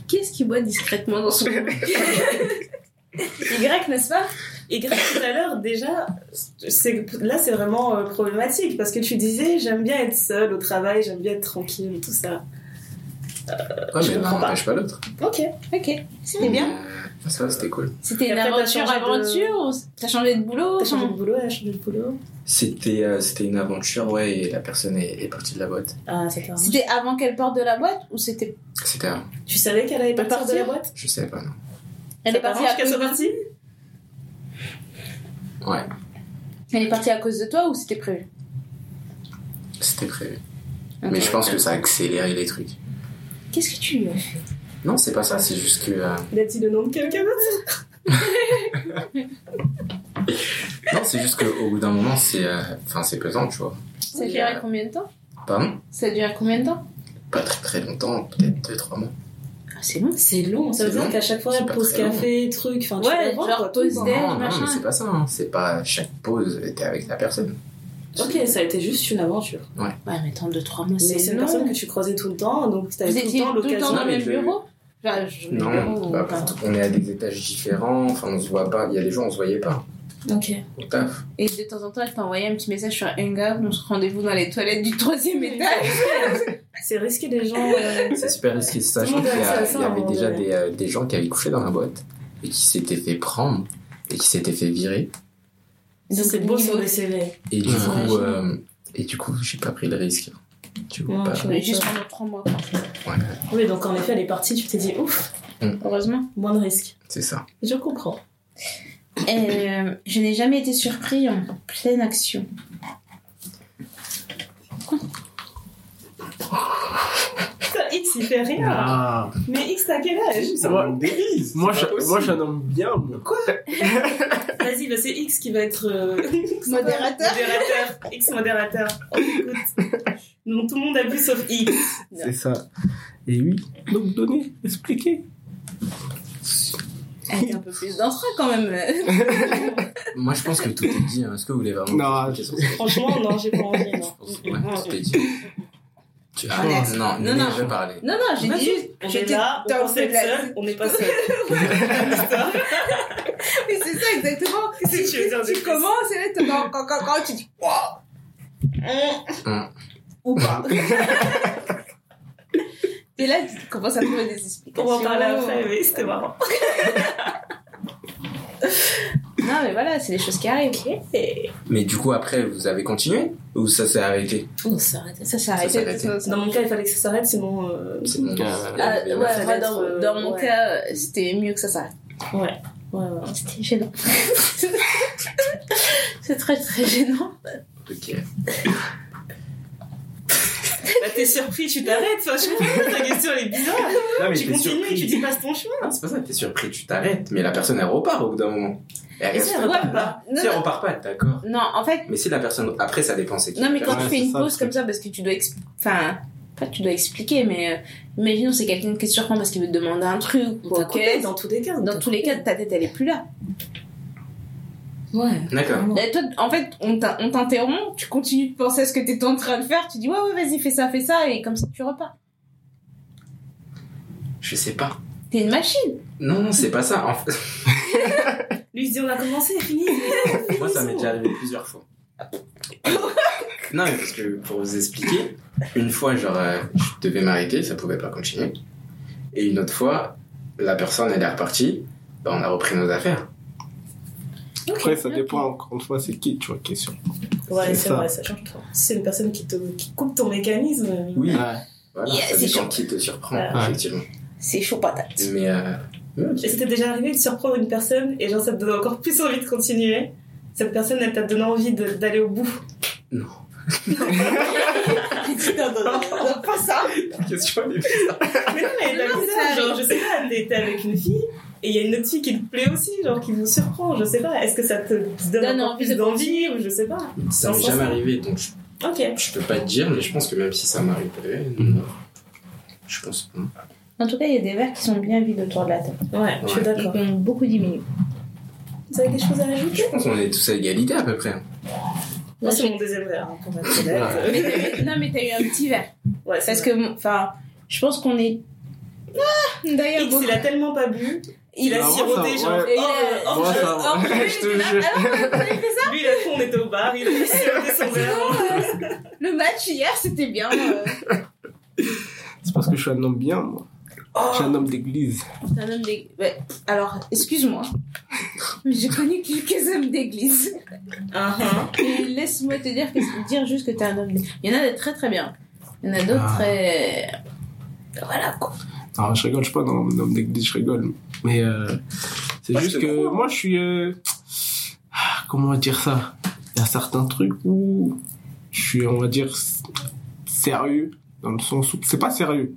[SPEAKER 2] Qui est-ce qui boit discrètement dans son coin Y, n'est-ce pas
[SPEAKER 1] Et Greg, tout à l'heure, déjà, c'est- là, c'est vraiment euh, problématique parce que tu disais, j'aime bien être seule au travail, j'aime bien être tranquille, tout ça.
[SPEAKER 3] Ouais, mais l'un n'empêche pas l'autre.
[SPEAKER 2] Ok, ok. C'était bien.
[SPEAKER 3] Euh, Ça, c'était cool.
[SPEAKER 2] C'était une
[SPEAKER 1] Et après, t'as
[SPEAKER 2] aventure,
[SPEAKER 1] changé de-
[SPEAKER 2] aventure ou t'as changé de boulot
[SPEAKER 1] T'as changé de boulot, elle a changé de boulot.
[SPEAKER 3] C'était euh, c'était une aventure, ouais, et la personne est, est partie de la boîte.
[SPEAKER 1] Ah, c'était vraiment-
[SPEAKER 2] C'était avant qu'elle parte de la boîte ou c'était.
[SPEAKER 3] C'était avant.
[SPEAKER 1] Tu savais qu'elle allait partir de la boîte
[SPEAKER 3] Je savais pas, non.
[SPEAKER 2] Elle est partie
[SPEAKER 1] T'arranges
[SPEAKER 2] à
[SPEAKER 1] qu'elle
[SPEAKER 2] cause...
[SPEAKER 1] soit partie
[SPEAKER 3] Ouais,
[SPEAKER 2] Elle est partie à cause de toi ou c'était prévu
[SPEAKER 3] c'était prévu.
[SPEAKER 2] Ok.
[SPEAKER 3] Mais je pense que ça a accéléré les trucs.
[SPEAKER 2] Qu'est-ce que tu lui as fait
[SPEAKER 3] Non, c'est pas ça, c'est juste que. euh,
[SPEAKER 1] Il a dit le nom de quelqu'un d'autre
[SPEAKER 3] Non, c'est juste qu'au bout d'un moment, c'est euh, enfin, c'est pesant, tu vois.
[SPEAKER 2] Ça a
[SPEAKER 3] Et,
[SPEAKER 2] duré
[SPEAKER 3] euh,
[SPEAKER 2] combien de temps
[SPEAKER 3] Pardon
[SPEAKER 2] Ça a duré combien de temps
[SPEAKER 3] Pas très très longtemps, peut-être 2-3 mois.
[SPEAKER 2] Ah, c'est bon.
[SPEAKER 1] C'est long, ça veut
[SPEAKER 3] C'est long.
[SPEAKER 1] dire qu'à chaque fois,
[SPEAKER 3] C'est
[SPEAKER 1] elle
[SPEAKER 3] pas
[SPEAKER 1] pose
[SPEAKER 3] très long.
[SPEAKER 1] café, truc, enfin, tu
[SPEAKER 2] Ouais,
[SPEAKER 1] vas voir,
[SPEAKER 2] genre
[SPEAKER 1] quoi, tout,
[SPEAKER 2] pose
[SPEAKER 1] quoi.
[SPEAKER 2] des-
[SPEAKER 3] Non, non,
[SPEAKER 2] machin.
[SPEAKER 3] mais c'est pas ça, hein. c'est pas chaque pause, t'es avec la personne.
[SPEAKER 1] Ok, ça a été juste une aventure.
[SPEAKER 2] Ouais, mais attends, 2-3 mois,
[SPEAKER 1] C'est
[SPEAKER 2] c'est
[SPEAKER 1] une
[SPEAKER 2] long.
[SPEAKER 1] personne que tu croisais tout le temps, donc t'avais
[SPEAKER 2] Vous
[SPEAKER 1] tout le
[SPEAKER 2] étiez
[SPEAKER 1] temps
[SPEAKER 2] tout le temps
[SPEAKER 1] l'occasion.
[SPEAKER 2] dans le
[SPEAKER 3] mais
[SPEAKER 2] même
[SPEAKER 3] je-
[SPEAKER 2] bureau Enfin, je- le bureau,
[SPEAKER 3] Non,
[SPEAKER 2] ou
[SPEAKER 3] bah,
[SPEAKER 2] pas.
[SPEAKER 3] on est à des étages différents, enfin on se voit pas, il y a des jours on se voyait pas.
[SPEAKER 1] Ok.
[SPEAKER 3] Au taf.
[SPEAKER 2] Et de temps en temps, elle t'envoyait un petit message sur Hangout, on se rendez-vous dans les toilettes du troisième étage.
[SPEAKER 1] C'est risqué les gens. euh,
[SPEAKER 3] C'est super risqué,
[SPEAKER 1] Tout
[SPEAKER 3] sachant
[SPEAKER 1] le monde
[SPEAKER 3] qu'il y,
[SPEAKER 1] a
[SPEAKER 3] a-
[SPEAKER 1] ça,
[SPEAKER 3] il y
[SPEAKER 1] à un
[SPEAKER 3] avait
[SPEAKER 1] moment
[SPEAKER 3] déjà
[SPEAKER 1] donné.
[SPEAKER 3] des, euh, des gens qui avaient couché dans la boîte et qui s'étaient fait prendre et qui s'étaient fait virer.
[SPEAKER 1] ça, c'est beau sur
[SPEAKER 2] niveau-
[SPEAKER 1] les CV.
[SPEAKER 3] Et du
[SPEAKER 1] Ouais.
[SPEAKER 3] coup, euh, et du coup, j'ai pas pris le risque. Tu vois
[SPEAKER 1] Ouais,
[SPEAKER 3] pas.
[SPEAKER 1] tu
[SPEAKER 2] Mais Juste pendant 3 mois.
[SPEAKER 3] Ouais,
[SPEAKER 1] Oui, donc en effet, elle est partie, tu t'es dit, ouf,
[SPEAKER 2] Heureusement.
[SPEAKER 1] moins de risques.
[SPEAKER 3] c'est ça.
[SPEAKER 1] Je comprends.
[SPEAKER 2] Euh, je n'ai jamais été surpris en pleine action.
[SPEAKER 1] Putain, X, il fait rien.
[SPEAKER 4] Ah.
[SPEAKER 1] Mais X, t'as quel âge
[SPEAKER 4] Ça moi, moi, je, moi, je suis un homme bien. moi.
[SPEAKER 1] Vas-y, bah, c'est X qui va être. euh,
[SPEAKER 2] Modérateur.
[SPEAKER 1] Modérateur. X modérateur. On écoute. Donc tout le monde a vu sauf X.
[SPEAKER 4] C'est ça. Et oui. Donc, donnez, expliquez.
[SPEAKER 2] Avec un peu plus d'entrain quand même.
[SPEAKER 3] Moi, je pense que tout est dit. hein. Est-ce que vous voulez vraiment
[SPEAKER 4] Non,
[SPEAKER 3] je pense
[SPEAKER 1] Franchement, non, j'ai pas envie, non.
[SPEAKER 3] que- ouais, tout est dit. Tu ah,
[SPEAKER 2] Alex.
[SPEAKER 3] non,
[SPEAKER 2] Non,
[SPEAKER 3] non,
[SPEAKER 2] non.
[SPEAKER 3] je vais parler.
[SPEAKER 2] Non, non, j'ai dit
[SPEAKER 1] Vas-y.
[SPEAKER 2] juste.
[SPEAKER 1] On
[SPEAKER 2] je
[SPEAKER 1] Bah est
[SPEAKER 2] t'ai
[SPEAKER 1] là, on pense
[SPEAKER 2] tampé
[SPEAKER 1] être
[SPEAKER 2] de la-
[SPEAKER 1] seul, on n'est pas seul.
[SPEAKER 2] Mais c'est ça exactement.
[SPEAKER 1] Qu'est-ce que tu veux dire de
[SPEAKER 2] Tu
[SPEAKER 1] plus
[SPEAKER 2] commences et là, t'es quand, quand, quand, quand, tu dis Wow
[SPEAKER 3] Hum.
[SPEAKER 2] Ou
[SPEAKER 4] Ah,
[SPEAKER 2] pas. et là, tu commences à trouver des explications.
[SPEAKER 1] On va en parler après, mais c'était marrant.
[SPEAKER 2] Non, mais voilà, c'est des choses qui arrivent.
[SPEAKER 3] Mais du coup, après, vous avez continué ou ça s'est arrêté
[SPEAKER 1] On s'arrête.
[SPEAKER 2] Ça s'est
[SPEAKER 3] Ça s'est
[SPEAKER 2] arrêté.
[SPEAKER 3] arrêté.
[SPEAKER 2] ça, ça-
[SPEAKER 1] Dans mon cas, il fallait que ça s'arrête, sinon. euh,
[SPEAKER 3] C'est mon
[SPEAKER 2] Ah,
[SPEAKER 3] gars.
[SPEAKER 2] ouais,
[SPEAKER 1] Ça doit
[SPEAKER 2] ouais, dans,
[SPEAKER 1] être,
[SPEAKER 2] dans mon
[SPEAKER 1] ouais.
[SPEAKER 2] cas, euh, c'était mieux que ça s'arrête.
[SPEAKER 1] Ouais. Ouais, ouais.
[SPEAKER 2] C'était gênant. c'est très très gênant.
[SPEAKER 3] Ok.
[SPEAKER 1] Bah, t'es surpris, tu t'arrêtes. Enfin, je comprends pas, ta question, elle est bizarre.
[SPEAKER 3] Non, mais
[SPEAKER 1] tu
[SPEAKER 3] t'es
[SPEAKER 1] continues et
[SPEAKER 3] surpris.
[SPEAKER 1] tu dis passe ton chemin.
[SPEAKER 3] Non, c'est pas ça, t'es surpris, tu t'arrêtes. Mais la personne, elle repart au bout d'un moment. Elle
[SPEAKER 1] Et
[SPEAKER 3] reste
[SPEAKER 1] si elle
[SPEAKER 3] pas.
[SPEAKER 1] repart pas
[SPEAKER 2] bah, Non,
[SPEAKER 3] Si elle
[SPEAKER 2] non.
[SPEAKER 3] repart pas, d'accord.
[SPEAKER 2] non, en fait,
[SPEAKER 3] Mais si la personne. Après, ça dépend, c'est qui
[SPEAKER 2] Non,
[SPEAKER 3] la
[SPEAKER 2] mais quand
[SPEAKER 3] personne.
[SPEAKER 2] tu
[SPEAKER 4] Ouais,
[SPEAKER 2] fais
[SPEAKER 4] c'est
[SPEAKER 2] une
[SPEAKER 4] ça, le
[SPEAKER 2] pause
[SPEAKER 4] truc.
[SPEAKER 2] comme ça, parce que tu dois expl- Enfin, pas que tu dois expliquer, mais euh, imaginons c'est quelqu'un qui te surprend parce qu'il veut te demander un truc. ou
[SPEAKER 1] T'as
[SPEAKER 2] ok.
[SPEAKER 1] coupé dans tous les cas.
[SPEAKER 2] Dans tous les cas, ta tête, elle est plus là.
[SPEAKER 1] Ouais.
[SPEAKER 3] D'accord.
[SPEAKER 2] Et toi, en fait, on t'in- on t'interrompt, tu continues de penser à ce que t'étais en train de faire, tu dis ouais, ouais, vas-y, fais ça, fais ça, et comme ça, tu repars.
[SPEAKER 3] Je sais pas.
[SPEAKER 2] T'es une machine.
[SPEAKER 3] Non, non, c'est pas ça. En fait,
[SPEAKER 1] Lui, il se dit on a commencé, fini.
[SPEAKER 3] moi, ça m'est déjà arrivé plusieurs fois. non, mais parce que pour vous expliquer, une fois, genre, euh, je devais m'arrêter, ça pouvait pas continuer. Et une autre fois, la personne, elle est repartie. Ben, on a repris nos affaires.
[SPEAKER 4] Après, ça dépend encore une fois, c'est qui, tu vois, question.
[SPEAKER 1] Ouais,
[SPEAKER 4] C'est
[SPEAKER 1] c'est
[SPEAKER 4] ça.
[SPEAKER 1] vrai, ça change trop. Si c'est une personne qui, te, qui coupe ton mécanisme. euh,
[SPEAKER 3] Oui.
[SPEAKER 4] Ouais.
[SPEAKER 3] Voilà,
[SPEAKER 2] Yeah,
[SPEAKER 3] ça
[SPEAKER 2] c'est Euh,
[SPEAKER 3] dépend
[SPEAKER 2] chaud.
[SPEAKER 3] qui te surprend,
[SPEAKER 1] Ouais.
[SPEAKER 3] effectivement.
[SPEAKER 2] C'est chaud patate.
[SPEAKER 3] Mais. euh, ouais, ok.
[SPEAKER 1] Et c'était déjà arrivé de surprendre une personne et genre ça te donne encore plus envie de continuer. Cette personne, elle t'a donné envie de- d'aller au bout.
[SPEAKER 3] Non.
[SPEAKER 2] non, non, non, non, pas ça.
[SPEAKER 3] Question, elle est
[SPEAKER 1] Mais non, mais
[SPEAKER 2] Non,
[SPEAKER 1] t'as
[SPEAKER 2] non,
[SPEAKER 1] vu
[SPEAKER 2] ça
[SPEAKER 1] ça, genre,
[SPEAKER 2] arrive.
[SPEAKER 1] je sais pas, t'es t'es avec une fille et il y a une autre fille qui te plaît aussi, genre qui vous surprend, je sais pas. Est-ce que ça te donne
[SPEAKER 2] Donne
[SPEAKER 1] encore
[SPEAKER 2] envie
[SPEAKER 1] plus
[SPEAKER 2] de
[SPEAKER 1] d'envie ou je sais pas.
[SPEAKER 3] Ça m'est
[SPEAKER 1] Dans ce
[SPEAKER 3] jamais
[SPEAKER 1] sens-là.
[SPEAKER 3] arrivé, donc je,
[SPEAKER 1] Ok.
[SPEAKER 3] je peux pas te dire, mais je pense que même si ça m'arriverait,
[SPEAKER 2] Mm.
[SPEAKER 3] non. Je pense pas.
[SPEAKER 2] En tout cas, il y a des verres qui sont bien vides autour de la tête.
[SPEAKER 1] Ouais, je suis
[SPEAKER 3] Ouais.
[SPEAKER 2] Et qui
[SPEAKER 1] d'accord.
[SPEAKER 2] ont beaucoup diminué.
[SPEAKER 1] Vous avez quelque chose à rajouter
[SPEAKER 3] Je pense qu'on est tous à égalité à peu près.
[SPEAKER 1] Moi, c'est mon deuxième verre, hein, pour être honnête.
[SPEAKER 2] Mais t'as eu- non, mais t'as eu un petit verre.
[SPEAKER 1] Ouais, c'est
[SPEAKER 2] Parce
[SPEAKER 1] vrai.
[SPEAKER 2] que, enfin, je pense qu'on est. Ah, D'ailleurs,
[SPEAKER 1] X,
[SPEAKER 2] bon.
[SPEAKER 1] il a tellement pas bu, il a
[SPEAKER 4] Ah, moi,
[SPEAKER 1] siroté,
[SPEAKER 4] ça,
[SPEAKER 1] genre,
[SPEAKER 4] ouais.
[SPEAKER 1] hors, euh,
[SPEAKER 2] Oh,
[SPEAKER 1] hors
[SPEAKER 4] Moi,
[SPEAKER 1] jeu.
[SPEAKER 4] ça,
[SPEAKER 2] hors jeu,
[SPEAKER 4] ouais, je te
[SPEAKER 2] il était là,
[SPEAKER 4] jure.
[SPEAKER 2] Ah, vous avez fait ça
[SPEAKER 1] Lui, la fois, on était au bar, il a siroté son verre.
[SPEAKER 2] Le match hier, c'était bien. euh.
[SPEAKER 4] C'est parce que je suis un homme bien, moi. Je suis un homme d'église.
[SPEAKER 2] T'es un homme d'église. Ouais. Alors, excuse-moi, mais j'ai connu quelques hommes d'église.
[SPEAKER 1] Uh-huh.
[SPEAKER 2] Et laisse-moi te dire que dire juste que t'es un homme d'église. Il y en a des très très bien. Il y en a d'autres
[SPEAKER 4] Ah.
[SPEAKER 2] très. Voilà quoi.
[SPEAKER 4] Alors, je rigole, je suis pas dans un homme d'église, je rigole. Mais euh, c'est
[SPEAKER 5] Moi, je
[SPEAKER 4] juste
[SPEAKER 5] te
[SPEAKER 4] que
[SPEAKER 5] crois, hein.
[SPEAKER 4] moi, je suis. euh, ah, Comment dire ça Il y a certains trucs où je suis, on va dire, s- sérieux, dans le sens où. C'est pas sérieux.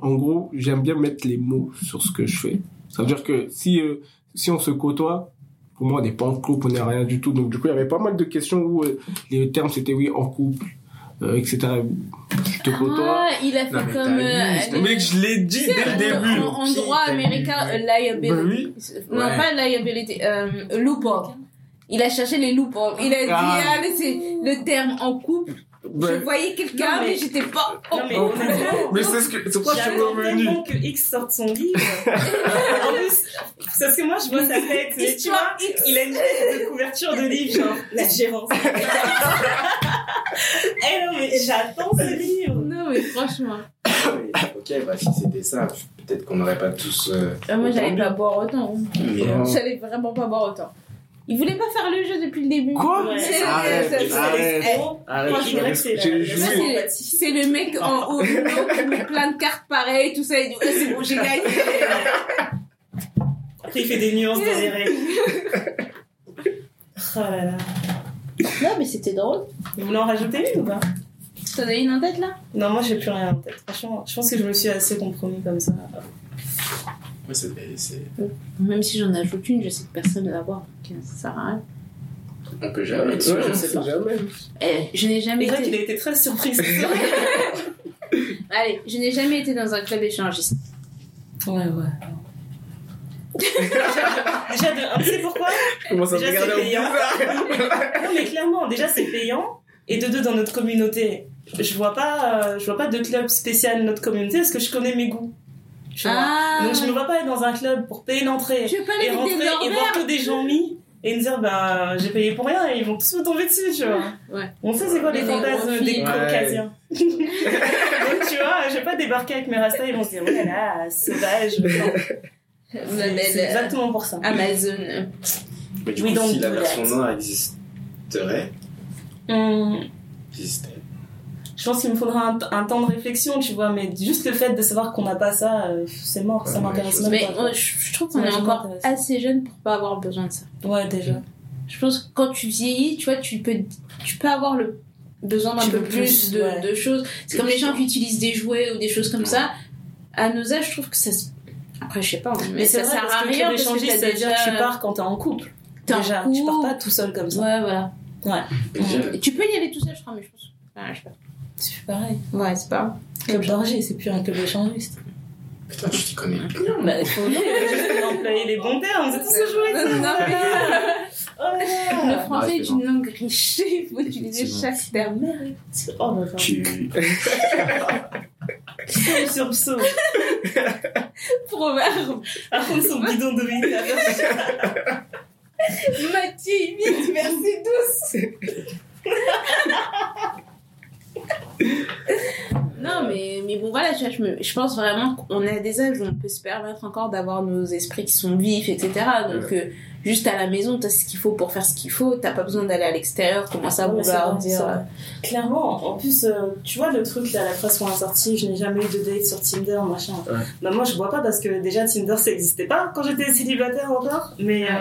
[SPEAKER 4] En gros, j'aime bien mettre les mots sur ce que je fais. Ça veut dire que si, euh, si on se côtoie, pour moi, on n'est pas en couple, on n'est rien du tout. Donc, du coup, il y avait pas mal de questions où euh, les termes c'était oui, en couple, euh, etc. Je te côtoie.
[SPEAKER 2] Ah, il a fait
[SPEAKER 3] Non,
[SPEAKER 2] comme.
[SPEAKER 3] mais t'as vu,
[SPEAKER 2] euh,
[SPEAKER 3] Mais
[SPEAKER 4] Mec, je l'ai dit dès le
[SPEAKER 2] en-
[SPEAKER 4] début.
[SPEAKER 2] En, en droit
[SPEAKER 3] T'as vu.
[SPEAKER 2] américain, euh, liability.
[SPEAKER 4] Bah oui.
[SPEAKER 2] Non,
[SPEAKER 3] Ouais.
[SPEAKER 2] pas liability, euh, loophole. Il a cherché les loopholes. Il a dit,
[SPEAKER 4] Ah.
[SPEAKER 2] ah, mais c'est le terme en couple.
[SPEAKER 4] Ouais.
[SPEAKER 2] Je voyais quelqu'un,
[SPEAKER 1] Non, mais-
[SPEAKER 2] mais, j'étais pas en
[SPEAKER 1] Non, mais
[SPEAKER 4] Oh,
[SPEAKER 1] honnêtement,
[SPEAKER 4] Mais c'est ce que c'est pourquoi je suis
[SPEAKER 1] J'attends
[SPEAKER 4] revenu.
[SPEAKER 1] tellement que X sorte son livre. en plus, parce que moi, je vois sa tête. mais tu vois,
[SPEAKER 2] Histoire X.
[SPEAKER 1] il a une tête de couverture de livre, genre la gérance. Eh non, mais j'attends ce livre.
[SPEAKER 2] Non, mais franchement.
[SPEAKER 3] ok, bah si c'était ça, peut-être qu'on n'aurait pas tous. euh,
[SPEAKER 2] Ah, moi, j'allais pas boire autant. hein.
[SPEAKER 3] mais,
[SPEAKER 4] Ah.
[SPEAKER 3] euh,
[SPEAKER 2] J'allais vraiment pas boire autant. Il voulait pas faire le jeu depuis le début.
[SPEAKER 4] Quoi
[SPEAKER 1] Ouais.
[SPEAKER 2] C'est-
[SPEAKER 4] Arrête,
[SPEAKER 2] c'est- c'est-
[SPEAKER 4] arrête.
[SPEAKER 2] eh,
[SPEAKER 4] Arrête,
[SPEAKER 1] Moi, Ah, je dirais que c'est la-
[SPEAKER 4] j'ai
[SPEAKER 1] la-
[SPEAKER 2] Moi,
[SPEAKER 4] joué.
[SPEAKER 2] c'est- C'est le mec en haut du lot qui met plein de cartes pareilles, tout ça. Il dit Ouais, c'est bon, j'ai gagné.
[SPEAKER 1] Après, Eh, il fait des nuances dans les règles. Oh là là.
[SPEAKER 2] Non, mais c'était drôle.
[SPEAKER 1] Vous voulez en rajouter une ou pas
[SPEAKER 2] T'en as une en tête là
[SPEAKER 1] Non, moi, j'ai plus rien en tête. Franchement, je pense que je me suis assez compromis comme ça.
[SPEAKER 3] ouais, c'est- c'est-
[SPEAKER 2] Même si j'en ajoute une, je sais que personne ne va la voir. donc, euh, Ça sert à rien.
[SPEAKER 3] On peut jamais.
[SPEAKER 4] Ouais,
[SPEAKER 3] je
[SPEAKER 4] on
[SPEAKER 3] sais
[SPEAKER 4] sait
[SPEAKER 3] pas.
[SPEAKER 4] jamais.
[SPEAKER 2] Eh, je n'ai jamais
[SPEAKER 1] Mais vrai qu'il a
[SPEAKER 2] été.
[SPEAKER 1] été très surpris.
[SPEAKER 2] Allez, je n'ai jamais été dans un club échangiste.
[SPEAKER 1] Ouais, ouais. déjà, de, tu sais pourquoi
[SPEAKER 4] Je commence à me
[SPEAKER 1] Déjà,
[SPEAKER 4] regarder
[SPEAKER 1] c'est
[SPEAKER 4] en
[SPEAKER 1] payant.
[SPEAKER 4] bizarre.
[SPEAKER 1] Non, mais clairement, déjà, c'est payant. Et de deux, dans notre communauté, je vois pas, euh, je vois pas de club spécial de notre communauté parce que je connais mes goûts. Tu vois.
[SPEAKER 2] Ah
[SPEAKER 1] Donc, je me vois pas aller dans un club pour payer l'entrée
[SPEAKER 2] Je veux pas
[SPEAKER 1] et
[SPEAKER 2] les
[SPEAKER 1] rentrer
[SPEAKER 2] des
[SPEAKER 1] et voir que des gens mis et me dire, bah, j'ai payé pour rien et ils vont tous me tomber dessus, tu vois.
[SPEAKER 2] Ouais.
[SPEAKER 1] On sait c'est quoi les
[SPEAKER 2] Des gros
[SPEAKER 1] fantasmes des
[SPEAKER 2] filles.
[SPEAKER 1] caucasiens. Donc, tu vois, je vais pas débarquer avec mes rastas ils vont se dire, oh là là, sauvage. Non, c'est c'est exactement pour ça.
[SPEAKER 2] euh, Amazon.
[SPEAKER 3] Mais du
[SPEAKER 1] We
[SPEAKER 3] coup,
[SPEAKER 1] don't
[SPEAKER 3] si la
[SPEAKER 1] do that.
[SPEAKER 3] version noire existerait,
[SPEAKER 1] Hum,
[SPEAKER 3] existait.
[SPEAKER 1] Je pense qu'il me faudra un, un temps de réflexion, tu vois, mais juste le fait de savoir qu'on n'a pas ça, euh, c'est mort, ça
[SPEAKER 3] Ouais,
[SPEAKER 1] m'intéresse
[SPEAKER 3] je
[SPEAKER 1] même
[SPEAKER 2] Mais
[SPEAKER 1] pas.
[SPEAKER 2] on- je je trouve qu'on
[SPEAKER 1] Ouais,
[SPEAKER 2] est
[SPEAKER 1] je
[SPEAKER 2] encore
[SPEAKER 1] m'intéresse.
[SPEAKER 2] assez jeune pour pas avoir besoin de ça.
[SPEAKER 1] Ouais, déjà.
[SPEAKER 2] Je pense que quand tu vieillis, tu vois, tu peux, tu peux avoir le besoin d'un
[SPEAKER 1] Tu
[SPEAKER 2] peu
[SPEAKER 1] veux
[SPEAKER 2] plus,
[SPEAKER 1] plus,
[SPEAKER 2] de,
[SPEAKER 1] ouais.
[SPEAKER 2] de choses. C'est comme les gens qui utilisent des jouets ou des choses comme
[SPEAKER 3] Ouais.
[SPEAKER 2] ça. À nos âges, je trouve que ça. se- Après, je sais pas, hein, mais, ça sert à rien parce que t'as
[SPEAKER 1] ça veut dire
[SPEAKER 2] déjà- euh,
[SPEAKER 1] que tu pars quand t'es en couple.
[SPEAKER 2] t'es en
[SPEAKER 1] déjà, tu pars
[SPEAKER 2] couple.
[SPEAKER 1] pas tout seul comme ça.
[SPEAKER 2] Ouais, voilà.
[SPEAKER 3] Déjà,
[SPEAKER 2] Et tu peux y aller tout seul, je crois, mais je pense. Ouais, je sais
[SPEAKER 1] C'est pareil.
[SPEAKER 2] pas. Ouais, c'est pas.
[SPEAKER 1] Club d'orgie, c'est plus un club échangiste.
[SPEAKER 3] putain, tu t'y connais.
[SPEAKER 1] Non, mais il faut juste employer les bons termes, c'est tout ce jouet.
[SPEAKER 2] Non, non,
[SPEAKER 1] Oh
[SPEAKER 2] Le
[SPEAKER 1] là
[SPEAKER 2] français
[SPEAKER 3] ouais,
[SPEAKER 2] est une langue riche, il faut utiliser
[SPEAKER 3] Effectivement.
[SPEAKER 2] chaque terme.
[SPEAKER 1] Oh là là.
[SPEAKER 3] Tu.
[SPEAKER 1] Psaume sur psaume.
[SPEAKER 2] Proverbe.
[SPEAKER 1] Par contre, son bidon de riz,
[SPEAKER 2] Matthieu 8, verset 12. Non, mais, mais bon, voilà, tu vois, je, me- je pense vraiment qu'on est à des âges où on peut se permettre encore d'avoir nos esprits qui sont vifs, etc. Donc, euh, juste à la maison, t'as ce qu'il faut pour faire ce qu'il faut, t'as pas besoin d'aller à l'extérieur, commencer à
[SPEAKER 1] Ouais, c'est vrai, c'est
[SPEAKER 2] bombardir.
[SPEAKER 1] vrai. Clairement, en plus, euh, tu vois le truc là, la phrase qu'on a sorti, je n'ai jamais eu de date sur Tinder, machin.
[SPEAKER 4] Ouais.
[SPEAKER 1] Bah moi je vois pas parce que déjà Tinder ça existait pas quand j'étais célibataire encore, mais euh,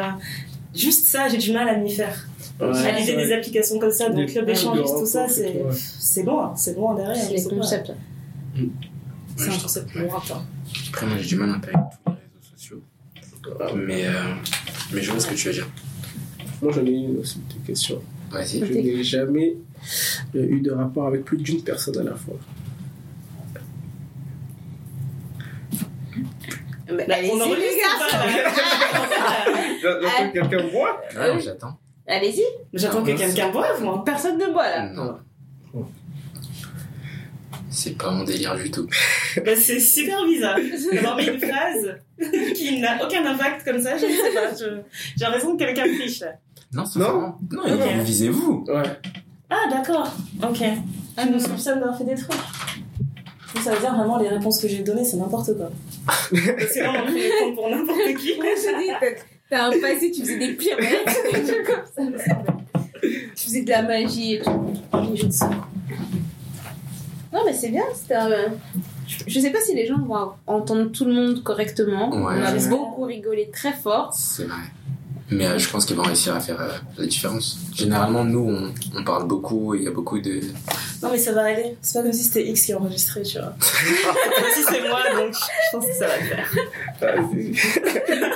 [SPEAKER 1] juste ça j'ai du mal à m'y faire. à l'idée des applications comme ça, donc club échangiste, tout ça, c'est
[SPEAKER 4] Ouais.
[SPEAKER 1] c'est loin, c'est loin derrière. je
[SPEAKER 2] C'est
[SPEAKER 1] sais
[SPEAKER 2] le
[SPEAKER 1] pas.
[SPEAKER 2] concept.
[SPEAKER 1] C'est un concept lointain.
[SPEAKER 3] Après, moi, j'ai du mal à intégrer tous les réseaux sociaux. Mais, euh, mais je vois ce que tu veux dire.
[SPEAKER 4] Moi, j'en ai une aussi, des questions.
[SPEAKER 3] Vas-y.
[SPEAKER 4] Je n'ai jamais euh, eu de rapport avec plus d'une personne à la fois.
[SPEAKER 2] Mais
[SPEAKER 1] Bah,
[SPEAKER 2] allez-y,
[SPEAKER 1] on en
[SPEAKER 2] les gars.
[SPEAKER 4] J'attends que quelqu'un me voit.
[SPEAKER 3] Non, Ah, j'attends.
[SPEAKER 2] Allez-y,
[SPEAKER 1] J'attends que quelqu'un boive, moi.
[SPEAKER 2] personne ne boit là.
[SPEAKER 3] Non. Oh. C'est pas mon délire du tout.
[SPEAKER 1] Bah, c'est super bizarre. Dormir une phrase qui n'a aucun impact comme ça, je ne sais pas. je- J'ai l'impression que quelqu'un triche là.
[SPEAKER 3] Non, c'est
[SPEAKER 4] Non.
[SPEAKER 3] vraiment- Non,
[SPEAKER 1] Ok.
[SPEAKER 3] et vous visez-vous.
[SPEAKER 4] Ouais.
[SPEAKER 1] Ah, d'accord. Ok. Ah, nous soupçonne d'avoir fait des trucs.
[SPEAKER 6] Ça veut dire vraiment les réponses que j'ai données, c'est n'importe quoi.
[SPEAKER 1] C'est vraiment prendre pour n'importe qui.
[SPEAKER 2] T'as un passé, tu faisais des pyramides, des trucs comme ça. Tu faisais de la magie et tout. Des jeux de sort. Non, mais c'est bien, c'était un- Je sais pas si les gens vont entendre tout le monde correctement.
[SPEAKER 3] Ouais.
[SPEAKER 2] On a
[SPEAKER 3] Ouais.
[SPEAKER 2] beaucoup rigolé très fort.
[SPEAKER 3] C'est vrai. Mais euh, je pense qu'ils vont réussir à faire euh, la différence. Généralement, nous, on, on parle beaucoup et il y a beaucoup de.
[SPEAKER 6] Non, mais ça va aller. C'est pas comme si c'était X qui enregistrait, tu vois.
[SPEAKER 1] Si c'est moi, donc je pense que ça va le faire.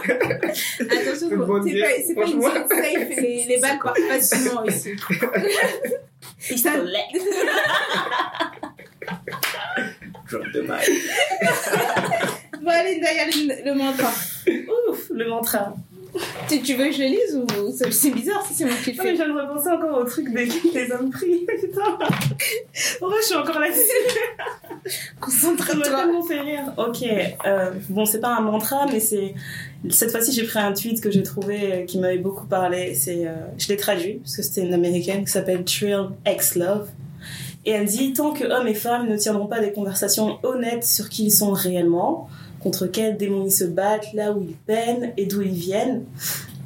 [SPEAKER 2] Attention,
[SPEAKER 4] Le bon
[SPEAKER 2] faut- c'est
[SPEAKER 4] Dieu,
[SPEAKER 2] pas, c'est pas une
[SPEAKER 4] franchement.
[SPEAKER 2] zone safe. Les, les balles partent facilement ici.
[SPEAKER 1] Pistolet.
[SPEAKER 3] Drop de
[SPEAKER 2] Bon, allez, d'ailleurs, le mantra.
[SPEAKER 1] Ouf, le mantra.
[SPEAKER 2] Tu, tu veux que je le lise ou ça- c'est bizarre si c'est moi qui le
[SPEAKER 1] Non, mais je
[SPEAKER 2] fais
[SPEAKER 1] viens de repenser encore au truc des, des hommes pris. Putain. Pourquoi je suis encore là-dessus Ça m'a
[SPEAKER 2] Concentre-toi.
[SPEAKER 1] tellement fait rire. Ok. euh, bon, c'est pas un mantra, mais c'est. Cette fois-ci, j'ai pris un tweet que j'ai trouvé euh, qui m'avait beaucoup parlé. C'est, euh, Je l'ai traduit, parce que c'était une américaine qui s'appelle Trill X Love. Et elle dit Tant que hommes et femmes ne tiendront pas des conversations honnêtes sur qui ils sont réellement, contre quels démons ils se battent, là où ils peinent et d'où ils viennent,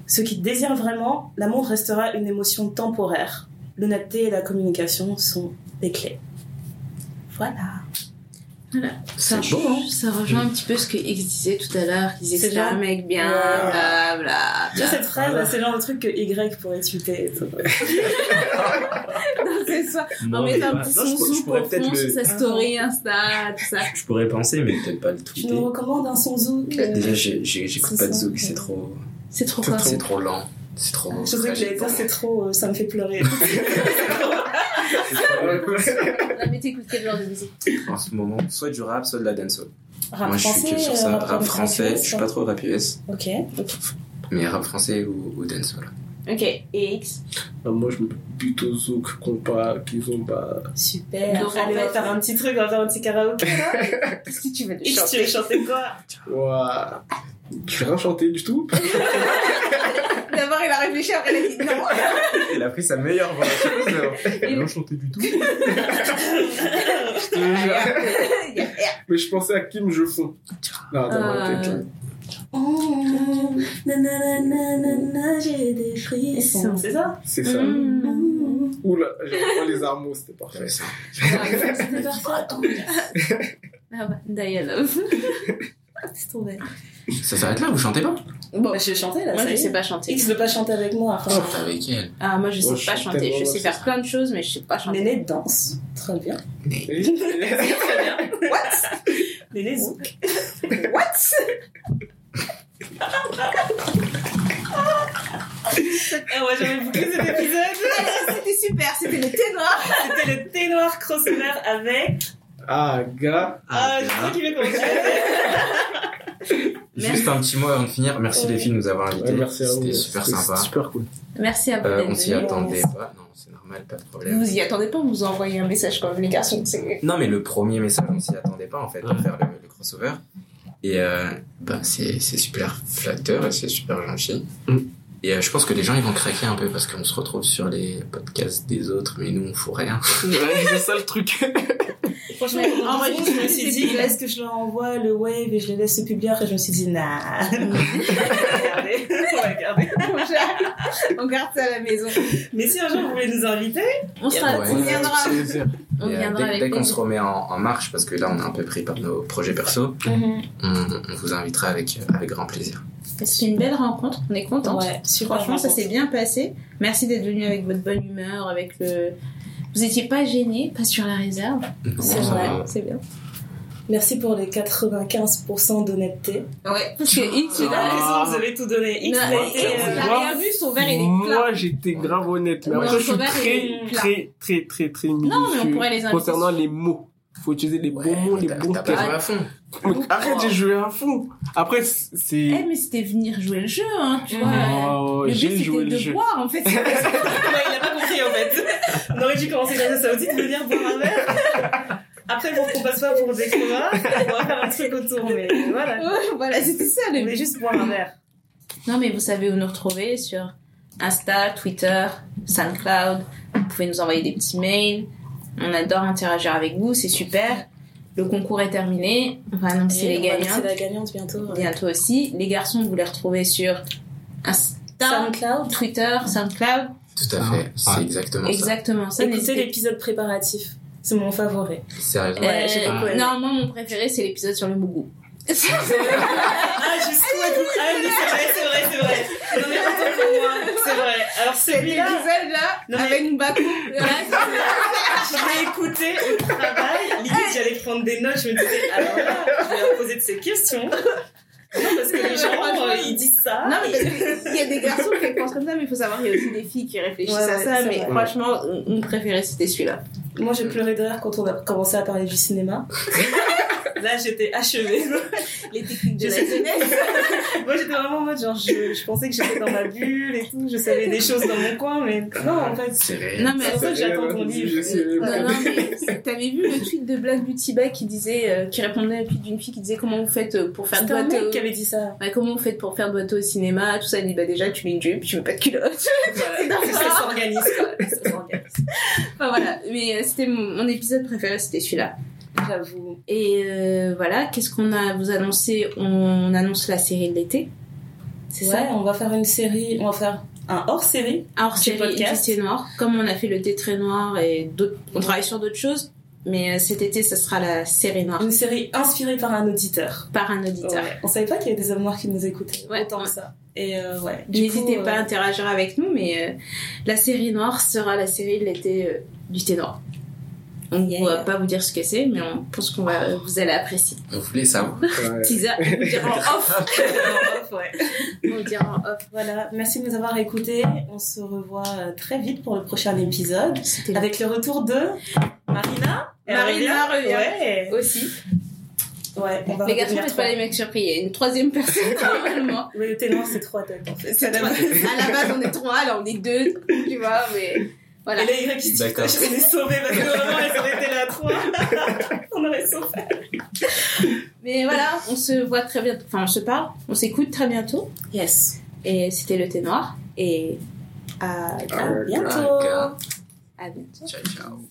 [SPEAKER 1] ceux qui désirent vraiment, l'amour restera une émotion temporaire. L'honnêteté et la communication sont les clés. Voilà.
[SPEAKER 2] Ça,
[SPEAKER 3] C'est beau, hein
[SPEAKER 2] ça rejoint un petit peu ce que X disait tout à l'heure. Il disait
[SPEAKER 1] C'est
[SPEAKER 2] c'est un
[SPEAKER 1] genre-
[SPEAKER 2] mec bien,
[SPEAKER 1] Ouais.
[SPEAKER 2] bla bla.
[SPEAKER 1] Tu vois, cette phrase,
[SPEAKER 4] Voilà.
[SPEAKER 1] c'est le genre de truc que Y pourrait tweeter.
[SPEAKER 2] Non, c'est ça. On
[SPEAKER 7] Non,
[SPEAKER 2] met un
[SPEAKER 7] bah,
[SPEAKER 2] petit
[SPEAKER 7] non, je,
[SPEAKER 2] son
[SPEAKER 7] pourrais- je
[SPEAKER 2] sous
[SPEAKER 7] pourrais
[SPEAKER 2] pour
[SPEAKER 7] peut-être
[SPEAKER 2] fond sur
[SPEAKER 7] le.
[SPEAKER 2] sa story, Insta, tout ça.
[SPEAKER 7] Je pourrais penser, mais peut-être pas le
[SPEAKER 1] Tu
[SPEAKER 7] tweeter.
[SPEAKER 1] nous recommandes un son zoo
[SPEAKER 3] Euh, Déjà, j'ai- j'ai-
[SPEAKER 1] c'est
[SPEAKER 3] j'écoute pas de
[SPEAKER 1] ça.
[SPEAKER 3] Zouk, c'est trop.
[SPEAKER 2] C'est trop fort.
[SPEAKER 3] C'est trop lent. C'est trop.
[SPEAKER 1] Je sais que j'allais dire, c'est trop, euh, ça me fait pleurer.
[SPEAKER 2] On a mis t'écoutes quel genre de musique
[SPEAKER 3] En ce moment, soit du rap, soit de la dancehall.
[SPEAKER 1] Rap
[SPEAKER 3] Moi, je suis que sur ça.
[SPEAKER 1] euh,
[SPEAKER 3] Rap français, je suis pas trop rap US,
[SPEAKER 1] Ok.
[SPEAKER 3] mais rap français ou, ou dancehall.
[SPEAKER 2] Ok, et X.
[SPEAKER 4] Ah, moi, je me plutôt zouk, compas, kizomba.
[SPEAKER 1] Super.
[SPEAKER 2] Donc, en
[SPEAKER 1] Allez, on va
[SPEAKER 2] fait-
[SPEAKER 1] faire un petit truc, on va faire un petit karaoké.
[SPEAKER 2] Qu'est-ce que tu veux de
[SPEAKER 1] Et tu veux chanter quoi
[SPEAKER 4] Ouah. Je vais rien chanter du tout.
[SPEAKER 2] D'abord, il a réfléchi, après, il a dit non.
[SPEAKER 3] Il a pris sa meilleure voix.
[SPEAKER 2] Il a
[SPEAKER 3] chanté du tout.
[SPEAKER 4] Mais je pensais à Kim Je Fond. Non, attends,
[SPEAKER 2] Euh,
[SPEAKER 1] Ah.
[SPEAKER 4] ouais, quelqu'un.
[SPEAKER 6] Oh, nanana, nanana, j'ai des frissons.
[SPEAKER 1] C'est ça
[SPEAKER 4] C'est ça.
[SPEAKER 2] Mmh.
[SPEAKER 6] Mmh.
[SPEAKER 4] Oula, j'avais pas les armeaux, c'était parfait.
[SPEAKER 6] C'est parfait.
[SPEAKER 2] Ah bah, Dialogue.
[SPEAKER 6] C'est trop belle.
[SPEAKER 3] Ça s'arrête là, vous chantez pas
[SPEAKER 2] Bon,
[SPEAKER 1] Bah, je vais chanter là,
[SPEAKER 2] moi,
[SPEAKER 1] ça
[SPEAKER 2] je
[SPEAKER 1] y
[SPEAKER 2] sais
[SPEAKER 1] est.
[SPEAKER 2] pas chanter.
[SPEAKER 1] X veut pas chanter avec moi. Enfin,
[SPEAKER 3] Chante Oh, avec elle.
[SPEAKER 2] Ah, moi, je sais
[SPEAKER 4] Moi, Oh, je
[SPEAKER 2] pas
[SPEAKER 4] chante
[SPEAKER 2] chanter. Je
[SPEAKER 4] tellement
[SPEAKER 2] sais
[SPEAKER 4] mal,
[SPEAKER 2] faire plein de choses, mais je sais pas chanter.
[SPEAKER 1] Néné danse. Très bien.
[SPEAKER 2] What
[SPEAKER 1] Néné
[SPEAKER 3] Oh,
[SPEAKER 1] zouk.
[SPEAKER 2] What
[SPEAKER 1] Eh ouais, j'avais bouclé cet épisode.
[SPEAKER 2] C'était super, c'était le ténor.
[SPEAKER 1] C'était le thé noir crossover avec.
[SPEAKER 4] Ah, gars.
[SPEAKER 1] Ah, je crois qu'il est comment tu l'as dit.
[SPEAKER 3] Juste un petit mot avant de finir. Merci les filles de nous avoir
[SPEAKER 4] Ouais,
[SPEAKER 3] invités.
[SPEAKER 4] merci à vous.
[SPEAKER 3] C'était super
[SPEAKER 4] C'était
[SPEAKER 3] sympa.
[SPEAKER 4] super cool.
[SPEAKER 2] Merci à vous
[SPEAKER 3] Euh,
[SPEAKER 2] d'être
[SPEAKER 3] on s'y
[SPEAKER 2] venus.
[SPEAKER 3] attendait pas. Non, c'est normal, pas de problème.
[SPEAKER 2] Vous y attendez pas, on vous a envoyé un message quand même, les garçons. c'est-
[SPEAKER 3] Non, mais le premier message, on s'y attendait pas en fait à
[SPEAKER 7] Ouais.
[SPEAKER 3] faire le, le crossover. Et euh, ben, c'est c'est super flatteur et c'est super gentil.
[SPEAKER 4] Mm.
[SPEAKER 3] Et euh, je pense que les gens ils vont craquer un peu parce qu'on se retrouve sur les podcasts des autres, mais nous on fout rien.
[SPEAKER 7] Ouais, c'est ça le truc.
[SPEAKER 1] Franchement,
[SPEAKER 2] Ouais.
[SPEAKER 1] en vrai, je me suis dit,
[SPEAKER 2] Épisode.
[SPEAKER 1] est-ce que je leur envoie le wave et je les laisse se publier Après, je me suis dit, nah. Regardez, on va garder.
[SPEAKER 2] on garde ça à la maison.
[SPEAKER 1] Mais si un jour vous voulez nous inviter,
[SPEAKER 2] On, sera,
[SPEAKER 3] Ouais.
[SPEAKER 2] on viendra. On
[SPEAKER 3] Et, euh,
[SPEAKER 2] viendra
[SPEAKER 3] dès
[SPEAKER 2] avec
[SPEAKER 3] dès qu'on se
[SPEAKER 2] plaisir.
[SPEAKER 3] remet en, en marche, parce que là on est un peu pris par nos projets perso,
[SPEAKER 2] Mhm.
[SPEAKER 3] on, on vous invitera avec, avec grand plaisir.
[SPEAKER 2] C'était une belle rencontre, on est contente.
[SPEAKER 1] ouais, super
[SPEAKER 2] Franchement, ça s'est bien passé. Merci d'être venu avec votre bonne humeur, avec le. Vous étiez pas gêné, pas sur la réserve.
[SPEAKER 3] Non,
[SPEAKER 2] C'est
[SPEAKER 3] ça
[SPEAKER 2] vrai,
[SPEAKER 3] va.
[SPEAKER 2] c'est bien.
[SPEAKER 1] Merci pour les 95% d'honnêteté.
[SPEAKER 2] Ouais, parce que X,
[SPEAKER 1] J'ai
[SPEAKER 2] il a raison.
[SPEAKER 1] l'impression que vous avez tout donné.
[SPEAKER 2] Il
[SPEAKER 1] X,
[SPEAKER 2] a
[SPEAKER 1] a été,
[SPEAKER 2] il
[SPEAKER 1] euh,
[SPEAKER 2] a
[SPEAKER 4] Moi-
[SPEAKER 2] rien vu, son verre il est plat.
[SPEAKER 4] Moi, j'étais grave honnête. Mais
[SPEAKER 2] Ouais,
[SPEAKER 4] après, je
[SPEAKER 2] son
[SPEAKER 4] suis
[SPEAKER 2] verre, il est
[SPEAKER 4] très,
[SPEAKER 2] plat.
[SPEAKER 4] très, très, très, très
[SPEAKER 2] Non, mais on
[SPEAKER 4] minutieux
[SPEAKER 2] pourrait les inviter.
[SPEAKER 4] Concernant les mots. Faut utiliser les
[SPEAKER 3] Ouais,
[SPEAKER 4] bons mots,
[SPEAKER 3] mais
[SPEAKER 4] les
[SPEAKER 3] t'as-
[SPEAKER 4] bons
[SPEAKER 3] t'as pas
[SPEAKER 4] termes.
[SPEAKER 3] joué à fond.
[SPEAKER 4] Mais Arrête, j'ai joué à fond. Après, c'est-
[SPEAKER 2] Eh,
[SPEAKER 4] c'est.
[SPEAKER 2] mais c'était venir jouer le jeu, hein, tu vois.
[SPEAKER 4] Oh,
[SPEAKER 2] Le but,
[SPEAKER 4] J'ai joué
[SPEAKER 2] c'était de
[SPEAKER 4] le jeu.
[SPEAKER 2] boire, en fait.
[SPEAKER 1] Ouais, il a pas compris en fait. On aurait dû commencer l'Arabie Saoudite, venir boire un verre. Après, pour qu'on passe pas pour des crevards, on va faire un truc autour, mais voilà.
[SPEAKER 2] Ouais, voilà, c'était ça
[SPEAKER 1] On
[SPEAKER 2] le
[SPEAKER 1] voulait
[SPEAKER 2] but.
[SPEAKER 1] juste boire un verre.
[SPEAKER 2] Non, mais vous savez où nous retrouver sur Insta, Twitter, SoundCloud. Vous pouvez nous envoyer des petits mails. On adore interagir avec vous, c'est super. Le concours est terminé. Eh, On va annoncer
[SPEAKER 1] Et
[SPEAKER 2] les
[SPEAKER 1] on va
[SPEAKER 2] gagnants.
[SPEAKER 1] annoncer la gagnante bientôt. ouais.
[SPEAKER 2] Bientôt aussi. Les garçons, vous les retrouvez sur Insta,
[SPEAKER 1] SoundCloud.
[SPEAKER 2] Twitter, SoundCloud.
[SPEAKER 3] Tout à fait, c'est exactement
[SPEAKER 2] Exactement ça.
[SPEAKER 1] Écoutez
[SPEAKER 2] n'hésitez-
[SPEAKER 1] l'épisode préparatif. C'est mon favori.
[SPEAKER 3] ça. Sérieusement.
[SPEAKER 1] Ouais, j'ai
[SPEAKER 2] Euh,
[SPEAKER 1] beaucoup aimé.
[SPEAKER 2] non, moi, mon préféré, c'est l'épisode sur le Mougou.
[SPEAKER 1] Ah, juste toi, vous- Ah, mais c'est vrai, c'est vrai, c'est vrai. Non, mais autant pour moi, c'est vrai. Alors, celui-là,
[SPEAKER 2] là
[SPEAKER 1] Non, mais- avec
[SPEAKER 2] Mbaku.
[SPEAKER 1] je l'ai écouté au travail. Limite, j'allais prendre des notes, je me disais, alors là, je vais leur poser de ces questions. Non, parce que les gens, euh, ils disent ça.
[SPEAKER 2] Non, mais parce qu'il y a des garçons qui pensent comme ça, mais il faut savoir qu'il y a aussi des filles qui réfléchissent
[SPEAKER 1] Ouais,
[SPEAKER 2] à
[SPEAKER 1] ouais,
[SPEAKER 2] ça.
[SPEAKER 1] c'est
[SPEAKER 2] Mais
[SPEAKER 1] vrai.
[SPEAKER 2] franchement, mon préféré, c'était celui-là.
[SPEAKER 1] Moi, j'ai pleuré de rire quand on a commencé à parler du cinéma. Là, j'étais achevée.
[SPEAKER 2] Les techniques
[SPEAKER 1] Je sais- Moi, j'étais vraiment en mode, genre, je, je pensais que j'étais dans ma bulle et tout. Je savais des choses dans mon coin, mais non, en fait.
[SPEAKER 3] C'est réel.
[SPEAKER 2] Non, mais
[SPEAKER 1] C'est pour ça que j'attends ton livre.
[SPEAKER 2] Non, non, mais c'est- t'avais vu le tweet de Black Beauty Bag qui disait, euh, qui répondait à un tweet d'une fille qui disait comment vous faites euh, pour faire
[SPEAKER 1] C'était un
[SPEAKER 2] doigté
[SPEAKER 1] mec
[SPEAKER 2] au...
[SPEAKER 1] qui avait dit ça.
[SPEAKER 2] Ouais, comment vous faites pour faire doigté au cinéma, tout ça. Elle dit, bah déjà, tu mets une jupe, tu mets pas de culotte.
[SPEAKER 1] Voilà. Ça s'organise. quoi. Ça s'organise.
[SPEAKER 2] Enfin, voilà. Mais euh, c'était mon, mon épisode préféré, c'était celui-là.
[SPEAKER 1] J'avoue.
[SPEAKER 2] Et euh, voilà, qu'est-ce qu'on a à vous annoncer On annonce la série de l'été. C'est
[SPEAKER 1] C'est
[SPEAKER 2] ça
[SPEAKER 1] ça, on va faire une série, on va faire un hors-série.
[SPEAKER 2] Alors,
[SPEAKER 1] Du
[SPEAKER 2] c'est
[SPEAKER 1] podcast.
[SPEAKER 2] thé noir, comme on a fait le thé très noir et d'autres, on travaille sur d'autres choses, mais euh, cet été, ça sera la série noire
[SPEAKER 1] Une série inspirée par un auditeur.
[SPEAKER 2] par un auditeur.
[SPEAKER 1] Ouais. On savait pas qu'il y avait des hommes noirs qui nous écoutaient.
[SPEAKER 2] Ouais.
[SPEAKER 1] Autant que ça. Et euh, ouais. Du
[SPEAKER 2] N'hésitez
[SPEAKER 1] coup,
[SPEAKER 2] pas à
[SPEAKER 1] euh,
[SPEAKER 2] interagir avec nous, mais euh, la série noire sera la série de l'été euh, du thé noir. On ne
[SPEAKER 1] Yeah.
[SPEAKER 2] va pas vous dire ce que c'est, mais on pense qu'on va, vous allez apprécier.
[SPEAKER 3] Vous voulez savoir
[SPEAKER 2] Teaser, on vous dira en off.
[SPEAKER 1] en off, euh, ouais.
[SPEAKER 2] On vous dira en off.
[SPEAKER 1] Voilà, merci de nous avoir écoutés. On se revoit euh, très vite pour le prochain épisode.
[SPEAKER 2] C'était
[SPEAKER 1] Avec le retour de Marina. Elle
[SPEAKER 2] Marina revient.
[SPEAKER 1] Ouais.
[SPEAKER 2] aussi.
[SPEAKER 1] ouais on va
[SPEAKER 2] Les garçons,
[SPEAKER 1] redevenir
[SPEAKER 2] faites pas les mecs surpris. Il y a une troisième personne normalement.
[SPEAKER 1] trois. Oui, t'es noir, c'est trois têtes en fait.
[SPEAKER 2] C'est trois. à la base, on est trois, là on est deux, tu vois, mais voilà.
[SPEAKER 1] Et là, Y qui dit
[SPEAKER 3] D'accord.
[SPEAKER 1] Putain, je les ai sauvés parce que vraiment, elles auraient été là à trois. on aurait sauvé.
[SPEAKER 2] Mais voilà, on se voit très bientôt, enfin on se parle, on s'écoute très bientôt.
[SPEAKER 1] Yes.
[SPEAKER 2] Et c'était le thé noir, et
[SPEAKER 1] À
[SPEAKER 2] à,
[SPEAKER 3] Ah,
[SPEAKER 1] bientôt.
[SPEAKER 3] D'accord.
[SPEAKER 2] à bientôt.
[SPEAKER 3] Ciao, ciao.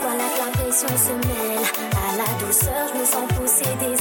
[SPEAKER 8] Voilà qu'un brisson se mêle à la douceur, je me sens possédée